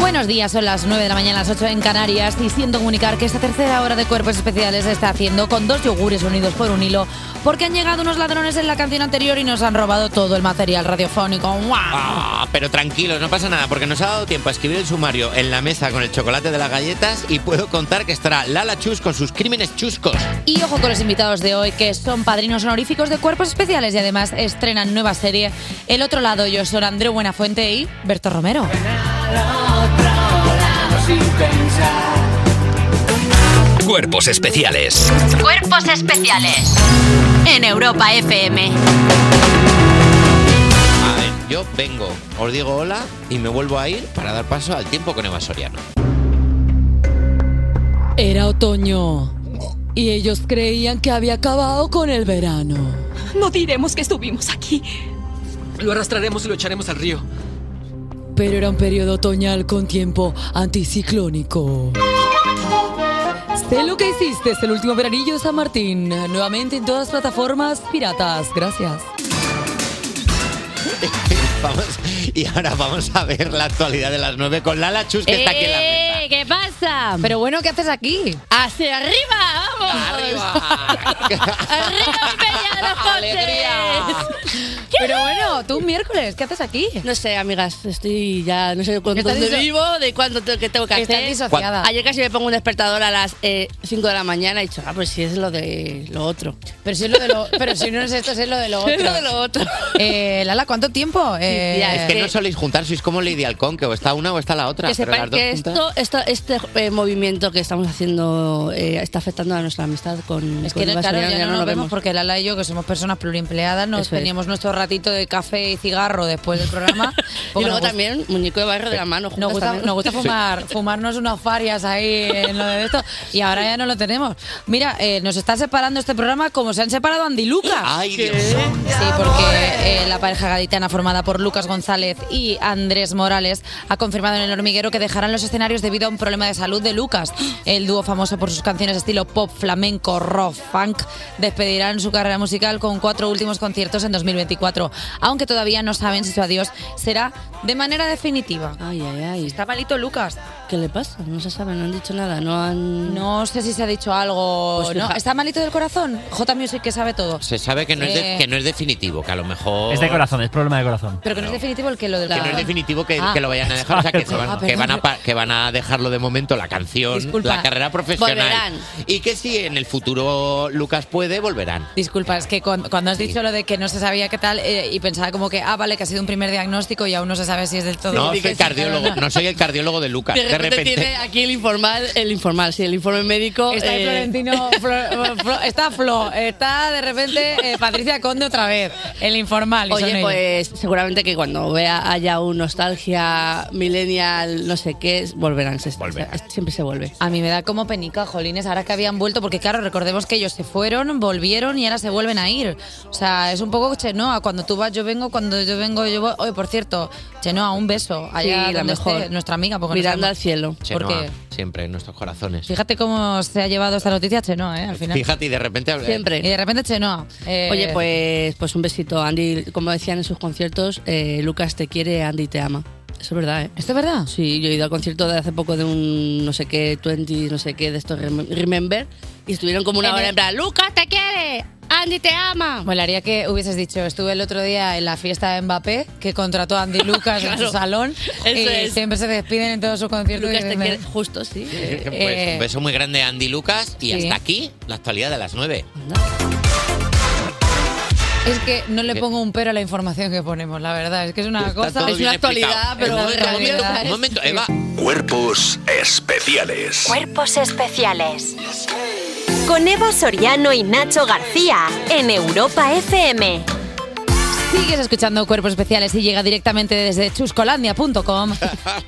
A: Bueno, Buenos días, son las 9 de la mañana, las 8 en Canarias y siento comunicar que esta tercera hora de cuerpos especiales se está haciendo con dos yogures unidos por un hilo porque han llegado unos ladrones en la canción anterior y nos han robado todo el material radiofónico. ¡Guau!
B: Ah, pero tranquilos, no pasa nada, porque nos ha dado tiempo a escribir el sumario en la mesa con el chocolate de las galletas y puedo contar que estará Lala Chus con sus crímenes chuscos.
A: Y ojo con los invitados de hoy, que son padrinos honoríficos de cuerpos especiales y además estrenan nueva serie. El otro lado, ellos son Andreu Buenafuente y Berto Romero.
R: sin pensar.
E: Cuerpos especiales
F: Cuerpos especiales en Europa FM.
B: A ver, yo vengo, os digo hola y me vuelvo a ir para dar paso al tiempo con Eva Soriano.
P: Era otoño y ellos creían que había acabado con el verano.
S: No diremos que estuvimos aquí.
Q: Lo arrastraremos y lo echaremos al río.
P: Pero era un periodo otoñal con tiempo anticiclónico. Sé lo que hiciste, es el último veranillo de San Martín. Nuevamente en todas las plataformas piratas. Gracias.
B: *laughs* Vamos, y ahora vamos a ver la actualidad de las 9 con Lala Chus, que está aquí en la mesa.
A: ¡Eh! ¿Qué pasa? Pero bueno, ¿qué haces aquí?
O: ¡Hacia arriba! ¡Vamos!
A: Pero bueno, tú un miércoles, ¿qué haces aquí?
O: No sé, amigas, estoy ya, no sé cuánto
A: Estás
O: dónde
A: diso-
O: vivo, de cuánto te- que tengo que
A: Estás
O: hacer.
A: disociada.
O: Ayer casi me pongo un despertador a las 5 de la mañana y he dicho, ah, pues si es lo de lo otro.
A: Pero si es lo de lo- pero si no es esto, es lo de lo
O: Es *laughs* lo
A: otro.
O: de lo otro.
A: Eh, Lala, ¿cuánto tiempo? Eh,
B: es que no soléis juntar, sois como Lidia Alcón, que o está una o está la otra.
O: que
B: pero
O: sepan
B: las dos
O: que
B: juntas-
O: esto, esto- este eh, movimiento que estamos haciendo eh, está afectando a nuestra amistad con
A: Es que
O: con Eva
A: claro,
O: Soriano,
A: ya, no, nos vemos, porque Lala y yo, que somos personas pluriempleadas, nos
O: Eso es.
A: teníamos nuestro ratito de café y cigarro después del *laughs* programa.
O: Y luego también muñeco de barro de la mano.
A: Nos
O: juntas
A: gusta,
O: también.
A: nos gusta
O: Sí.
A: fumar, fumarnos unas farias ahí en lo de esto y ahora ya no lo tenemos. Mira, eh, nos está separando este programa como se han separado Andy y Lucas.
B: ¡Ay, Dios mío!
A: Sí, porque eh, la pareja gaditana formada por Lucas González y Andrés Morales ha confirmado en el hormiguero que dejarán los escenarios debido a un problema de salud de Lucas. El dúo famoso por sus canciones estilo pop, flamenco, rock, funk despedirán su carrera musical con cuatro últimos conciertos en 2024, aunque todavía no saben si su adiós será de manera definitiva.
O: Ay, ay, ay.
A: Está malito Lucas.
O: ¿Qué le pasa? No se sabe, no han dicho nada, no han...
A: No sé si se ha dicho algo.
O: Pues
A: ¿no?
O: fija-
A: ¿Está malito del corazón? J Music que sabe todo.
B: Se sabe que no, es de-
A: Eh.
B: que no es definitivo, que a lo mejor...
T: Es de corazón, es problema de corazón.
A: Pero que no es definitivo el que lo del
B: Que no es
A: corazón.
B: definitivo que,
A: Ah.
B: que lo vayan a dejar, o sea, que, se van,
A: Ah,
B: que, van a,
A: perdón.
B: pa- que van a dejarlo de momento la canción,
A: Disculpa.
B: la carrera profesional.
A: Volverán.
B: Y que si en el futuro Lucas puede, volverán.
A: Disculpa, es que cuan- cuando, has dicho lo de que no se sabía qué tal eh, y pensaba como que, ah, vale, que ha sido un primer diagnóstico y aún no se sabe si es del todo.
B: No
A: Sí,
B: soy
A: sí,
B: cardiólogo,
A: claro,
B: no soy el cardiólogo de Lucas.
O: De repente, tiene aquí el informal, el informal, sí, el informe médico.
A: Está ahí
O: eh,
A: Florentino, Flo- Flo- está Flo, está de repente eh, Patricia Conde otra vez, el informal. y son
O: Oye,
A: ellos.
O: pues seguramente que cuando vea haya un nostalgia millennial, no sé qué, volverán. se- se- Siempre se vuelve.
A: A mí me da como penica, jolines, ahora que habían vuelto, porque claro, recordemos que ellos se fueron, volvieron y ahora se vuelven a ir. O sea, es un poco Chenoa, cuando tú vas yo vengo, cuando yo vengo yo voy. Oye, por cierto, Chenoa, un beso, allá
O: Sí, la
A: donde esté
O: mejor.
A: nuestra amiga. Porque
O: Mirando
A: al
O: cielo.
B: Chenoa, siempre en nuestros corazones.
A: Fíjate cómo se ha llevado esta noticia Chenoa, ¿eh? Al final.
B: Fíjate, y de repente habla-
A: Y de repente Chenoa. eh,
O: Oye, pues, pues un besito, Andy. Como decían en sus conciertos, eh, Lucas te quiere, Andy te ama. Eso es verdad, ¿eh?
A: ¿Esto es verdad?
O: Sí, yo he ido al concierto de hace poco de un no sé qué, 20, no sé qué, de estos Remem- Remember, y estuvieron como una
A: En
O: hora
A: el-
O: en plan, Lucas te quiere, Andy te ama.
A: Molaría que hubieses dicho, estuve el otro día en la fiesta de Mbappé, que contrató a Andy Lucas en
O: *laughs* Claro.
A: su salón,
O: Eso
A: y
O: es.
A: siempre se despiden en todos sus conciertos.
O: Lucas
A: y
O: te
A: dicen,
O: quiere, justo, sí.
B: *laughs* Pues,
A: Eh.
B: un beso muy grande a Andy Lucas y
A: Sí.
B: hasta aquí la actualidad de las 9.
A: Es que no le
B: ¿Qué?
A: pongo un pero a la información que ponemos, la verdad. Es que es una cosa.
B: todo bien explicado. Un momento, un momento, un momento, Eva.
G: Cuerpos especiales.
F: Cuerpos especiales. Con Evo Soriano y Nacho García en Europa FM.
A: Sigues escuchando Cuerpos Especiales y llega directamente desde
B: *laughs*
A: chuscolandia.com.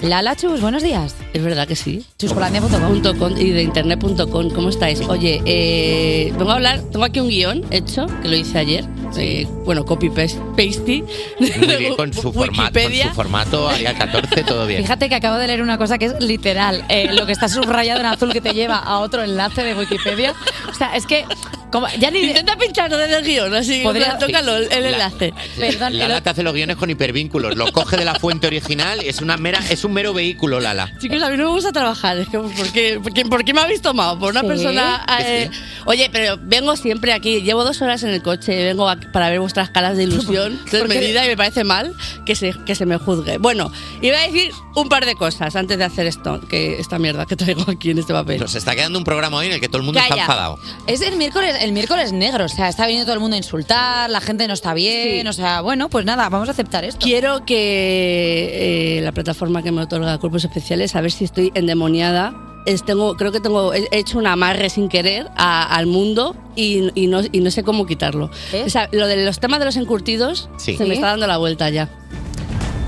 A: Lala Chus, buenos días.
O: Es verdad que sí.
A: Chuscolandia.com.
O: y de internet.com. ¿Cómo estáis? Oye, eh, vengo a hablar, tengo aquí un guión hecho, que lo hice ayer. eh, bueno, copy paste. pasty.
B: Muy bien, con su, formato, con
O: Wikipedia.
B: su formato, Arial 14, todo bien.
A: Fíjate que acabo de leer una cosa que es literal. eh, lo que está subrayado en azul que te lleva a otro enlace de Wikipedia. O sea, es que
O: Intenta pincharlo desde el guión, así.
B: Podría-
O: Podría... Tócalo el, el
B: La-
O: enlace.
B: Lala te hace los guiones con hipervínculos, los coge de la fuente original, es una mera, es un mero vehículo, Lala.
O: *laughs* Chicos, a mí no me gusta trabajar. Es que, ¿por, qué, por, qué, por qué me habéis tomado? Por una
B: Sí.
O: persona.
B: Que
O: eh, Oye, pero vengo siempre aquí. Llevo dos horas en el coche. Vengo aquí para ver vuestras caras de ilusión,
K: ¿Por qué?
O: desmedida, y me parece mal que se, que se me juzgue. Bueno, iba a decir un par de cosas antes de hacer esto, que esta mierda que traigo aquí en este papel.
B: Nos está quedando un programa hoy en el que todo el mundo está
A: Calla.
B: enfadado.
A: Es el miércoles, el miércoles negro, o sea, está viniendo todo el mundo a insultar, la gente no está bien, o sea, bueno, pues nada, vamos a aceptar esto.
O: Quiero que eh, la plataforma que me otorga Cuerpos Especiales, a ver si estoy endemoniada. Es- tengo, creo que tengo he he hecho un amarre sin querer a- al mundo y, y no, y no sé cómo quitarlo.
A: ¿Eh?
O: O sea, lo de los temas de los encurtidos
B: Sí.
O: se me
B: Sí.
O: está dando la vuelta ya.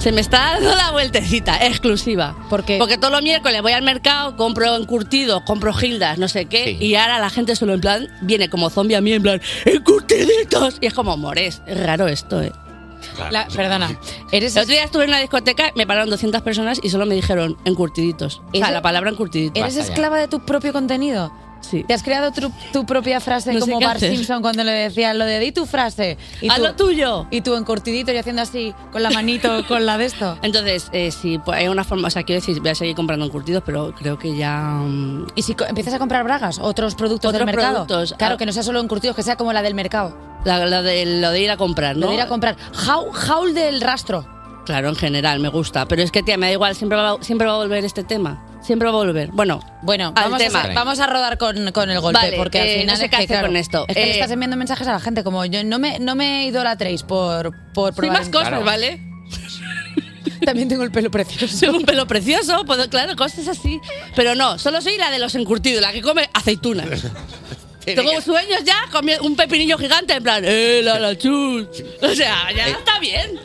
O: Se me está dando la vueltecita, exclusiva. ¿Por qué? Porque todos los miércoles voy al mercado, compro encurtidos, compro gildas, no sé qué, y ahora la gente solo en plan viene como zombie a mí en plan ¡encurtiditos! Y es como, mores, es raro esto, ¿eh?
C: La- perdona,
O: Eres el otro día estuve en una discoteca, me pararon 200 personas y solo me dijeron encurtiditos. O sea,
A: Eres-
O: la palabra encurtiditos.
A: ¿Eres esclava de tu propio contenido?
O: Sí.
A: ¿Te has creado tu, tu propia frase
O: No sé
A: como
O: qué
A: Bart
O: hacer.
A: Simpson cuando le decían lo de di tu frase?
O: Haz lo
A: tuyo! Y tú encortidito y haciendo así, con la manito, con la de esto.
O: Entonces, eh, sí, pues hay una forma, o sea, quiero decir, voy a seguir comprando encurtidos, pero creo que ya... mm,
A: ¿Y si co- empiezas a comprar bragas? ¿Otros productos
O: Otros
A: del mercado?
O: productos,
A: claro,
O: ah.
A: que no sea solo encurtidos, que sea como la del mercado.
O: la- la de- lo de ir a comprar, ¿no?
A: Lo de ir a comprar. Jaul, jaul del rastro.
O: Claro, en general, me gusta. Pero es que, tía, me da igual, siempre va, siempre va a volver este tema. Siempre va a volver. Bueno,
A: bueno
O: al
A: Vamos
O: tema.
A: a, vamos a rodar con, con el golpe,
O: Vale,
A: porque
O: eh,
A: al final
O: no sé
A: es
O: qué
A: que,
O: hacer
A: claro,
O: con esto.
A: Es que le
O: Eh,
A: estás enviando mensajes a la gente como yo no me, no me idolatréis por, por
O: Soy
A: probar.
O: más
A: en-
O: cosas, ¿vale?
A: También tengo el
O: *laughs*
A: pelo precioso.
O: Soy un pelo precioso, pues, claro, cosas así. Pero no, solo soy la de los encurtidos, la que come aceitunas. Tengo sueños ya, comí un pepinillo gigante, en plan, ¡eh, la, la chus! O sea, ya está bien.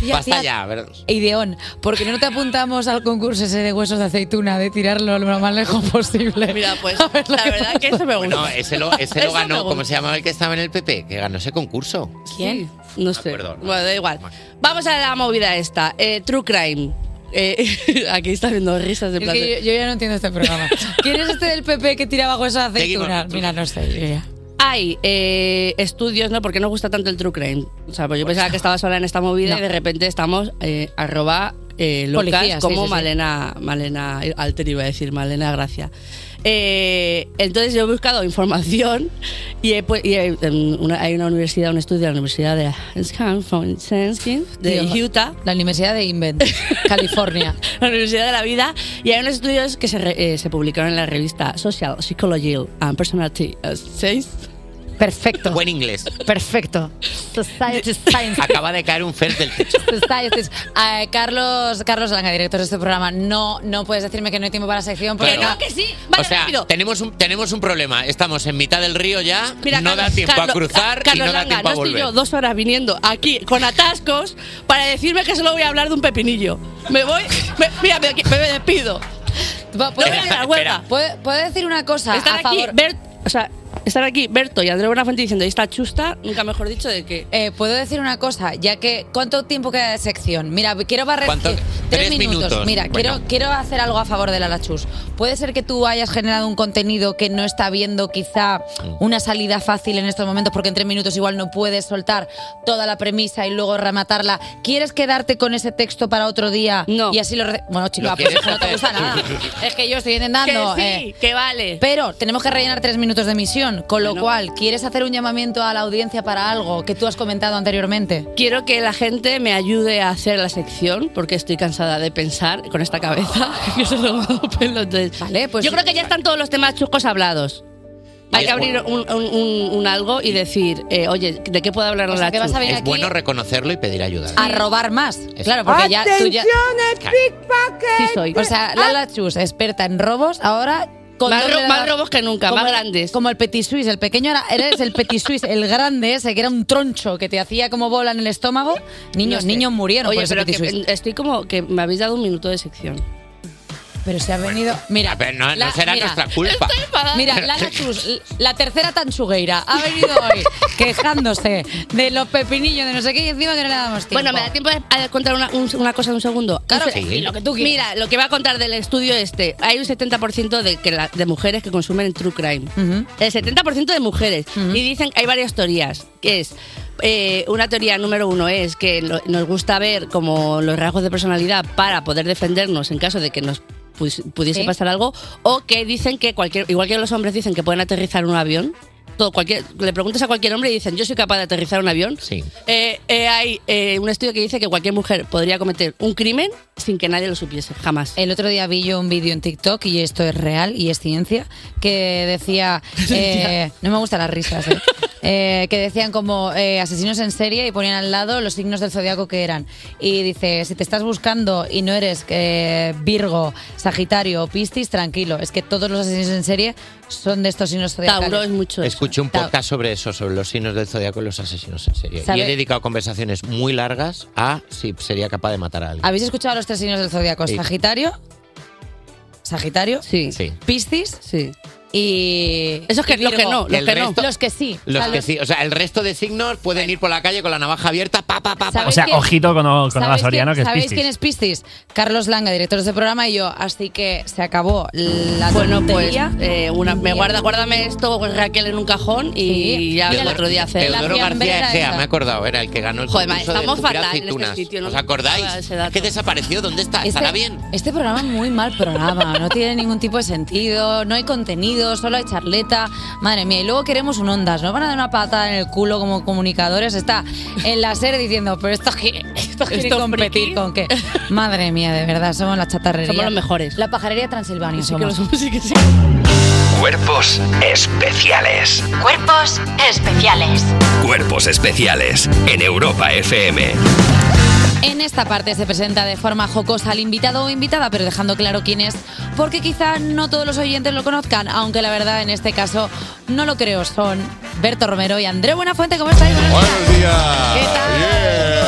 A: Tía, tía, Ideón, porque no te apuntamos al concurso ese de huesos de aceituna, de tirarlo lo más lejos *laughs* posible. Mira,
O: pues,
A: *laughs* la verdad
O: que eso me
A: gusta.
B: No, ese lo, ese lo
O: Eso me
B: ganó,
O: gusta.
B: ¿cómo se llamaba el que estaba en el PP? Que ganó ese concurso. Ah,
O: ¿Quién? No sé.
B: Perdón.
O: Bueno, da igual. Vamos a la movida esta. Eh, true Crime. Eh, *laughs* aquí está viendo risas de
A: Es que yo, yo ya no entiendo este programa. ¿Quién es este del PP que tiraba huesos de aceituna? Mira, no sé, yo ya.
O: Hay eh, estudios, ¿no? Porque no gusta tanto el true crime. O sea, pues yo pensaba que estaba sola en esta movida
A: No.
O: y de repente estamos eh, arroba eh, locas
A: Policías, sí,
O: como
A: sí, sí.
O: Malena, Malena Alter iba a decir, Malena Gracia. Eh, entonces yo he buscado información y, he pu- y he- en una- hay una universidad, un estudio de la Universidad de Wisconsin, de
A: Tío,
O: Utah.
A: La Universidad
O: *laughs*
A: de Invent, California.
O: la Universidad de la Vida, y hay unos estudios que se, re- eh, se publicaron en la revista Social Psychology and Personality eh, Science.
A: Perfecto.
B: Buen inglés.
A: Perfecto. Society Science.
B: Acaba de caer un fer del techo.
A: Societies. Eh, Carlos, Carlos Langa, director de este programa, no, no puedes decirme que no hay tiempo para la sección. Porque
B: Claro.
A: que sí.
B: o sea, tenemos un, tenemos un problema. Estamos en mitad del río ya, no da tiempo a cruzar y no da tiempo
O: no
B: a
O: estoy
B: volver.
O: yo dos horas viniendo aquí con atascos para decirme que solo voy a hablar de un pepinillo. Me voy, me- mira, me, me despido.
A: No
O: voy a ir a la huelga.
A: ¿Puedo, puedo decir una cosa
O: Están
A: a
O: aquí,
A: favor?
O: Bert- o sea, están aquí Berto y Andrés Buenafuente diciendo, "Y esta chusta, nunca mejor dicho, de que...
A: Eh, Puedo decir una cosa, ya que ¿cuánto tiempo queda de sección? Mira, quiero barrer eh,
O: ¿Cuánto?
A: tres,
O: Tres
A: minutos.
O: minutos.
A: Mira,
O: Bueno.
A: quiero, quiero hacer algo a favor de la Lachus. Puede ser que tú hayas generado un contenido que no está viendo quizá
O: Mm.
A: una salida fácil en estos momentos, porque en tres minutos igual no puedes soltar toda la premisa y luego rematarla. ¿Quieres quedarte con ese texto para otro día? No. Y así lo... re- Bueno, chica, pues eso no te *laughs* gusta nada. Es que yo estoy intentando...
O: Que sí,
A: eh,
O: que vale.
A: Pero tenemos que rellenar tres minutos de misión, con lo cual, ¿quieres hacer un llamamiento a la audiencia para algo que tú has comentado anteriormente?
O: Quiero que la gente me ayude a hacer la sección porque estoy cansada de pensar con esta cabeza. *laughs* que se lo hago pelo, entonces.
A: pues
O: Yo creo que ya están todos los temas chuscos hablados. Hay que abrir un, un- un- un algo y decir, eh, oye, ¿de qué puedo hablar
A: O
O: la
A: sea, que vas a venir
B: Es
A: aquí Ah,
B: bueno reconocerlo y pedir ayuda.
A: a robar más. Claro, porque ya tú ya. Sí soy. O sea, Lala Chus, experta en robos, ahora. con
O: Ah. Más
A: doble
O: ro-
A: de
O: más
A: la-
O: robos que nunca,
A: como
O: más
A: el-
O: grandes.
A: Como el petit suisse, el pequeño era, eres el petit suisse, el grande ese que era un troncho que te hacía como bola en el estómago.
O: No
A: Niños,
O: sé.
A: niños murieron
O: Oye,
A: por ese
O: pero
A: petit
O: que
A: suisse.
O: estoy como que me habéis dado un minuto de sección.
A: Pero se ha venido. Mira.
B: Pero no, no
A: la-
B: será
A: mira,
B: nuestra culpa.
A: Mira, Lala Chus, la tercera tanchugueira, ha venido hoy quejándose de los pepinillos, de no sé qué, y encima que no le damos tiempo.
O: Bueno, me da tiempo a contar una, un- una cosa de un segundo.
A: Claro
O: Eso-
A: que sí, lo que tú quieras.
O: Mira, lo que va a contar del estudio este. Hay un 70% de, que la- de mujeres que consumen true crime. El 70% de mujeres. Y dicen que hay varias teorías. Que es. eh, una teoría número uno es que lo- nos gusta ver como los rasgos de personalidad para poder defendernos en caso de que nos pus- pudiese
M: Sí.
O: pasar algo o que dicen que cualquier igual que los hombres dicen que pueden aterrizar un avión todo cualquier le preguntas a cualquier hombre y dicen yo soy capaz de aterrizar un avión
B: Sí.
O: eh, eh, hay eh, un estudio que dice que cualquier mujer podría cometer un crimen sin que nadie lo supiese, jamás.
A: El otro día vi yo un vídeo en TikTok, y esto es real y es ciencia, que
O: *laughs*
A: decía. eh, no me gustan las risas, ¿eh? *laughs* Eh, que decían como eh, asesinos en serie y ponían al lado los signos del zodiaco que eran. Y dice: si te estás buscando y no eres eh, Virgo, Sagitario o Piscis, tranquilo. Es que todos los asesinos en serie son de estos signos zodiacales.
O: mucho.
B: Escuché un
A: Claro.
B: podcast sobre eso, sobre los signos del zodiaco y los asesinos en serie.
A: ¿Sabe?
B: Y he dedicado conversaciones muy largas a si sería capaz de matar a alguien.
A: ¿Habéis escuchado los tres signos del zodiaco?
B: Sí.
A: Sagitario, Sagitario,
O: sí.
B: Sí.
A: Piscis,
O: sí.
A: Y
O: Esos que-
A: y
O: los que
A: Virgo.
O: no, los El que no. resto-
A: los que sí.
B: Los
A: ¿sabes?
B: que sí, o sea, el resto de signos pueden ir por la calle con la navaja abierta, pa, pa, pa, pa.
Q: O sea, ojito con, con Eva
A: ¿Sabéis
Q: Soriano, que
A: quién-
Q: es
A: ¿Sabéis
Q: Piscis.
A: quién es Piscis? Carlos Langa, director de este programa, y yo. Así que se acabó la
O: Bueno, pues
A: tontería.
O: eh, una, me guarda, guárdame esto, pues, Raquel, en un cajón y ya el
B: Teodoro-
O: otro día hacer
B: Teodoro García Egea, me he acordado, era el que ganó el
O: Joder, ma,
B: concurso
O: estamos
B: de cumplir
O: fatal en este
B: aceitunas.
O: sitio, no
B: ¿Os
O: me
B: acordáis?
O: acordaba de ese
B: Es que desapareció, ¿dónde está? ¿Estará bien?
A: Este programa es muy mal programa, no tiene ningún tipo de sentido, no hay contenido, solo hay charleta. Madre mía, y luego queremos un ondas, nos van a dar una patada en el culo como comunicadores. Está en la SER diciendo, pero esto que esto quiere
O: Esto
A: competir con qué. Madre mía, de verdad, somos la chatarrería.
O: Somos los mejores.
A: La pajarería Transilvania
O: que
A: somos.
O: lo somos, sí que sí.
E: Cuerpos especiales.
F: Cuerpos especiales.
E: Cuerpos especiales en Europa FM.
A: En esta parte se presenta de forma jocosa al invitado o invitada, pero dejando claro quién es, porque quizá no todos los oyentes lo conozcan, aunque la verdad en este caso no lo creo. Son Berto Romero y André Buenafuente. ¿Cómo estáis?
U: Buenos días.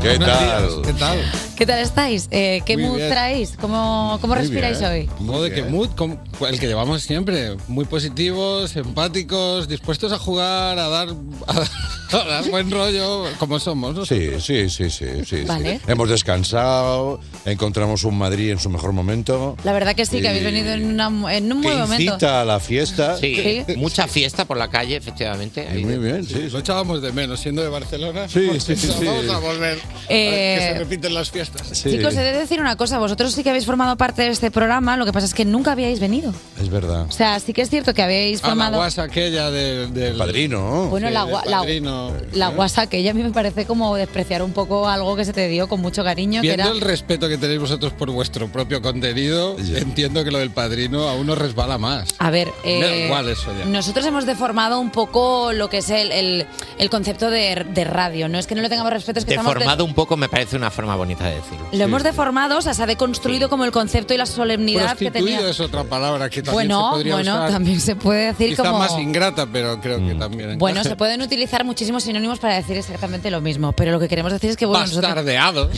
U: ¿Qué tal? ¿Qué tal?
A: ¿Qué tal estáis? Eh, ¿Qué
V: Muy
A: mood
V: bien.
A: traéis? ¿Cómo, cómo
V: Muy
A: respiráis
V: bien.
A: hoy?
V: Modo de que mood, como el que llevamos siempre. Muy positivos, empáticos, dispuestos a jugar, a dar, *laughs* a dar- a dar buen rollo, como somos. ¿no?
U: Sí, sí, sí, sí, sí.
A: Vale.
U: sí. Hemos descansado, encontramos un Madrid en su mejor momento.
A: La verdad que sí, que habéis
U: Sí.
A: venido en, una- en un buen momento.
U: Incita a la fiesta.
A: Sí.
U: mucha fiesta por la calle, efectivamente. muy bien, sí.
V: Lo echábamos de menos, siendo de Barcelona.
U: Sí,
V: hemos
U: sí, sí,
V: pensado,
U: sí.
V: Vamos a volver.
A: Eh,
V: a que se repiten las fiestas.
A: Chicos, he de decir una cosa, vosotros sí que habéis formado parte de este programa, lo que pasa es que nunca habíais venido.
U: Es
V: Ah.
U: verdad.
A: O sea, sí que es cierto que habéis
V: A la
A: formado...
V: guasa aquella del... del
U: padrino. Eh,
A: Bueno, la gua- la- La guasa que ella a mí me parece como despreciar un poco algo que se te dio con mucho cariño, que
V: Viendo
A: era...
V: el respeto que tenéis vosotros por vuestro propio contenido, entiendo que lo del padrino aún os resbala más.
A: A ver,
V: Me da
A: eh,
V: igual eso ya.
A: nosotros hemos deformado un poco lo que es el, el- el concepto de, de radio. No es que no le tengamos respeto, es que estamos...
B: Deformado un poco me parece una forma bonita de decirlo.
A: de- lo hemos deformado, o sea, se ha deconstruido como el concepto y la solemnidad que tenía.
V: Prostituido es otra palabra que también
A: Bueno,
V: se podría
A: bueno,
V: usar.
A: también se puede decir
V: Quizá
A: como...
V: más ingrata, pero creo
U: Mm.
V: que también.
A: Bueno, se pueden utilizar muchísimos sinónimos para decir exactamente lo mismo, pero lo que queremos decir es que, bueno, nosotros-
V: Bastardeado.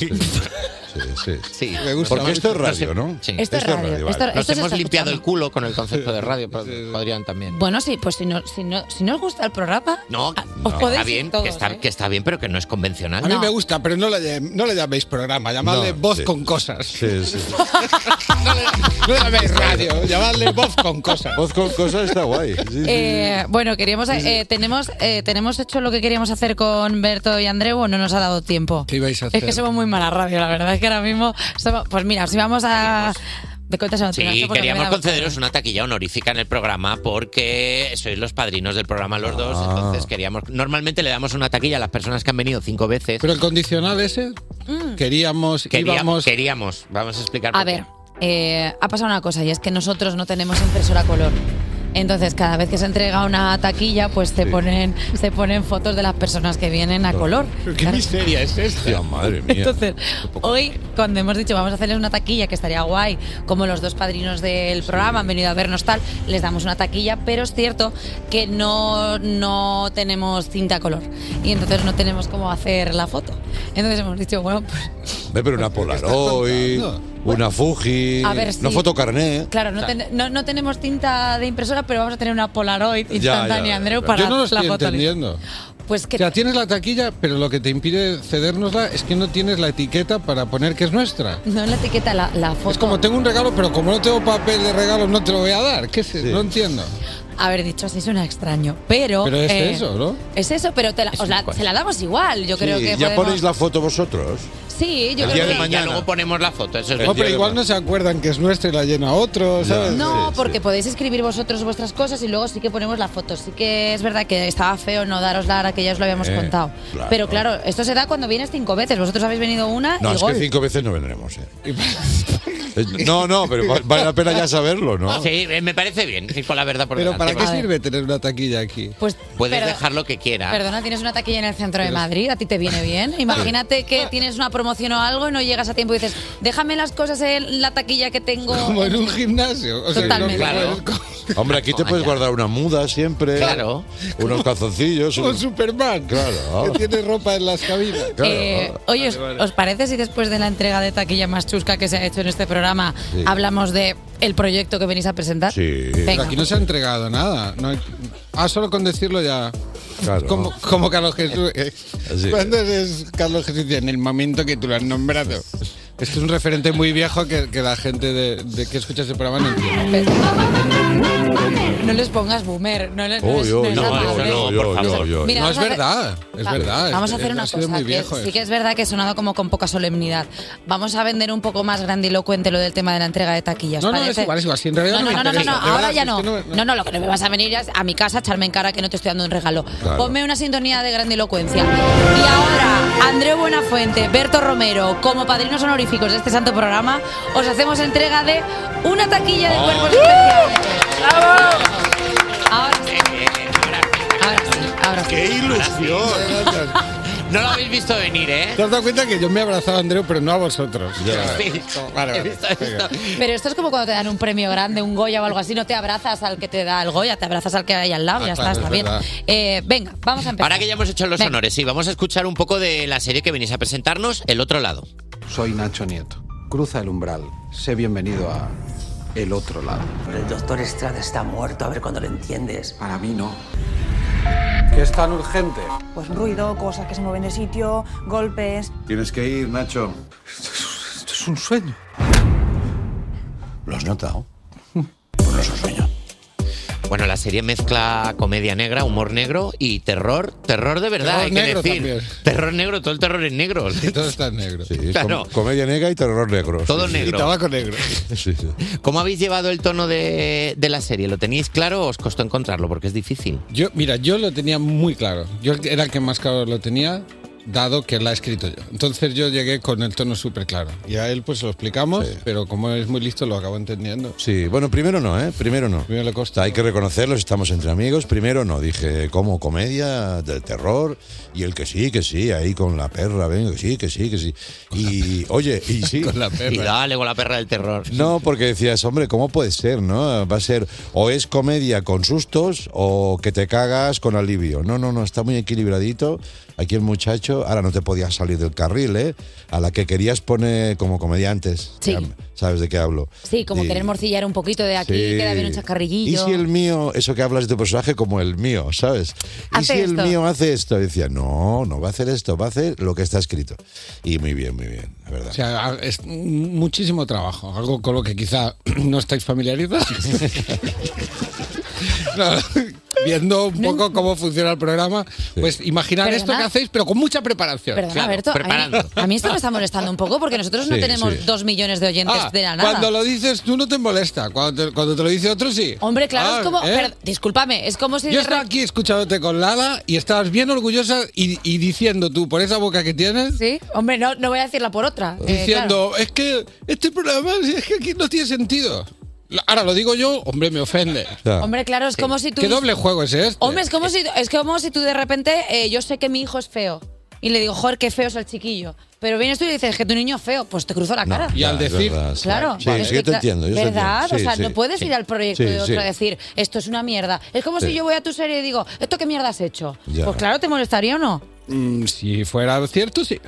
U: Sí, sí.
V: Me gusta
U: Porque esto es
V: mucho.
U: radio, ¿no?
B: Sí.
A: Esto es radio, esto-
B: Nos
A: esto se
B: hemos
A: está
B: limpiado el culo con el concepto de radio, pod- podrían también.
A: Bueno, sí, pues si no, si, no, si no os gusta el programa,
B: No,
A: Ah, os
B: que
A: podéis
B: está
A: ir
B: bien,
A: todos, ¿eh?
B: que, está, que está bien, pero que no es convencional.
V: A mí me gusta, pero no lo, llam- no le llaméis programa, llamadle
B: No,
V: voz
B: sí.
V: con cosas.
U: Sí, sí.
V: *laughs* No le llaméis radio, llamadle voz con cosas.
U: Voz con cosas está guay. Sí, sí,
A: Eh, bueno, queríamos
V: Sí, sí.
A: eh, tenemos eh, tenemos hecho lo que queríamos hacer con Berto y Andreu, o no nos ha dado tiempo.
V: ¿Qué ibais a hacer?
A: Es que somos muy mala radio, la verdad es que ahora mismo somos- pues mira, si vamos a de cuentas a
B: Sí, queríamos concederos una taquilla honorífica en el programa porque sois los padrinos del programa los dos,
V: Ah.
B: entonces queríamos... Normalmente le damos una taquilla a las personas que han venido cinco veces.
V: Pero el condicional ese, queríamos,
B: Quería-
V: íbamos.
B: Queríamos, vamos a explicar.
A: Mm. A
B: por qué.
A: ver, eh, ha pasado una cosa y es que nosotros no tenemos impresora a color. Entonces, cada vez que se entrega una taquilla, pues se ponen se ponen fotos de las personas que vienen a color.
V: ¿Qué miseria es esta?
U: Hostia, madre mía.
A: Entonces, hoy, cuando hemos dicho vamos a hacerles una taquilla, que estaría guay, como los dos padrinos del programa han venido a vernos tal, les damos una taquilla, pero es cierto que no, no tenemos cinta color y entonces no tenemos cómo hacer la foto. Entonces hemos dicho, bueno, pues
U: Ve, pero una Polaroid, una Fuji,
A: A ver, sí.
U: una fotocarné.
A: Claro, no, ten- no- no tenemos tinta de impresora, pero vamos a tener una Polaroid instantánea, Andreu, para
V: Yo no lo
A: la
V: estoy
A: foto.
V: entendiendo.
A: Pues que
V: O sea, tienes la taquilla, pero lo que te impide cedérnosla es que no tienes la etiqueta para poner que es nuestra.
A: no la etiqueta, la, la foto.
V: Es como tengo un regalo, pero como no tengo papel de regalo, no te lo voy a dar. ¿Qué es eso? No entiendo.
A: Haber dicho así suena extraño, pero...
V: Pero es
A: eh,
V: eso, ¿no?
A: Es eso, pero te la, os la-
U: igual.
A: se la damos igual, yo creo
U: Sí,
A: que
U: ya
A: podemos-
U: ponéis la foto vosotros.
A: Sí, yo
U: El
A: creo
U: día de
A: que...
U: mañana.
B: Luego ponemos la foto, eso es
V: No, pero igual no se acuerdan que es nuestra y la llena otro, ¿sabes?
A: No, porque podéis escribir vosotros vuestras cosas y luego sí que ponemos la foto. Sí que es verdad que estaba feo no daros la hora que ya os lo habíamos
U: Eh,
A: contado.
U: claro.
A: Pero claro, esto se da cuando vienes cinco veces. Vosotros habéis venido una
U: No,
A: Ah, y
U: es
A: gol.
U: que cinco veces no vendremos. ¿eh? *laughs* Eh, No, no, pero va- vale la pena ya saberlo, ¿no?
B: Sí, eh, me parece bien, ir con la verdad por
V: Pero ¿para
B: delante.
V: qué sirve tener una taquilla aquí?
A: Pues
B: Puedes
A: Pero-
B: dejar lo que quieras.
A: Perdona, tienes una taquilla en el centro de Madrid, a ti te
U: *laughs*
A: viene bien. Imagínate que tienes una promoción o algo y no llegas a tiempo y dices, déjame las cosas en la taquilla
U: *laughs*
A: que tengo.
V: como en un gimnasio. O sea,
A: Totalmente.
V: no-
A: Claro.
U: Pues Hombre, aquí te puedes guardar una muda siempre.
V: Claro.
U: Unos calzoncillos.
V: Como
U: unos-
V: Superman.
U: Claro.
V: Que tiene ropa en las cabinas.
A: Eh, oye, ¿os, os parece si después de la entrega de taquilla más chusca que se ha hecho en este programa
V: Sí.
A: hablamos de el proyecto que venís a presentar? Venga.
V: Aquí no se ha entregado nada. No hay- Ah, solo con decirlo ya. Como, como Carlos Jesús. eh.
U: Sí.
V: ¿Cuándo es Carlos Jesús? En el momento que tú lo has nombrado. Este es un referente muy viejo que, que la gente de, de que escucha ese programa no entiende.
A: No les pongas boomer. No les,
V: Oh,
A: les-
V: yo,
A: les
V: yo,
A: hagas
V: yo,
A: boomer.
V: yo, yo,
A: Vamos a-
V: yo, yo.
A: Mira,
V: No,
A: vamos
V: es
A: a hacer-
V: verdad, es
A: Va-
V: verdad,
A: Vamos a
V: es-
A: hacer
V: ha
A: una
V: sido
A: cosa.
V: muy
A: que
V: viejo
A: sí
V: esto.
A: que es verdad que he sonado como con poca solemnidad. Vamos a vender un poco más grandilocuente lo del tema de la entrega de taquillas.
V: No, no,
A: parece?
V: es igual, es igual. Si en realidad
A: No, no,
V: no, me
A: no, no,
V: interesa.
A: no,
V: De
A: ahora
V: verdad,
A: ya
V: es
A: no.
V: que
A: No, no, lo que no me vas a venir es a mi casa a echarme en cara que no te estoy dando un regalo.
V: Claro.
A: Ponme una sintonía de grandilocuencia. Y ahora, Andreu Buenafuente, Berto Romero, como padrinos honoríficos de este santo programa, os hacemos entrega de una taquilla de cuerpos especiales. Ahora sí. Ahora sí, ahora sí.
U: ¡Qué ilusión!
B: *laughs* No lo habéis visto venir, ¿eh?
V: ¿Te has dado cuenta que yo me he abrazado a Andreu, pero no a vosotros?
B: Sí. He
V: Vale, vale,
B: visto
V: venga.
A: Pero esto es como cuando te dan un premio grande, un Goya o algo así, no te abrazas al que te da el Goya, te abrazas al que hay al lado,
B: Ah,
A: ya
B: claro,
A: está, está
B: es
A: bien.
B: verdad.
A: Eh, venga, vamos a empezar.
B: Ahora que ya hemos hecho los
A: Venga.
B: honores, sí, vamos a escuchar un poco de la serie que venís a presentarnos, El Otro Lado.
I: Soy Nacho Nieto. Cruza el umbral. Sé bienvenido a El Otro Lado.
J: El doctor Estrada está muerto, a ver cuando lo entiendes. Para mí no.
I: ¿Qué es tan urgente?
W: Pues ruido, cosas que se mueven de sitio, golpes.
I: Tienes que ir, Nacho. Esto es un sueño.
U: ¿Lo has notado?
B: Bueno, la serie mezcla comedia negra, humor negro y terror, terror de verdad,
U: Terror
B: hay que
U: negro
B: decir.
U: también.
B: Terror negro, todo el terror es negro.
V: Todo está en negro.
U: Sí,
B: Claro.
U: com- comedia negra y terror negro.
B: Todo
U: Sí, sí.
B: negro. Y tabaco
V: negro.
U: Sí, sí.
B: ¿Cómo habéis llevado el tono de, de la serie? ¿Lo teníais claro o os costó encontrarlo? Porque es difícil.
V: Yo, mira, yo lo tenía muy claro. Yo era el que más claro lo tenía, dado que la he escrito yo. Entonces yo llegué con el tono súper claro. Y a él pues lo explicamos, pero como es muy listo lo acabo entendiendo.
U: Sí, bueno, primero no, ¿eh? Primero no.
V: Primero le
U: costa. Hay que reconocerlos, estamos entre amigos. Primero no, dije, como comedia de terror. Y el que sí, que sí, ahí con la perra, venga, que sí, que sí, que sí. Y, oye, y sí. con la
B: Y dale con la perra del terror.
U: No, porque decías, hombre, ¿cómo puede ser, no? Va a ser o es comedia con sustos o que te cagas con alivio. No, no, no, está muy equilibradito. Aquí el muchacho, ahora no te podías salir del carril, ¿eh? A la que querías poner como comediantes.
A: Sí.
U: Ya sabes de qué hablo.
A: Sí, como
U: Y-
A: querer morcillar un poquito de aquí,
U: Sí.
A: queda bien un
U: ¿Y
A: chacarrillillo.
U: si el mío, eso que hablas de tu personaje como el mío, ¿sabes? ¿Y
A: Hace
U: si el
A: esto.
U: mío hace esto? Y decía, no, no va a hacer esto, va a hacer lo que está escrito. Y muy bien, muy bien, la verdad.
V: O sea, a- es muchísimo trabajo, algo con lo que quizá *clears throat* no estáis familiarizados. No, viendo un poco cómo funciona el programa, pues imaginar
A: Perdona.
V: esto que hacéis, pero con mucha preparación.
A: Perdona, Berto, a mí, a mí esto me está molestando un poco porque nosotros no
V: Sí,
A: tenemos
V: sí.
A: dos millones de oyentes
V: Ah,
A: de la nada.
V: Cuando lo dices tú no te molesta, cuando te, cuando te lo dice otro sí.
A: Hombre, claro,
V: Ah,
A: es como.
V: ¿eh?
A: pero, discúlpame, es como si.
V: Yo
A: de
V: estaba
A: re-
V: aquí escuchándote con Lala y estabas bien orgullosa y, y diciendo tú, por esa boca que tienes,
A: Sí, hombre, no, no voy a decirla por otra. eh,
V: diciendo, es que este programa es que aquí no tiene sentido. Ahora lo digo yo, hombre, me ofende.
A: claro. Hombre, claro, es como si tú.
V: ¿Qué doble juego es este?
A: Hombre, es como si, es como si tú de repente, eh, yo sé que mi hijo es feo. Y le digo, joder, qué feo es el chiquillo. Pero vienes tú y dices que tu niño es feo, pues te cruzo la cara.
V: Y al decir.
A: Claro,
U: Sí,
A: es
U: sí,
A: que
U: yo te
A: ta-
U: entiendo. Yo te
A: ¿Verdad?
U: entiendo. Sí,
A: o sea,
U: sí,
A: no puedes
U: sí.
A: ir al proyecto
U: Sí,
A: de otro
U: sí.
A: a decir, esto es una mierda. Es como
U: Sí.
A: si yo voy a tu serie y digo, ¿esto qué mierda has hecho?
V: Ya.
A: Pues claro, ¿te molestaría o no?
V: Mm, si fuera cierto, sí.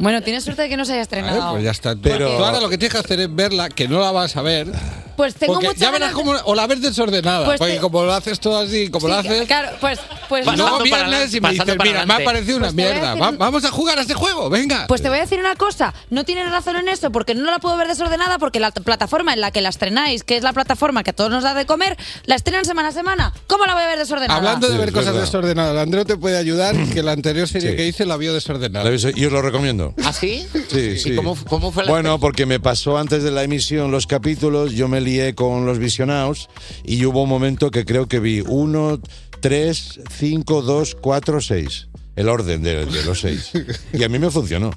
A: Bueno, tienes suerte de que no se haya estrenado.
V: Pues ya está. Tú-
U: Pero-
V: Tú ahora lo que tienes que hacer es verla, que no la vas a ver.
A: Pues tengo
V: porque
A: muchas
V: ya verás
A: ganas
V: cómo, o la ves desordenada,
A: Pues
V: porque
A: te-
V: como lo haces todo así, como
A: Sí,
V: lo haces,
A: Claro, pues, pues
V: y luego
A: no.
V: vienes y me
X: pasando
V: dices,
X: para
V: mira, me ha
X: adelante".
V: parecido una
A: Pues te voy a
V: mierda,
A: decir
V: va-
A: un-
V: vamos a jugar a este juego, venga.
A: Pues te voy a decir una cosa, no tienes razón en eso, porque no la puedo ver desordenada, porque la t- plataforma en la que la estrenáis, que es la plataforma que a todos nos da de comer, la estrenan semana a semana. ¿Cómo la voy a ver desordenada?
V: Hablando de
U: Sí,
V: ver
U: es
V: cosas
U: verdad.
V: desordenadas, Andreu te puede ayudar, que la anterior serie que hice la vio desordenada.
U: La aviso- Y os lo recomiendo.
B: ¿Ah, sí?
U: Sí, sí.
B: cómo, cómo fue la
U: Bueno, porque me pasó antes de la emisión los capítulos, yo me lié con los visionados y hubo un momento que creo que vi 1, 3, 5, 2, 4, 6. El orden de, de los seis. Y a mí me funcionó.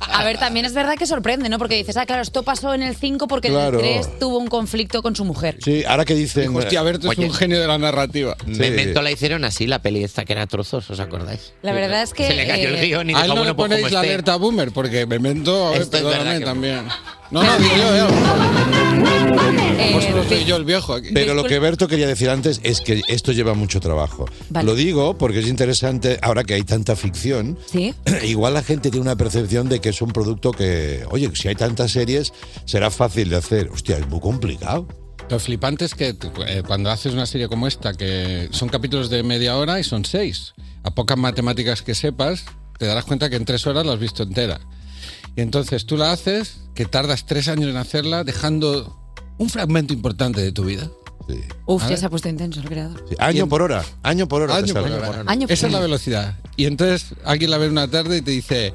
A: A ver, también es verdad que sorprende, ¿no? Porque dices, ah, claro, esto pasó en el 5 porque
U: Claro.
A: en el 3 tuvo un conflicto con su mujer.
U: Sí, ahora que dicen.
V: Dijo, hostia, Berto es
B: Oye.
V: un genio de la narrativa.
B: Me invento la hicieron así, la peli esta que era a trozos, ¿os acordáis?
A: La verdad es que...
B: Se le cayó el
A: eh,
B: guión y
V: A él
B: dijo,
V: no le
B: bueno, pues
V: ponéis
B: como
V: la
B: esté.
V: alerta boomer, porque me invento, a ver,
B: Esto es
V: perdóname
B: verdad que-
V: también. No, no, digo yo, yo. Vosotros soy yo el viejo aquí.
U: Pero lo que Berto quería decir antes es que esto lleva mucho trabajo.
V: Vale.
U: Lo digo porque es interesante, ahora que hay tanta ficción,
A: Sí.
U: *clears throat* igual la gente tiene una percepción de que es un producto que, oye, si hay tantas series, será fácil de hacer. Hostia, es muy complicado.
V: Lo flipante es que tú, eh, cuando haces una serie como esta, que son capítulos de media hora y son seis, a pocas matemáticas que sepas, te darás cuenta que en tres horas la has visto entera. Y entonces tú la haces, que tardas tres años en hacerla, dejando un fragmento importante de tu vida.
A: Uf,
V: ¿Vale?
A: ya se ha puesto intenso el creador.
V: año por
U: hora, año por hora.
V: Año
U: te sale.
V: por hora.
A: Año por
V: Esa es la
A: hora.
V: velocidad. Y entonces alguien la ve una tarde y te dice,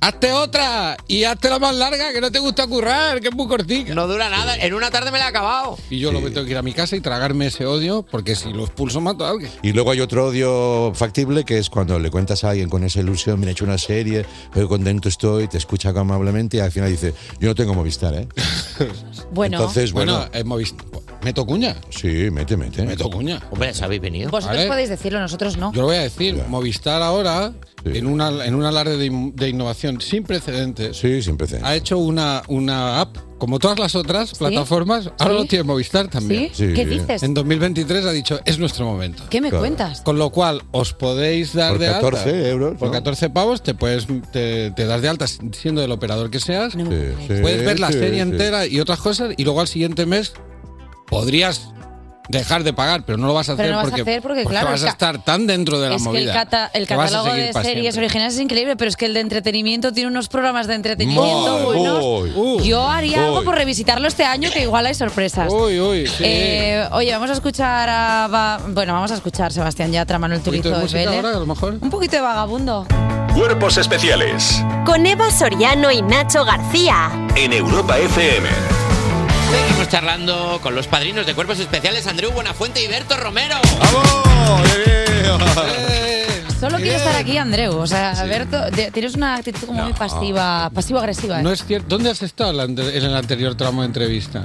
V: hazte otra y hazte la más larga que no te gusta currar, que es muy cortica.
B: No dura nada, en una tarde me la he acabado.
V: Y yo lo tengo que ir a mi casa y tragarme ese odio, porque si lo expulso mato a alguien.
U: Y luego hay otro odio factible que es cuando le cuentas a alguien con esa ilusión, mira, he hecho una serie, qué contento estoy, te escucha amablemente y al final dice, yo no tengo Movistar, ¿eh?
A: Bueno.
U: Entonces, bueno.
V: Bueno, hemos visto. Meto cuña.
U: Sí, mete, mete.
V: Meto cuña.
B: Hombre, ya habéis venido.
A: Vosotros
V: ¿Vale?
A: podéis decirlo, nosotros no.
V: Yo lo voy a decir, Movistar ahora, en, una, en un alarde de, in- de innovación sin precedentes,
U: Sí, sin precedentes.
V: ha hecho una, una app, como todas las otras plataformas, ahora
U: Sí.
V: lo tiene Movistar también.
U: ¿Sí? Sí. ¿Qué dices?
V: En 2023 ha dicho, es nuestro momento.
A: ¿Qué me
V: Claro.
A: cuentas?
V: Con lo cual, os podéis dar
U: Por
V: de alta.
U: 14 euros,
V: Por
U: ¿no?
V: 14 pavos te, puedes, te, te das de alta, siendo del operador que seas.
U: Sí, sí,
V: puedes ver la
U: sí,
V: serie
U: sí.
V: entera y otras cosas, y luego al siguiente mes podrías dejar de pagar, pero no lo vas a hacer,
A: Pero no vas a
V: porque, pues
A: hacer porque, claro,
V: vas
A: el
V: a
A: ca-
V: estar tan dentro de la
A: es que
V: movida.
A: el, cata- el
V: que vas a
A: catálogo
V: seguir
A: de
V: pa'
A: series
V: siempre.
A: originales es increíble, pero es que el de entretenimiento tiene unos programas de entretenimiento
V: Uy,
A: buenos.
V: uy,
A: Yo haría algo
V: uy.
A: por revisitarlo este año, que igual hay sorpresas.
V: Uy, uy, sí.
A: Eh, oye, vamos a escuchar a. Va- bueno, vamos a escuchar Sebastián Yatra, Manuel
V: poquito
A: Turizo
V: de
A: y
V: música
A: Vélez.
V: ahora, a lo mejor?
A: Un poquito de vagabundo.
G: Cuerpos especiales
F: Con Eva Soriano y Nacho García.
G: en Europa FM.
B: Seguimos charlando con los padrinos de cuerpos especiales, Andreu Buenafuente y Berto Romero.
V: *laughs*
A: Solo quiero estar aquí, Andreu. O sea, Alberto, te- tienes una actitud como muy pasiva, pasivo-agresiva. ¿eh?
V: No es cierto. ¿Dónde has estado en la ante- en el anterior tramo de entrevista?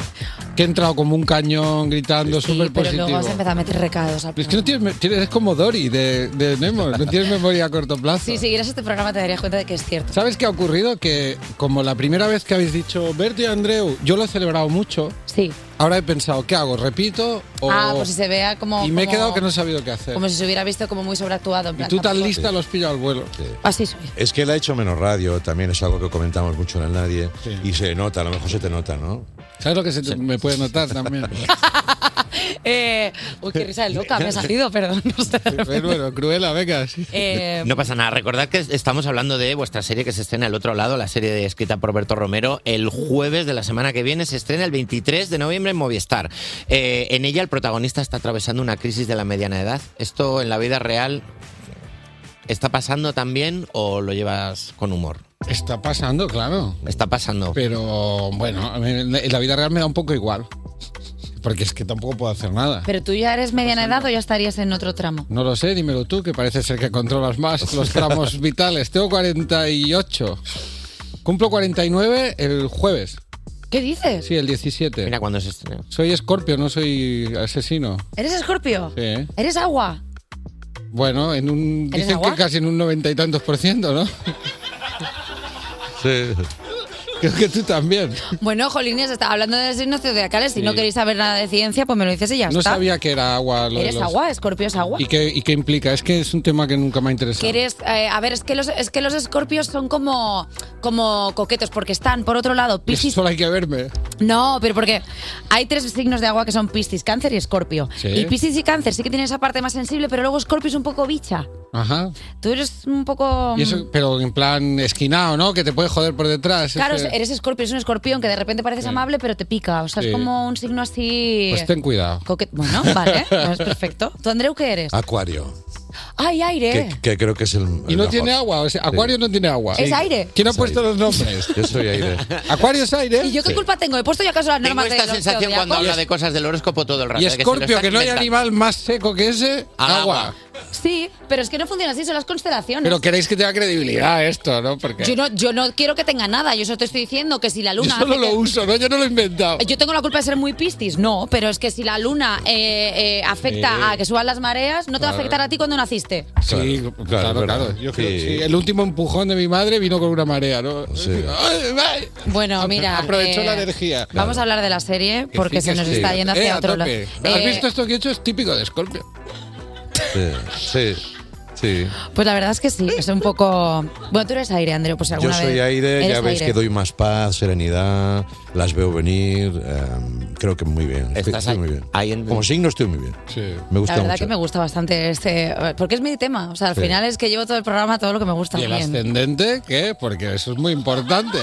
V: Que he entrado como un cañón gritando súper
A: pero luego
V: positivo.
A: se empieza a meter recados. al
V: Es que no tienes, me- tienes- eres como Dory de, de Nemo, no tienes memoria a corto plazo.
A: Si siguieras este programa te darías cuenta de que es cierto.
V: ¿Sabes qué ha ocurrido? Que como la primera vez que habéis dicho Berto y Andreu, yo lo he celebrado mucho.
A: Sí.
V: Ahora he pensado, ¿qué hago? ¿Repito? O...
A: Ah, pues si se vea como...
V: Y me he
A: como-
V: quedado que no he sabido qué hacer.
A: Como si se hubiera visto como muy sobreactuado. en
V: Y
A: plan,
V: tú tan
A: tampoco-
V: lista los pillo al vuelo.
A: Así soy.
U: Es que él ha hecho menos radio, también es algo que comentamos mucho en el Nadie. Y se nota, a lo mejor se te nota, ¿no?
V: ¿Sabes lo que se te- me puede
B: *laughs*
V: notar también?
A: Eh, uy, qué risa de loca me ha
V: *laughs*
A: salido, perdón. no sé.
V: Pero Eh, bueno, Cruella, venga. sí.
A: Eh,
B: No pasa nada. Recordad que estamos hablando de vuestra serie que se estrena al otro lado, la serie de- escrita por Berto Romero. El jueves de la semana que viene se estrena el 23 de noviembre en Movistar. Eh, en ella el protagonista está atravesando una crisis de la mediana edad. ¿Esto en la vida real está pasando también o lo llevas con humor?
V: Está pasando, claro.
B: Está pasando.
V: Pero bueno, a mí en la vida real me da un poco igual. Porque es que tampoco puedo hacer nada.
A: pero tú ya eres mediana edad o ya estarías en otro tramo.
V: No lo sé, dímelo tú, que parece ser que controlas más los
B: *laughs*
V: tramos vitales. Tengo 48. Cumplo 49 el jueves.
A: ¿Qué dices?
V: Sí, el 17. Mira
B: cuándo este, ¿eh? se estrena.
V: Soy escorpio, no soy asesino.
A: ¿Eres escorpio?
V: Sí, ¿eh?
A: ¿Eres agua?
V: Bueno, en un
A: ¿Eres
V: dicen que
A: agua?
V: casi en un noventa y tantos por ciento, ¿no?
U: Sí.
V: Creo que tú también.
A: Bueno, Jolines, estaba hablando de signos zodiacales. Si
V: Sí.
A: no queréis saber nada de ciencia, pues me lo dices y ya
V: No
A: está.
V: sabía que era agua. lo de
A: Eres
V: los-
A: agua, Escorpio es agua.
V: ¿Y qué, ¿Y qué implica? Es que es un tema que nunca me ha interesado.
A: Que eres, eh, a ver, es que los, es que los escorpios son como, como coquetos, porque están, por otro lado, Piscis.
V: Solo hay que verme.
A: No, pero porque hay tres signos de agua que son Piscis, Cáncer y Escorpio.
V: Sí.
A: Y Piscis y Cáncer sí que tienen esa parte más sensible, pero luego Escorpio es un poco bicha.
V: Ajá.
A: Tú eres un poco. mm,
V: Y eso, pero en plan esquinado, ¿no? Que te puede joder por detrás.
A: Claro,
V: ese-
A: eres escorpio, es un escorpión que de repente pareces
V: Sí.
A: amable, pero te pica. O sea,
V: Sí.
A: es como un signo así.
V: Pues ten cuidado.
A: coque- Bueno,
V: *laughs*
A: vale, pues perfecto. ¿Tú, Andreu, qué eres?
V: Acuario.
A: ¡Ay, aire!
V: Ah, ¿Qué?
U: Que creo que es el.
V: Y
U: el
V: no
U: mejor.
V: tiene agua, o sea, Acuario no tiene agua.
A: Es aire.
V: ¿Quién ha puesto los nombres?
U: *laughs* Yo soy aire.
V: Acuario es aire.
A: ¿Y yo qué culpa tengo? ¿He puesto yo acaso las
B: Tengo
A: normas
B: esta
A: de los
B: sensación
A: zodiacos?
B: cuando habla de cosas del horóscopo todo el rato.
V: Y
B: de que se lo
V: Escorpio,
B: están
V: que no hay
B: inventando.
V: animal más seco que ese, agua.
A: Sí, pero es que no funciona así, son las constelaciones.
V: Pero queréis que tenga credibilidad esto, ¿no? Porque
A: yo no, yo no quiero que tenga nada, yo solo te estoy diciendo que si la
V: yo
A: luna.
V: solo
A: hace que-
V: lo uso, ¿no? Yo no lo he inventado.
A: Yo tengo la culpa de ser muy pistis, no, pero es que si la luna eh, eh, afecta
V: Sí.
A: a que suban las mareas, no te va a
V: Claro.
A: afectar a ti cuando naciste.
V: Sí, claro, claro. Yo creo que
U: Sí.
V: sí. El último empujón de mi madre vino con una marea, ¿no? *laughs* Ah,
A: Bueno, mira.
V: Aprovechó
A: eh,
V: la energía.
A: Vamos a hablar de la serie porque
V: sí,
A: se
V: que
A: nos
V: sí.
A: está yendo hacia
V: Eh, a
A: otro lado.
V: tope.
A: Eh,
V: ¿Has visto esto que he hecho? Es típico de Escorpio.
U: Sí, sí. sí.
A: Pues la verdad es que sí, es un poco. Bueno, tú eres aire, Andreu, pues
U: Yo
A: alguna
U: soy
A: vez
U: aire, ya
A: eres
U: veis
A: aire.
U: que doy más paz, serenidad, las veo venir, em, creo que muy bien. Estoy, estoy muy bien. Como signo estoy muy bien. Me
A: La
U: gusta
A: verdad
U: mucho.
A: que me gusta bastante este. Porque es mi tema. O sea, al
V: Sí.
A: final es que llevo todo el programa, todo lo que me gusta.
V: ¿Y el
A: bien.
V: ascendente? ¿Qué? Porque eso es muy importante.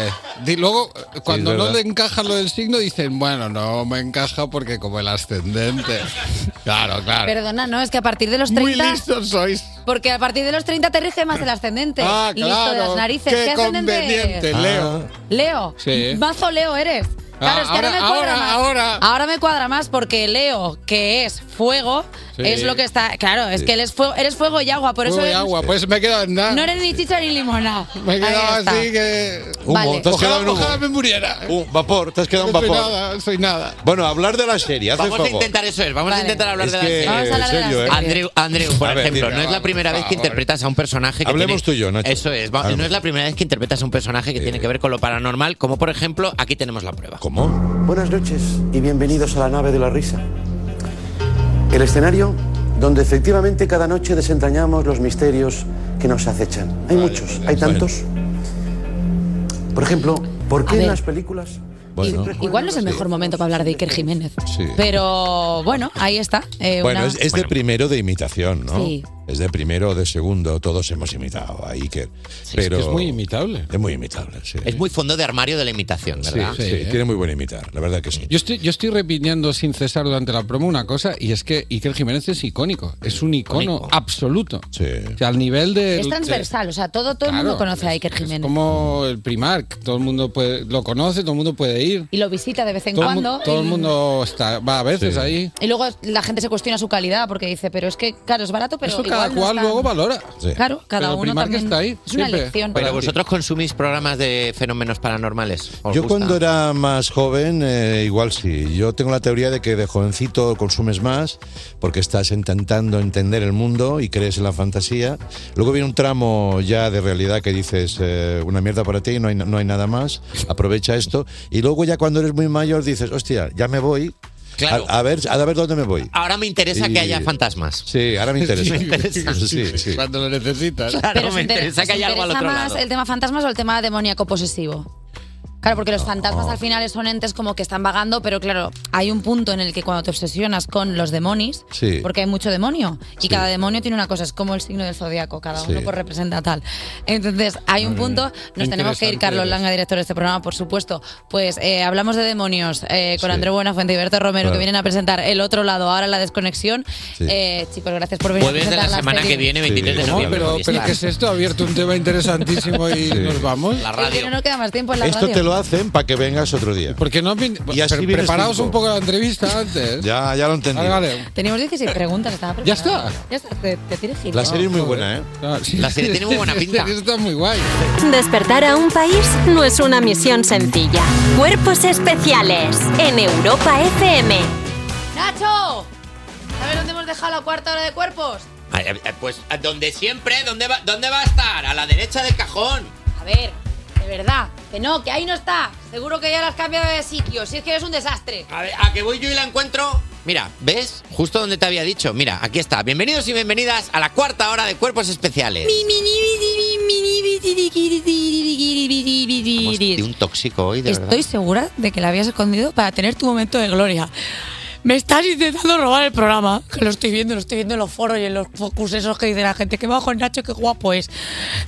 V: Y luego, cuando
U: es
V: no
U: verdad.
V: le encaja lo del signo, dicen, bueno, no me encaja porque como el ascendente.
A: *laughs*
V: Claro, claro.
A: Perdona, no, es que a partir de los 30.
V: Muy listos sois.
A: Porque a partir de los 30 te rige más el ascendente.
V: Ah,
A: Listo de
V: claro.
A: las narices.
V: Qué
A: ¿Qué ascendente
V: conveniente,
A: eres?
V: Leo.
P: Ah.
A: Leo.
V: Sí.
A: Mazo Leo eres. Claro,
V: Ah,
A: es que ahora,
V: ahora-
A: me cuadra
V: ahora-
A: más.
V: ahora.
A: Ahora me cuadra más porque Leo, que es fuego,
V: Sí.
A: es lo que está. Claro, es
V: Sí.
A: que él es fuego, eres fuego y agua. Por eso
V: Uy,
A: eres-
V: agua, pues me he quedado en nada.
A: No eres ni chicha ni limona.
V: Me he quedado
A: Ahí está.
V: así que...
U: Humo, te has quedado en
V: ojalá,
U: humo.
V: ojalá me muriera.
U: Un vapor, te has quedado un
V: No soy
U: vapor.
V: nada, soy nada.
U: Bueno, hablar de la serie, haz el
B: Vamos a
U: favor.
B: intentar eso es, vamos a
V: Vale.
B: intentar hablar
U: Es
B: de la
U: que,
B: serie.
U: Vamos a hablar de la serie.
B: Andreu, Andreu, por
U: A ver,
B: ejemplo,
U: tira,
B: no es la primera vez que
U: vamos.
B: interpretas a un personaje que
U: Hablemos
B: tiene-
U: tú y yo, Nacho.
B: Eso es, va- no es la primera vez que interpretas a un personaje que tiene que ver con lo paranormal, como por ejemplo, aquí tenemos la prueba.
U: ¿Cómo?
D: Buenas noches y bienvenidos a la nave de la risa. El escenario donde efectivamente cada noche desentrañamos los misterios que nos acechan. Hay muchos, hay tantos. Por ejemplo, ¿por qué en las películas? siempre
A: Igual no es el mejor momento para hablar de Iker Jiménez.
U: Sí.
A: Pero bueno, ahí está. eh,
U: Bueno,
A: una-
U: es, es de primero de imitación, ¿no?
A: Sí.
U: Es de primero o de segundo, todos hemos imitado a Iker. pero
V: es muy imitable.
U: Es muy imitable, sí.
B: Es muy fondo de armario de la imitación,
U: Sí,
B: ¿verdad?
U: sí,
V: Sí, ¿eh?
U: tiene muy buen imitar, la verdad que sí.
V: Yo estoy, yo estoy repitiendo sin cesar durante la promo una cosa, y es que Iker Jiménez es icónico. Es un icono absoluto. O sea, al nivel de.
A: es transversal, o sea, todo, todo el mundo
V: Claro,
A: conoce a Iker Jiménez.
V: como el Primark. Todo el mundo puede, lo conoce, todo el mundo puede ir.
A: Y lo visita de vez en
V: Todo, el mu-
A: cuando.
V: todo el
A: y-
V: mundo está, va a veces
U: Sí.
V: ahí.
A: Y luego la gente se cuestiona su calidad porque dice, pero es que, claro, es barato, pero.
V: Eso
A: igual
V: cada
A: no
V: cual
A: está-
V: luego valora.
A: Claro, cada
V: Pero
A: uno
V: Primark
A: también.
V: está ahí,
A: es una
V: siempre.
A: lección.
B: Pero vosotros consumís programas de fenómenos paranormales. ¿Os
U: Yo
B: gusta?
U: cuando era más joven, eh, igual sí. Yo tengo la teoría de que de jovencito consumes más porque estás intentando entender el mundo y crees en la fantasía. Luego viene un tramo ya de realidad que dices eh, una mierda para ti, no hay, no hay nada más, aprovecha esto. Y luego ya cuando eres muy mayor dices, hostia, ya me voy.
B: Claro.
U: A, a ver, a ver dónde me voy.
B: Ahora me interesa
U: Y-
B: que haya fantasmas.
U: Sí, ahora me
B: *laughs*
V: *laughs*
U: interesa.
B: Me interesa.
U: Sí, sí.
V: Cuando lo necesitas.
B: Claro,
A: Pero os
B: me
A: inter-
B: interesa
A: os
B: que haya algo al
A: interesa
B: otro
A: más
B: lado.
A: el tema fantasmas o el tema demoníaco posesivo? Claro, porque los fantasmas al final son entes como que están vagando, pero claro, hay un punto en el que cuando te obsesionas con los demonios,
U: Sí.
A: porque hay mucho demonio, y cada demonio tiene una cosa, es como el signo del zodiaco, cada
U: Sí.
A: uno pues representa tal. Entonces, hay un
U: Madre
A: punto,
U: mía.
A: nos
U: Qué
A: tenemos que ir,
U: interesante
A: Carlos
U: eres.
A: Langa, director de este programa, por supuesto. Pues eh, hablamos de demonios eh, con André Buenafuente y Berto Romero,
B: Claro.
A: que vienen a presentar el otro lado, ahora la desconexión.
U: Sí.
A: Eh, chicos, gracias por venir. a
B: Jueves de la
A: presentar
B: semana
A: serie.
B: que viene, 23 de
U: Sí.
B: noviembre.
U: No,
V: Pero,
B: podéis
V: pero
B: estar.
V: ¿qué es esto? Ha abierto un tema interesantísimo y
U: Sí.
V: nos vamos.
B: La
A: Es que no nos queda más tiempo en la
U: Esto
A: radio.
U: te lo hacen para que vengas otro día.
V: Porque no vin-
U: Y así
V: Pre-
U: vienes
V: preparaos
U: cinco.
V: un poco la entrevista antes.
U: Ya, ya lo entendí.
V: Vale, vale.
A: Teníamos 16 preguntas, estaba
V: Ya
A: preparada.
V: está.
A: Ya está, te, te tienes que ir.
U: La serie es muy buena, ¿eh?
V: La serie tiene muy *laughs* buena pinta. Está muy guay.
F: Despertar a un país no es una misión sencilla. Cuerpos especiales en Europa FM.
A: ¡Nacho! ¿Sabes dónde hemos dejado la cuarta hora de cuerpos?
B: Ay, eh, ay, ay, Pues donde siempre, ¿dónde va, ¿dónde va a estar? A la derecha del cajón.
A: A ver,
K: De verdad. Que no, que ahí no está. Seguro que ya la has cambiado de sitio. Si es que eres un desastre.
B: A ver, a que voy yo y la encuentro. Mira, ¿ves? Justo donde te había dicho. Mira, aquí está. Bienvenidos y bienvenidas a la cuarta hora de Cuerpos Especiales. Y un tóxico hoy, de verdad.
C: Estoy segura de que la habías escondido para tener tu momento de gloria. Me estás intentando robar el programa, que lo estoy viendo, lo estoy viendo en los foros y en los focus esos que dice la gente, qué bajo es Nacho, qué guapo es.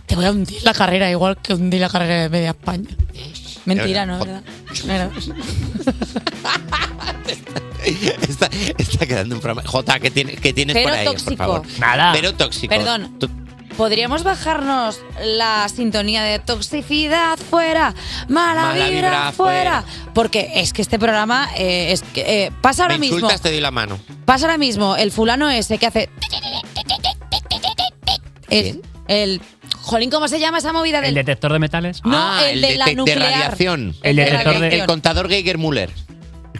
C: Te voy a hundir la carrera, igual que hundí la carrera de Media España. Mentira, ¿no? ¿Verdad? ¿Verdad?
H: *laughs*
B: *laughs* Está, está quedando un programa. Jota, ¿qué tienes, qué tienes
A: Pero
B: por ahí, por
A: tóxico.
B: favor?
A: Nada.
B: Pero tóxico.
A: Perdón.
B: Tú-
A: ¿Podríamos bajarnos la sintonía de toxicidad fuera, mala,
B: Mala
A: vibra,
B: vibra
A: fuera? Porque es que este programa eh, es que, eh, pasa ahora
B: me
A: mismo.
B: insultas, te doy la mano.
A: Pasa ahora mismo el fulano ese que hace. Es el. Jolín, ¿cómo se llama esa movida
Q: ¿El
A: del.?
Q: detector de metales?
A: No, Ah, el el de de- la de nuclear.
B: radiación.
Q: El detector de...
B: El contador Geiger Müller.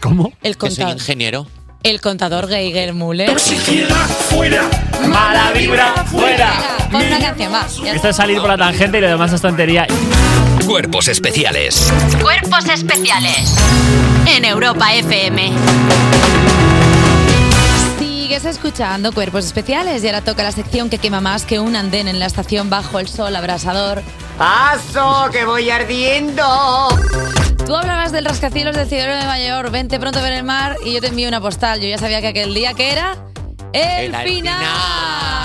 Q: ¿Cómo?
A: El
B: Que soy
A: contador.
B: ingeniero.
A: El contador Geiger Müller.
Q: Toxicidad fuera, mala vibra fuera.
A: Pon una canción, va. ya
Q: Esto es salir por la tangente y lo demás es tontería.
E: Cuerpos especiales.
F: Cuerpos especiales en Europa FM.
A: Sigues escuchando Cuerpos Especiales y ahora toca la sección que quema más que un andén en la estación bajo el sol abrasador.
L: ¡Paso, que voy ardiendo!
A: Tú hablabas del rascacielos del cielo de Mayor, vente pronto a ver el mar y yo te envío una postal. Yo ya sabía que aquel día que era el,
Q: Era el
A: final.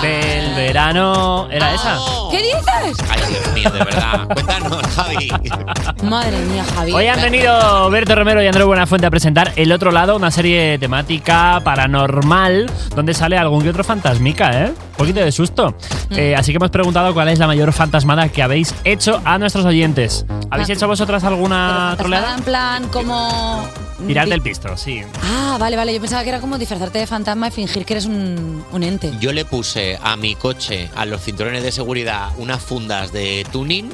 Q: Del verano... ¿Era esa?
A: ¿Qué dices?
B: Ay, Dios mío, de verdad. Cuéntanos, Javi.
A: Madre mía, Javier.
Q: Hoy han venido Berto Romero y Andrés Buenafuente a presentar El Otro Lado, una serie temática paranormal donde sale algún que otro fantasmica, ¿eh? Un poquito de susto.
A: Mm.
Q: Eh, así que hemos preguntado cuál es la mayor fantasmada que habéis hecho a nuestros oyentes. ¿Habéis hecho vosotras alguna troleada?
A: Estaba en plan como...
Q: Tirar del pisto, sí.
A: Ah, vale, vale. Yo pensaba que era como disfrazarte de fantasma y fingir que eres un, un ente.
B: Yo le puse a mi coche, a los cinturones de seguridad, unas fundas de tuning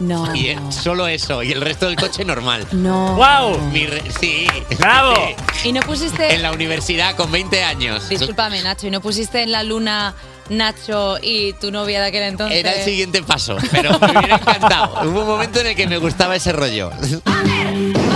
A: No.
B: y eh, solo eso. Y el resto del coche normal.
A: No.
Q: ¡Guau!
B: Mi re- sí.
Q: ¡Bravo!
A: Y no pusiste...
B: En la universidad con 20 años.
A: Discúlpame, Nacho, ¿y no pusiste en la luna Nacho y tu novia de aquel entonces?
B: Era el
Q: *laughs*
B: siguiente paso, pero me hubiera encantado. Hubo un momento en el que me gustaba ese rollo. *laughs*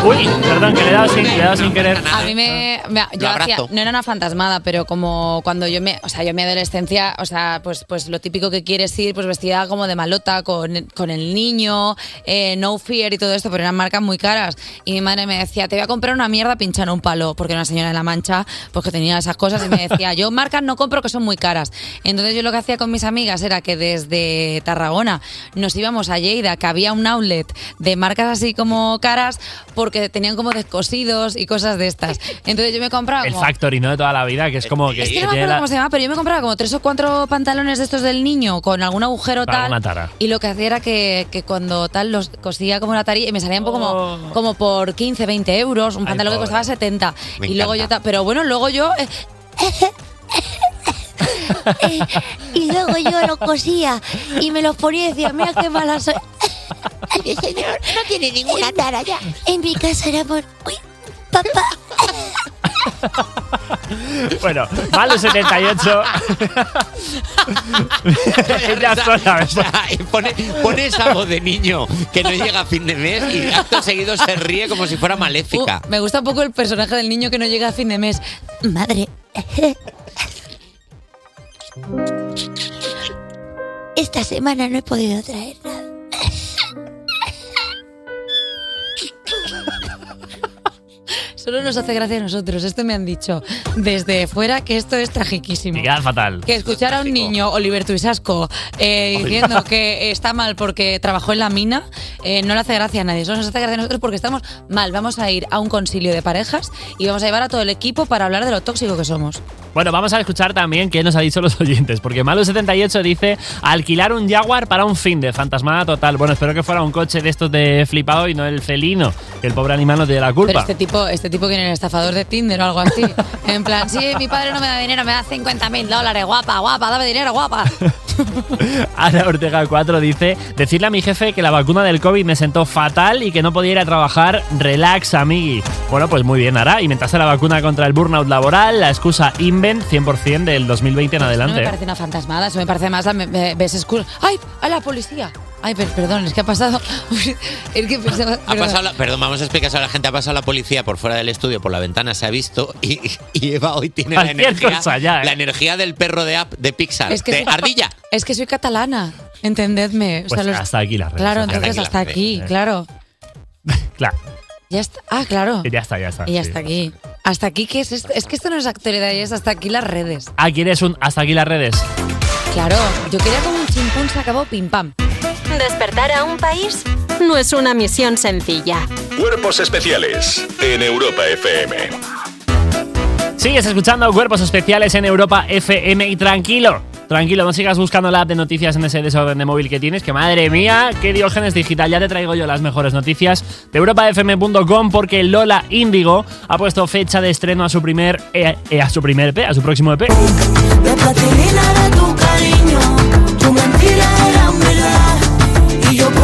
Q: Uy, perdón, que le he dado sin, le he dado sin querer.
A: A
Q: *laughs*
A: mí
Q: Ah.
A: me, me- yo hacía-
Q: abrazo.
A: no era una fantasmada, pero como cuando yo me, o sea, yo en mi adolescencia, o sea, pues pues lo típico que quieres ir pues vestida como de malota con, con el niño, eh, no fear y todo esto, pero eran marcas muy caras y mi madre me decía, "Te voy a comprar una mierda pinchar un palo", porque era una señora de la Mancha, pues que tenía esas cosas y me decía, "Yo marcas no compro que son muy caras". Entonces yo lo que hacía con mis amigas era que desde Tarragona nos íbamos a Lleida, que había un outlet de marcas así como caras porque tenían como descosidos y cosas de estas. Entonces yo me compraba
Q: El
A: como
Q: factory, ¿no? De toda la vida, que es como que...
A: Eh, es que
Q: que
A: no me
Q: tiene
A: acuerdo
Q: la-
A: cómo se llama, pero yo me compraba como tres o cuatro pantalones de estos del niño con algún agujero
Q: Para
A: tal.
Q: una tara.
A: Y lo que hacía era que, que cuando tal los cosía como una tarilla y me salía un poco como, como por 15, 20 euros, un pantalón que
Q: Oh. pobre.
A: costaba 70.
Q: Me
A: y luego yo
Q: encanta.
A: ta- pero bueno, luego yo eh,
H: *laughs* Y luego yo lo cosía
A: Uh,
H: y me los ponía y decía, mira qué mala soy. *laughs* Mi señor no tiene ninguna tara ya. En mi casa era por... Uy, papá.
Q: *laughs* Bueno, Malo
A: *laughs*
Q: 78. Ella sola, ¿ves?
B: pone, pone esa voz de niño que no llega a fin de mes y acto seguido se ríe como si fuera maléfica.
Q: Uh,
A: me gusta un poco el personaje del niño que no llega a fin de mes. *laughs* Madre.
H: Esta semana no he podido traer nada.
A: Solo nos hace gracia a nosotros. Esto me han dicho desde fuera que esto es tragiquísimo.
Q: Mirad, fatal.
A: Que escuchar a un niño, Oliver Tuisasco, eh,
Q: Ay.
A: diciendo que está mal porque trabajó en la mina, eh, no le hace gracia a nadie. Solo nos hace gracia a nosotros porque estamos mal. Vamos a ir a un concilio de parejas y vamos a llevar a todo el equipo para hablar de lo tóxico que somos.
Q: Bueno, vamos a escuchar también qué nos ha dicho los *laughs* oyentes, porque Malu78 dice alquilar un Jaguar para un fin de fantasmada total. Bueno, espero que fuera un coche de estos de flipado y no el felino, que el pobre animal no tiene la
A: Pero
Q: culpa.
A: este tipo, este tipo que era el estafador de Tinder o algo así. En plan, sí, mi padre no me da dinero, me da 50 mil dólares, guapa, guapa, dame dinero, guapa.
Q: *laughs* Ana Ortega 4 dice decirle a mi jefe que la vacuna del COVID me sentó fatal y que no podía ir a trabajar. Relax, amigui. Bueno, pues muy bien, Ara. Inventarse la vacuna contra el burnout laboral, la excusa Invent 100% del 2020 en
A: No me
Q: adelante.
A: parece una fantasmada, eso me parece más la me- me- ves escu- ¡Ay! ¡A la policía! Ay, per- perdón, es que ha pasado. *laughs* Es que pensaba.
B: Ha
A: perdón.
B: pasado la- perdón, vamos a explicar a la gente. Ha pasado la policía por fuera del estudio, por la ventana se ha visto y, y Eva hoy tiene la
Q: Cualquier
B: energía,
Q: cosa ya, ¿eh?
B: la energía del perro de app de Pixar,
A: Es que
B: de
A: soy-
B: ardilla.
A: Es que soy catalana, entendedme. O sea,
Q: Pues
A: los-
Q: hasta aquí las redes
A: Claro,
Q: sociales.
A: entonces hasta aquí,
Q: Eh,
A: claro.
Q: Claro.
A: Ya está. Ah, claro.
Q: Ya está, ya está.
A: Y
Q: sí.
A: hasta aquí. Hasta aquí, ¿qué es esto? Es que esto no es actualidad, es hasta aquí las redes.
Q: Ah, ¿quieres un hasta aquí las redes?
A: Claro, yo quería como un chimpún, se acabó pim pam.
F: Despertar a un país no es una misión sencilla.
G: Cuerpos especiales en Europa FM.
Q: Sigues escuchando Cuerpos Especiales en Europa FM y tranquilo. Tranquilo, no sigas buscando la app de noticias en ese desorden de móvil que tienes, que madre mía, qué diógenes digital. Ya te traigo yo las mejores noticias de europafm.com porque Lola Índigo ha puesto fecha de estreno a su primer eh, eh, a su primer EP, a su próximo E EP.
N: La platilina de tu cariño, tu mentira era verdad.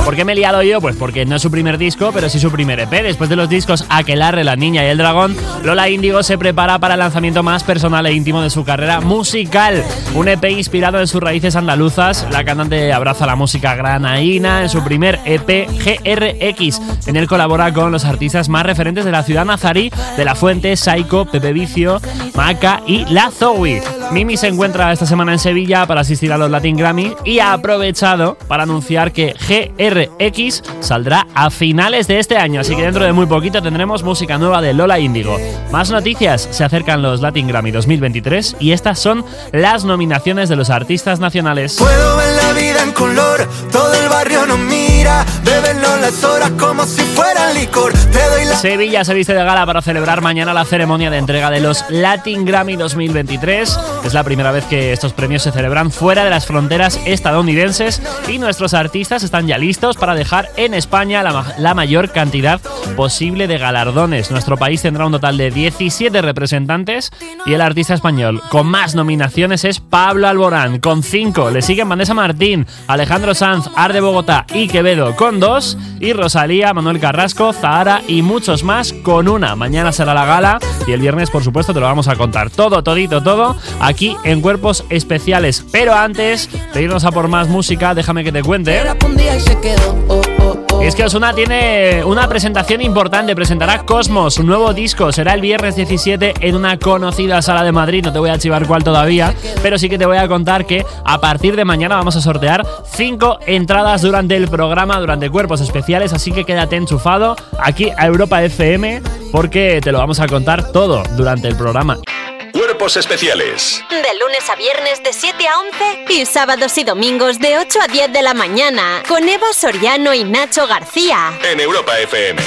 Q: ¿Por qué me he liado yo? Pues porque no es su primer disco, pero sí su primer EP. Después de los discos Aquelarre, La Niña y El Dragón, Lola Índigo se prepara para el lanzamiento más personal e íntimo de su carrera musical. Un EP inspirado en sus raíces andaluzas. La cantante abraza la música granaína en su primer E EP GRX. En él colabora con los artistas más referentes de la ciudad nazarí, de La Fuente, Saiko, Pepe Vicio, Maca y La Zoe. Mimi se encuentra esta semana en Sevilla para asistir a los Latin Grammy y ha aprovechado para anunciar que GRX saldrá a finales de este año, así que dentro de muy poquito tendremos música nueva de Lola Índigo. Más noticias, se acercan los Latin Grammy 2023 y estas son las nominaciones de los artistas nacionales.
P: Puedo ver la vida en color, todo el barrio nos mira, bebenlo las horas como si fueran licor.
B: ¿Eh?
P: Te doy la
Q: Sevilla se viste de gala para celebrar mañana la ceremonia de entrega de los Latin Grammy 2023. Es la primera vez que estos premios se celebran fuera de las fronteras estadounidenses y nuestros artistas están ya listos para dejar en España la, ma- la mayor cantidad posible de galardones. Nuestro país tendrá un total de 17 representantes y el artista español con más nominaciones es Pablo Alborán con 5. Le siguen Vanessa Martín, Alejandro Sanz, Arde Bogotá y Quevedo con 2 y Rosalía, Manuel Carrasco, Zahara y muchos más con una. Mañana será la gala y el viernes, por supuesto, te lo vamos a contar todo, todito, todo aquí en Cuerpos Especiales. Pero antes de irnos a por más música, déjame que te cuente.
N: Un día y se quedó. oh, oh, oh.
Q: Es que Osuna tiene una presentación importante. Presentará Cosmos, su nuevo disco. Será el viernes 17 en una conocida sala de Madrid. No te voy a chivar cuál todavía, pero sí que te voy a contar que a partir de mañana vamos a sortear 5 entradas durante el programa, durante cuerpos especiales. Así que quédate enchufado aquí a Europa FM porque te lo vamos a contar todo durante el programa.
G: Cuerpos especiales
F: De lunes a viernes de 7 a 11 y sábados y domingos de 8 a 10 de la mañana con Eva Soriano y Nacho García.
G: en Europa FM.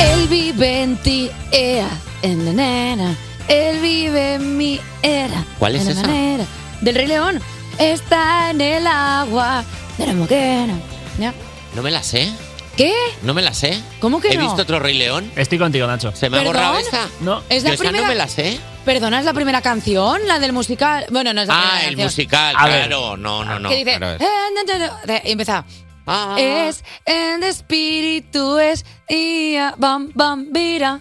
A: Él vive en ti, era, en la nena. Él vive en mi era.
B: ¿Cuál es
A: en la
B: esa?
A: manera. Del Rey León. Está en el agua de la moquera. ¿Ya?
B: No me la sé,
A: ¿Qué?
B: no me la sé.
A: ¿Cómo que
B: He
A: no?
B: visto otro Rey León.
Q: Estoy contigo, Nacho.
B: Se me ha
A: ¿Perdón?
B: borrado esta.
Q: No.
A: Es la
B: Yo esa
A: primera-
B: no me la sé.
A: Perdona, es la primera canción, la del musical. Bueno, no es la
B: Ah,
A: primera
B: el
A: canción.
B: musical,
Q: A ver.
B: claro. No, no, no.
A: que dice.
B: claro, es- Ah.
A: "Eh, no, no, no", de- y empieza. Es en espíritu es ia, bam bam vira.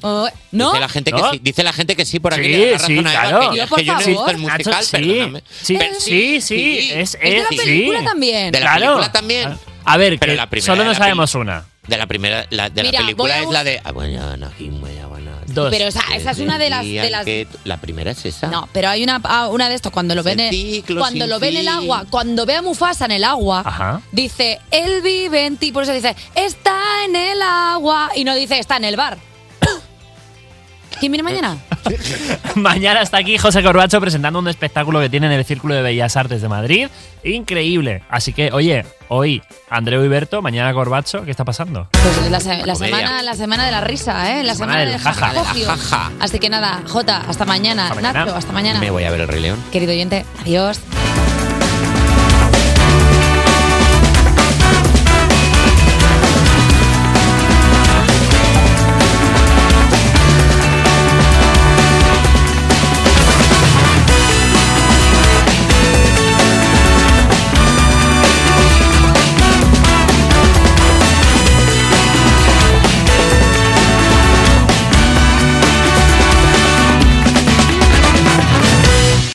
A: Oh, no.
B: Dice la gente que sí, dice la gente que sí por aquí.
Q: Sí,
B: le da la
Q: sí,
B: razón a Eva,
Q: claro.
B: que yo-
Q: Yo, por
B: que yo no he visto
Q: favor.
B: el musical,
Q: Nacho, sí.
B: perdóname.
Q: Sí,
B: Pero
Q: sí, sí, es-
A: Eh, Es de la
Q: sí.
A: película también.
B: De la
Q: Claro.
B: película también.
Q: A ver,
B: Pero
Q: que
B: la primera
Q: solo
B: de
Q: no
B: la
Q: sabemos una.
B: De la primera, la, de
A: Mira,
B: la
A: voy
B: película
A: a
B: es la de. Ah, bueno, no, aquí, bueno, bueno.
Q: Dos.
A: Pero esa- esa es una de las-
B: Decían
A: de las-
B: que t- la primera es esa.
A: No, pero hay una, ah, una de estos cuando lo ven, en-
B: Ciclo
A: cuando
B: sin
A: lo ve en el
B: fin.
A: agua, cuando ve a Mufasa en el agua,
B: Ajá.
A: dice él vive en ti, por eso dice está en el agua y no dice está en el bar. *coughs* ¿Quién viene
Q: *coughs*
A: mañana?
Q: *laughs* Mañana está aquí José Corbacho presentando un espectáculo que tiene en el Círculo de Bellas Artes de Madrid. Increíble. Así que, oye, hoy Andreu Iberto, mañana Corbacho, ¿qué está pasando?
A: Pues la, se- la
Q: Comedia.
A: semana, la semana de la risa, ¿eh?
Q: Semana
A: La semana,
Q: del
A: de
Q: jaja.
A: jajacogio.
Q: Jaja.
A: Así que nada, Jota, hasta mañana.
B: Hasta mañana.
A: Nacho, hasta mañana.
B: Me voy a ver el Rey León.
A: Querido oyente, adiós.